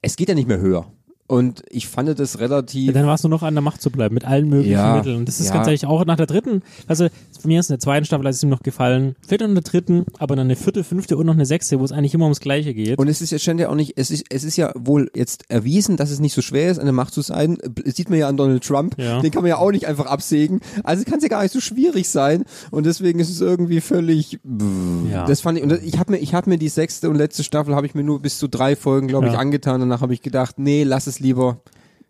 Speaker 1: es geht ja nicht mehr höher. Und ich fand das relativ.
Speaker 2: Dann warst du noch an der Macht zu bleiben, mit allen möglichen
Speaker 1: Ja,
Speaker 2: Mitteln. Und das ist
Speaker 1: ja.
Speaker 2: ganz ehrlich auch nach der dritten, also von mir ist in der zweiten Staffel, als es ihm noch gefallen, vielleicht in der dritten, aber dann eine vierte, fünfte und noch eine sechste, wo es eigentlich immer ums Gleiche geht.
Speaker 1: Und es ist jetzt scheint ja auch nicht, es ist, es ist ja wohl jetzt erwiesen, dass es nicht so schwer ist, an der Macht zu sein. Das sieht man ja an Donald Trump.
Speaker 2: Ja.
Speaker 1: Den kann man ja auch nicht einfach absägen. Also kann es ja gar nicht so schwierig sein. Und deswegen ist es irgendwie völlig.
Speaker 2: Ja.
Speaker 1: Das fand ich. Und das- ich habe mir, ich habe mir die sechste und letzte Staffel habe ich mir nur bis zu drei Folgen, glaube ich,
Speaker 2: Ja.
Speaker 1: angetan. Danach habe ich gedacht, nee, lass es lieber.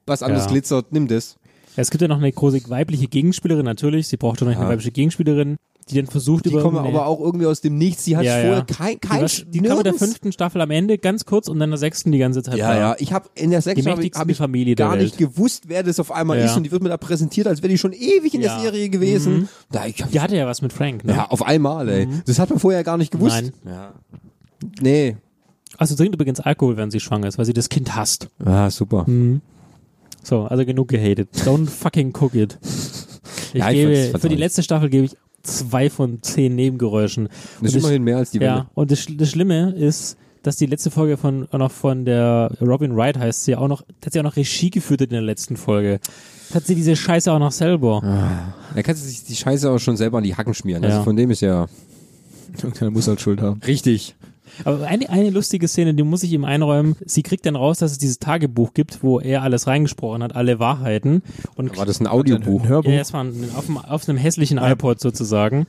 Speaker 1: Was anderes
Speaker 2: Ja.
Speaker 1: glitzert, nimm das.
Speaker 2: Es gibt ja noch eine große weibliche Gegenspielerin, natürlich. Sie braucht doch noch eine
Speaker 1: Ja.
Speaker 2: weibliche Gegenspielerin, die dann versucht,
Speaker 1: Die
Speaker 2: über
Speaker 1: kommen
Speaker 2: eine-
Speaker 1: aber auch irgendwie aus dem Nichts. Sie hat
Speaker 2: Ja,
Speaker 1: vorher
Speaker 2: ja.
Speaker 1: kein,
Speaker 2: Die
Speaker 1: kein
Speaker 2: war- Die, kam in der
Speaker 1: nirgends-
Speaker 2: fünften Staffel am Ende ganz kurz und dann in der sechsten die ganze Zeit.
Speaker 1: Ja,
Speaker 2: da.
Speaker 1: ja. Ich habe in der
Speaker 2: Äh, die
Speaker 1: sechsten habe ich,
Speaker 2: mächtigste
Speaker 1: hab ich
Speaker 2: Familie
Speaker 1: gar
Speaker 2: der Welt.
Speaker 1: nicht gewusst, wer das auf einmal
Speaker 2: Ja.
Speaker 1: ist und die wird mir da präsentiert, als wäre die schon ewig in
Speaker 2: Ja.
Speaker 1: der Serie gewesen.
Speaker 2: Mhm.
Speaker 1: Da, ich,
Speaker 2: Die hatte ja was mit Frank. Ne?
Speaker 1: ja, auf einmal, ey.
Speaker 2: Mhm.
Speaker 1: Das hat man vorher gar nicht gewusst.
Speaker 2: Nein.
Speaker 1: Ja. Nee.
Speaker 2: Also trinkt übrigens Alkohol, wenn sie schwanger ist, weil sie das Kind hasst.
Speaker 1: Ah, super.
Speaker 2: Mhm. So, also genug gehatet. Don't fucking cook it. Ich
Speaker 1: Ja, ich
Speaker 2: gebe,
Speaker 1: fand's- fand's
Speaker 2: für die
Speaker 1: auch
Speaker 2: letzte Staffel gebe ich zwei von zehn Nebengeräuschen. Und
Speaker 1: ist immerhin mehr als die Welle.
Speaker 2: Ja, und das, Sch- das Schlimme ist, dass die letzte Folge von, auch noch von der Robin Wright heißt sie, auch noch, hat sie auch noch Regie geführt in der letzten Folge. Hat sie diese Scheiße auch noch selber.
Speaker 1: Da kannst du sich die Scheiße auch schon selber an die Hacken schmieren.
Speaker 2: Ja.
Speaker 1: Also von dem ist ja
Speaker 3: Irgendeiner muss halt Schuld haben.
Speaker 1: richtig.
Speaker 2: Aber eine, eine lustige Szene, die muss ich ihm einräumen. Sie kriegt dann raus, dass es dieses Tagebuch gibt, wo er alles reingesprochen hat, alle Wahrheiten. Und
Speaker 1: War das ein Audiobuch?
Speaker 2: Ja, das war ein, auf, dem, auf einem hässlichen iPod sozusagen.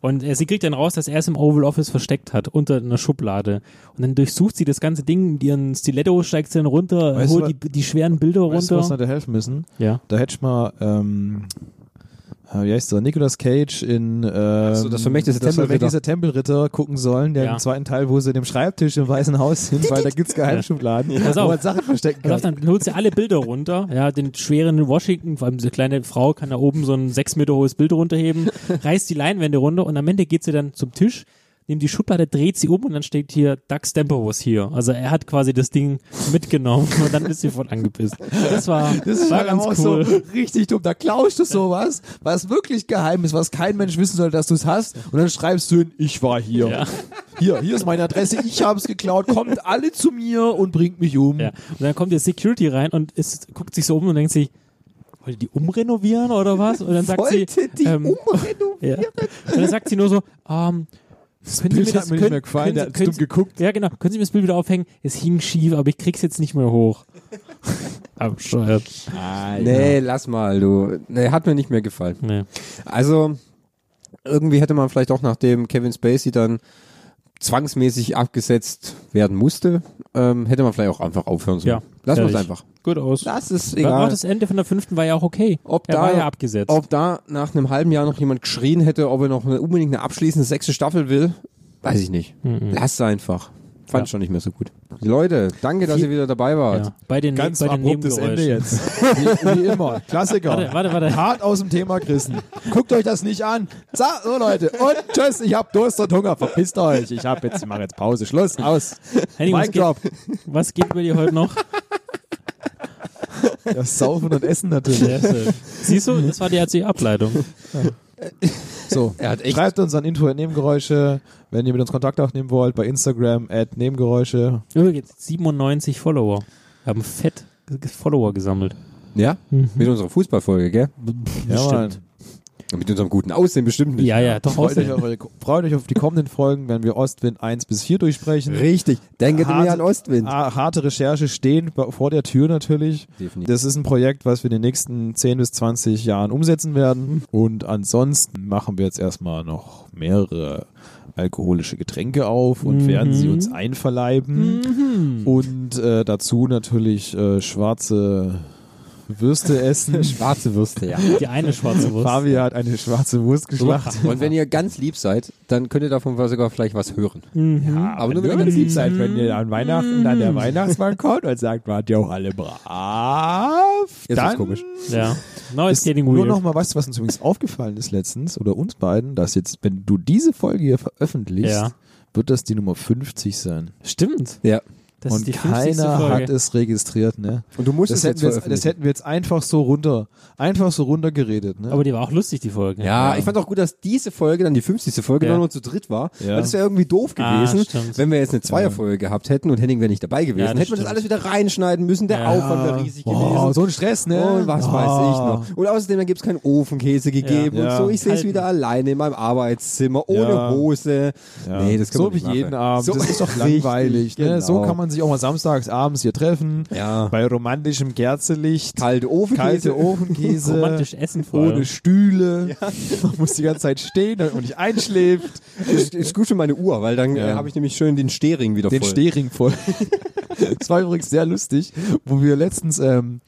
Speaker 2: Und äh, sie kriegt dann raus, dass er es im Oval Office versteckt hat, unter einer Schublade. Und dann durchsucht sie das ganze Ding mit ihren Stiletto, steigt sie dann runter,
Speaker 3: Weißt du,
Speaker 2: holt die, die schweren Bilder
Speaker 3: Weißt du, was
Speaker 2: runter.
Speaker 3: hätte helfen müssen?
Speaker 2: Ja.
Speaker 3: Da hätte ich mal, ähm, äh, wie heißt der, Nicolas Cage in ähm,
Speaker 1: so, das Vermächtnis der Tempelritter.
Speaker 3: das Vermächtnis der Tempelritter gucken sollen, der
Speaker 2: Ja.
Speaker 3: im zweiten Teil, wo sie in dem Schreibtisch im Weißen Haus sind, weil da gibt's Geheimschubladen,
Speaker 2: Pass auf.
Speaker 3: wo man Sachen verstecken
Speaker 2: Pass auf,
Speaker 3: kann.
Speaker 2: dann holt sie alle Bilder runter, ja, den schweren Washington, vor allem diese kleine Frau kann da oben so ein sechs Meter hohes Bild
Speaker 3: [laughs]
Speaker 2: runterheben, reißt die Leinwände runter und am Ende geht sie dann zum Tisch, nimmt die Schublade, dreht sie um und dann steht hier, Doug Stamper was hier. Also er hat quasi das Ding mitgenommen und dann ist sie voll angepisst. Das war,
Speaker 3: [laughs] Das ist
Speaker 2: war
Speaker 3: halt auch
Speaker 2: ganz
Speaker 3: so
Speaker 2: cool.
Speaker 3: richtig dumm. Da klaust du sowas, was wirklich geheim ist, was kein Mensch wissen soll, dass du es hast. Und dann schreibst du hin, ich war hier.
Speaker 2: Ja.
Speaker 3: Hier, hier ist meine Adresse, ich habe es geklaut, kommt alle zu mir und bringt mich um.
Speaker 2: Ja. Und dann kommt der Security rein und ist, guckt sich so um und denkt sich, wollt ihr die umrenovieren oder was? Und dann sagt sie,
Speaker 3: Wollte die
Speaker 2: ähm, ja. Und dann sagt sie nur so, ähm, können Sie
Speaker 3: Bild
Speaker 2: mir
Speaker 3: hat
Speaker 2: das,
Speaker 3: mir nicht
Speaker 2: können,
Speaker 3: mehr gefallen, der
Speaker 2: können,
Speaker 3: hat's
Speaker 2: Sie- können,
Speaker 3: dumm
Speaker 2: Sie- Ja, genau. Können Sie mir das Bild wieder aufhängen? Es hing schief, aber ich krieg's jetzt nicht mehr
Speaker 3: [laughs]
Speaker 2: hoch. Abscheuert.
Speaker 1: Nee, lass mal, du. Nee, hat mir nicht mehr gefallen.
Speaker 2: Nee.
Speaker 1: Also, irgendwie hätte man vielleicht auch nachdem Kevin Spacey dann zwangsmäßig abgesetzt werden musste, ähm, hätte man vielleicht auch einfach aufhören sollen.
Speaker 2: Ja,
Speaker 1: Lass uns
Speaker 2: fertig.
Speaker 1: einfach.
Speaker 2: Gut aus.
Speaker 1: Das ist
Speaker 2: Aber auch
Speaker 1: egal.
Speaker 2: das Ende von der fünften war ja auch okay.
Speaker 1: Ob
Speaker 2: er
Speaker 1: da,
Speaker 2: war ja abgesetzt.
Speaker 1: ob da nach einem halben Jahr noch jemand geschrien hätte, ob er noch eine, unbedingt eine abschließende sechste Staffel will, weiß ich nicht. Lass einfach. Fand
Speaker 2: Mhm. Ja.
Speaker 1: schon nicht mehr so gut. Leute, danke, dass ihr wieder dabei wart.
Speaker 2: ja. Bei den,
Speaker 3: Ganz
Speaker 2: bei den
Speaker 3: abruptes
Speaker 2: Nebengeräuschen.
Speaker 3: Ende jetzt. Wie, wie immer. Klassiker.
Speaker 2: Warte, warte, warte.
Speaker 3: Hart aus dem Thema gerissen. Guckt euch das nicht an. So, so Leute. Und tschüss. Ich hab Durst und Hunger. Verpisst euch. Ich hab jetzt, ich mach jetzt Pause. Schluss. Aus.
Speaker 2: Henning, was
Speaker 3: Mic drop. [laughs]
Speaker 2: geht, was geht bei dir heute noch?
Speaker 3: Ja, Saufen und Essen natürlich.
Speaker 2: Siehst du, das war die einzige Ableitung.
Speaker 3: So, schreibt uns an info Nebengeräusche, wenn ihr mit uns Kontakt aufnehmen wollt, bei Instagram at Nebengeräusche.
Speaker 2: Übrigens, 97 Follower. Haben fett Follower gesammelt.
Speaker 1: Ja?
Speaker 2: Mhm.
Speaker 1: Mit unserer Fußballfolge, gell?
Speaker 3: Ja, Mann.
Speaker 1: Und Mit unserem guten Aussehen bestimmt nicht.
Speaker 2: Ja, ja, doch.
Speaker 3: Freut euch,
Speaker 2: Aussehen.
Speaker 3: auf eure, freut euch auf die kommenden Folgen, wenn wir Ostwind 1 bis 4 durchsprechen.
Speaker 1: Richtig. Denkt mehr an um Ostwind.
Speaker 3: Ah, Harte Recherche stehen bei- vor der Tür natürlich.
Speaker 1: Definitiv.
Speaker 3: Das ist ein Projekt, was wir in den nächsten 10 bis 20 Jahren umsetzen werden. Und ansonsten machen wir jetzt erstmal noch mehrere alkoholische Getränke auf und
Speaker 2: Mhm.
Speaker 3: werden sie uns einverleiben. Und äh, dazu natürlich äh, schwarze Würste
Speaker 1: [laughs]
Speaker 3: essen.
Speaker 1: Schwarze Würste, ja.
Speaker 2: Die eine schwarze Wurst.
Speaker 3: Fabi hat eine schwarze Wurst
Speaker 1: [laughs]
Speaker 3: geschlachtet.
Speaker 1: Und wenn ihr ganz lieb seid, dann könnt ihr davon sogar vielleicht was hören.
Speaker 3: Ja, aber nur wenn ihr ganz lieb seid, wenn ihr an Weihnachten dann der Weihnachtsmann kommt und sagt, wart ihr auch alle brav,
Speaker 1: Jetzt
Speaker 3: dann
Speaker 1: ist komisch.
Speaker 2: Ja. Now it's
Speaker 3: ist
Speaker 2: getting
Speaker 3: nur
Speaker 2: weird.
Speaker 3: noch mal was, was uns übrigens aufgefallen ist letztens oder uns beiden, dass jetzt, wenn du diese Folge hier veröffentlichst,
Speaker 2: Ja.
Speaker 3: wird das die Nummer 50 sein.
Speaker 2: Stimmt.
Speaker 1: Ja.
Speaker 2: Das
Speaker 3: und
Speaker 2: ist die 50.
Speaker 3: keiner
Speaker 2: Folge.
Speaker 3: hat es registriert, ne?
Speaker 1: Und du musst
Speaker 3: Das
Speaker 1: es
Speaker 3: hätten,
Speaker 1: jetzt
Speaker 3: wir jetzt, das
Speaker 1: veröffentlichen.
Speaker 3: hätten wir jetzt einfach so runter, einfach so runter geredet, ne?
Speaker 2: Aber die war auch lustig, die Folge.
Speaker 1: Ja, ich fand auch gut, dass diese Folge dann die 50. Folge
Speaker 2: Ja.
Speaker 1: nur noch zu dritt war.
Speaker 3: Ja.
Speaker 1: Weil das wäre irgendwie doof
Speaker 2: Ah,
Speaker 1: gewesen,
Speaker 2: stimmt.
Speaker 1: wenn wir jetzt eine Zweierfolge gehabt hätten und Henning wäre nicht dabei gewesen.
Speaker 2: Ja, das
Speaker 1: Hätten wir das
Speaker 2: stimmt.
Speaker 1: alles wieder reinschneiden müssen, der Aufwand wäre riesig
Speaker 3: oh,
Speaker 1: gewesen.
Speaker 3: so ein Stress, ne?
Speaker 1: Und was
Speaker 3: Oh.
Speaker 1: weiß ich noch. Und außerdem, dann gibt's keinen Ofenkäse gegeben und
Speaker 3: Ja.
Speaker 1: so. Ich sehe es
Speaker 2: Halten.
Speaker 1: wieder alleine in meinem Arbeitszimmer, ohne
Speaker 3: Ja.
Speaker 1: Hose.
Speaker 3: Ja.
Speaker 1: Nee, das kann
Speaker 3: so
Speaker 1: man
Speaker 3: wie
Speaker 1: nicht machen.
Speaker 3: jeden Abend.
Speaker 1: So-
Speaker 3: das ist doch
Speaker 1: [laughs]
Speaker 3: langweilig.
Speaker 1: Richtig,
Speaker 3: ne? So
Speaker 1: genau.
Speaker 3: kann man sich auch mal samstags abends hier treffen.
Speaker 1: Ja.
Speaker 3: Bei romantischem Kerzelicht.
Speaker 1: Kalte Ofenkäse.
Speaker 3: Kalte Ofenkäse.
Speaker 2: Romantisch essen vor allem.
Speaker 3: Ohne Stühle. Man muss die ganze Zeit stehen, damit man nicht einschläft.
Speaker 1: Ich, ich gut für meine Uhr, weil dann äh,
Speaker 3: Ja.
Speaker 1: habe ich nämlich schön den Stehring wieder
Speaker 3: Den
Speaker 1: voll.
Speaker 3: Stehring voll. [laughs] Das war übrigens sehr lustig, wo wir letztens ähm,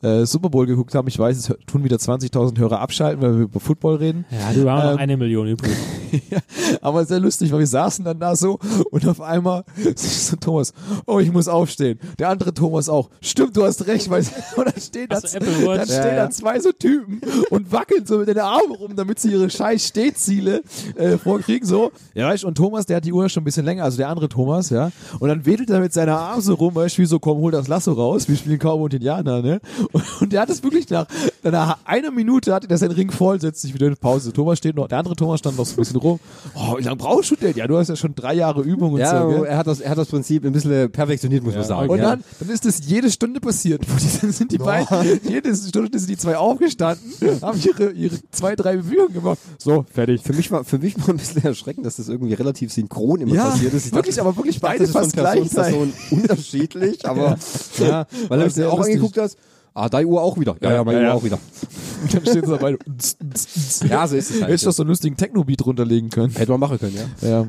Speaker 3: äh, Super Bowl geguckt haben. Ich weiß, es hö- tun wieder 20.000 Hörer abschalten, weil wir über Football reden.
Speaker 2: Ja, die waren
Speaker 3: Ähm,
Speaker 2: noch eine Million übrig.
Speaker 3: [laughs] Aber sehr lustig, weil wir saßen dann da so und auf einmal [laughs] so Thomas, oh, ich muss aufstehen. Der andere Thomas auch. Stimmt, du hast recht, weil [laughs] und dann stehen, da,
Speaker 2: Hast du Apple Watch?
Speaker 3: dann
Speaker 2: Ja,
Speaker 3: stehen da zwei so Typen und wackeln so mit den Armen rum, damit sie ihre scheiß Stehziele äh, vorkriegen. So. Ja, weißt du, und Thomas, der hat die Uhr schon ein bisschen länger, also der andere Thomas, ja. Und dann wedelt er mit seiner Arm so rum, weißt du, wie so, komm, hol das Lasso raus, wir spielen Cowboy und Indianer, ne? Und, und der hat es wirklich nach, nach einer Minute hat er seinen Ring voll, setzt sich wieder in Pause. Thomas steht noch, der andere Thomas stand noch so ein bisschen rum. Oh, wie lange brauchst du denn? Ja, du hast ja schon drei Jahre Übung und
Speaker 1: Ja,
Speaker 3: so, gell?
Speaker 1: er hat, das, er hat das Prinzip ein bisschen äh, perfektioniert, muss man sagen.
Speaker 3: Und
Speaker 1: ja.
Speaker 3: dann, dann ist das jede Stunde passiert. Wo die- [laughs] Dann sind die beiden, jede Stunde sind die zwei aufgestanden, haben ihre, ihre zwei, drei Bewegungen gemacht. So, fertig.
Speaker 1: Für mich war für mich war ein bisschen erschreckend, dass das irgendwie relativ synchron immer
Speaker 3: Ja,
Speaker 1: passiert ist. Ich
Speaker 3: wirklich,
Speaker 1: dachte,
Speaker 3: aber wirklich
Speaker 1: ich dachte,
Speaker 3: beide
Speaker 1: das ist
Speaker 3: fast
Speaker 1: von Person zu
Speaker 3: [laughs] gleichzeitig.
Speaker 1: Person unterschiedlich, aber ja, weil
Speaker 3: War
Speaker 1: du
Speaker 3: sehr
Speaker 1: auch
Speaker 3: lustig.
Speaker 1: angeguckt hast. Ah, deine Uhr auch wieder. Ja, ja, meine
Speaker 3: Ja,
Speaker 1: Uhr
Speaker 3: ja.
Speaker 1: auch wieder.
Speaker 3: Und dann stehen sie dabei.
Speaker 1: Ja, so ist es halt.
Speaker 3: Hättest du doch so einen lustigen Techno-Beat runterlegen können.
Speaker 1: Hätte man machen
Speaker 3: [laughs]
Speaker 1: können, ja.
Speaker 3: Ja.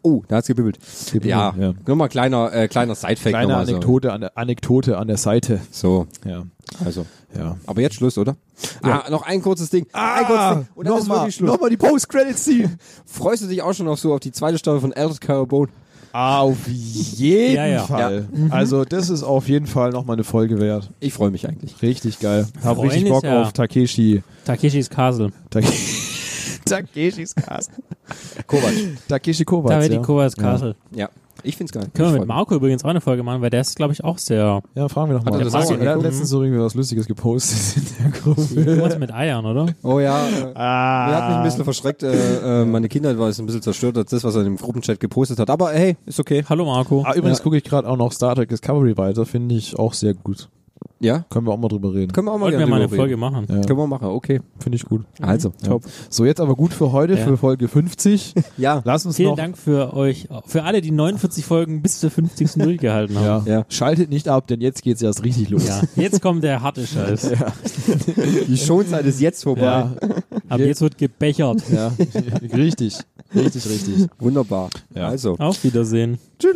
Speaker 1: Oh, da hat's gebibbelt. Ja,
Speaker 3: ja.
Speaker 1: nochmal kleiner äh, kleiner Sidefact
Speaker 3: Kleine
Speaker 1: nochmal so.
Speaker 3: Anekdote an, der- Anekdote an der Seite.
Speaker 1: So,
Speaker 3: Ja.
Speaker 1: also.
Speaker 3: Ja.
Speaker 1: Aber jetzt Schluss, oder? Ah, noch ein kurzes Ding. ein kurzes
Speaker 3: Ah,
Speaker 1: Ding. Und dann ist
Speaker 3: nochmal,
Speaker 1: wirklich Schluss.
Speaker 3: nochmal die [laughs] Post-Credit-Scene.
Speaker 1: Freust du dich auch schon auf so auf die zweite Staffel von Altered Carbone?
Speaker 3: Auf jeden
Speaker 2: Ja, ja.
Speaker 3: Fall. Also, das ist auf jeden Fall nochmal eine Folge wert.
Speaker 1: Ich freue mich eigentlich.
Speaker 3: Richtig geil. Hab
Speaker 2: Freuen
Speaker 3: richtig
Speaker 2: ist
Speaker 3: Bock
Speaker 2: ja-
Speaker 3: auf Takeshi.
Speaker 2: Takeshis Castle.
Speaker 3: Take Takeshis Castle.
Speaker 1: Kovac.
Speaker 3: Takeshi Kovacs.
Speaker 2: Da wäre die
Speaker 3: ja.
Speaker 2: Kovacs Castle.
Speaker 1: [clears throat] Ja, ich find's geil.
Speaker 2: Können
Speaker 1: Ich
Speaker 2: wir
Speaker 1: freu
Speaker 2: mit
Speaker 1: mich.
Speaker 2: Marco übrigens auch eine Folge machen, weil der ist, glaube ich, auch sehr.
Speaker 3: Ja, fragen wir doch
Speaker 1: Hat
Speaker 3: mal.
Speaker 1: er
Speaker 3: Er
Speaker 1: das
Speaker 3: hat,
Speaker 1: auch
Speaker 3: er hat
Speaker 1: angeguckt?
Speaker 3: letztens so irgendwie was Lustiges gepostet in
Speaker 1: [laughs]
Speaker 3: der Gruppe. [laughs]
Speaker 2: Irgendwas mit Eiern, oder?
Speaker 1: Oh ja, äh,
Speaker 3: Ah.
Speaker 1: er hat mich ein bisschen verschreckt. Äh, äh, meine Kindheit war jetzt ein bisschen zerstört als das, was er im Gruppenchat gepostet hat. Aber hey, ist okay.
Speaker 2: Hallo Marco.
Speaker 3: Ah, übrigens gucke ich gerade auch noch Star Trek Discovery weiter. Finde ich auch sehr gut.
Speaker 1: Ja,
Speaker 3: Können wir auch mal drüber reden.
Speaker 1: können wir auch mal
Speaker 2: Wollten
Speaker 1: gerne
Speaker 2: wir mal eine
Speaker 1: drüber reden.
Speaker 2: Folge machen.
Speaker 3: Ja.
Speaker 1: Können wir machen, okay.
Speaker 3: Finde ich gut.
Speaker 1: Also,
Speaker 3: Top. So, jetzt aber gut für heute,
Speaker 2: Ja.
Speaker 3: für
Speaker 2: [laughs]
Speaker 3: Folge 50.
Speaker 1: ja.
Speaker 3: Lass uns
Speaker 2: Vielen
Speaker 3: noch.
Speaker 2: Dank für euch, für alle, die 49 Folgen bis zur 50.
Speaker 3: [laughs]
Speaker 2: durchgehalten haben.
Speaker 3: Ja.
Speaker 1: Ja.
Speaker 3: Schaltet nicht ab, denn jetzt geht's erst richtig los.
Speaker 2: Ja. Jetzt kommt der harte Scheiß.
Speaker 3: [laughs]
Speaker 1: Die Showzeit ist jetzt vorbei.
Speaker 3: Ja.
Speaker 2: Ab jetzt wird gebechert.
Speaker 3: ja. [laughs] richtig. Richtig, richtig.
Speaker 1: Wunderbar.
Speaker 3: Ja.
Speaker 1: Also.
Speaker 2: Auf Wiedersehen.
Speaker 1: Tschüss.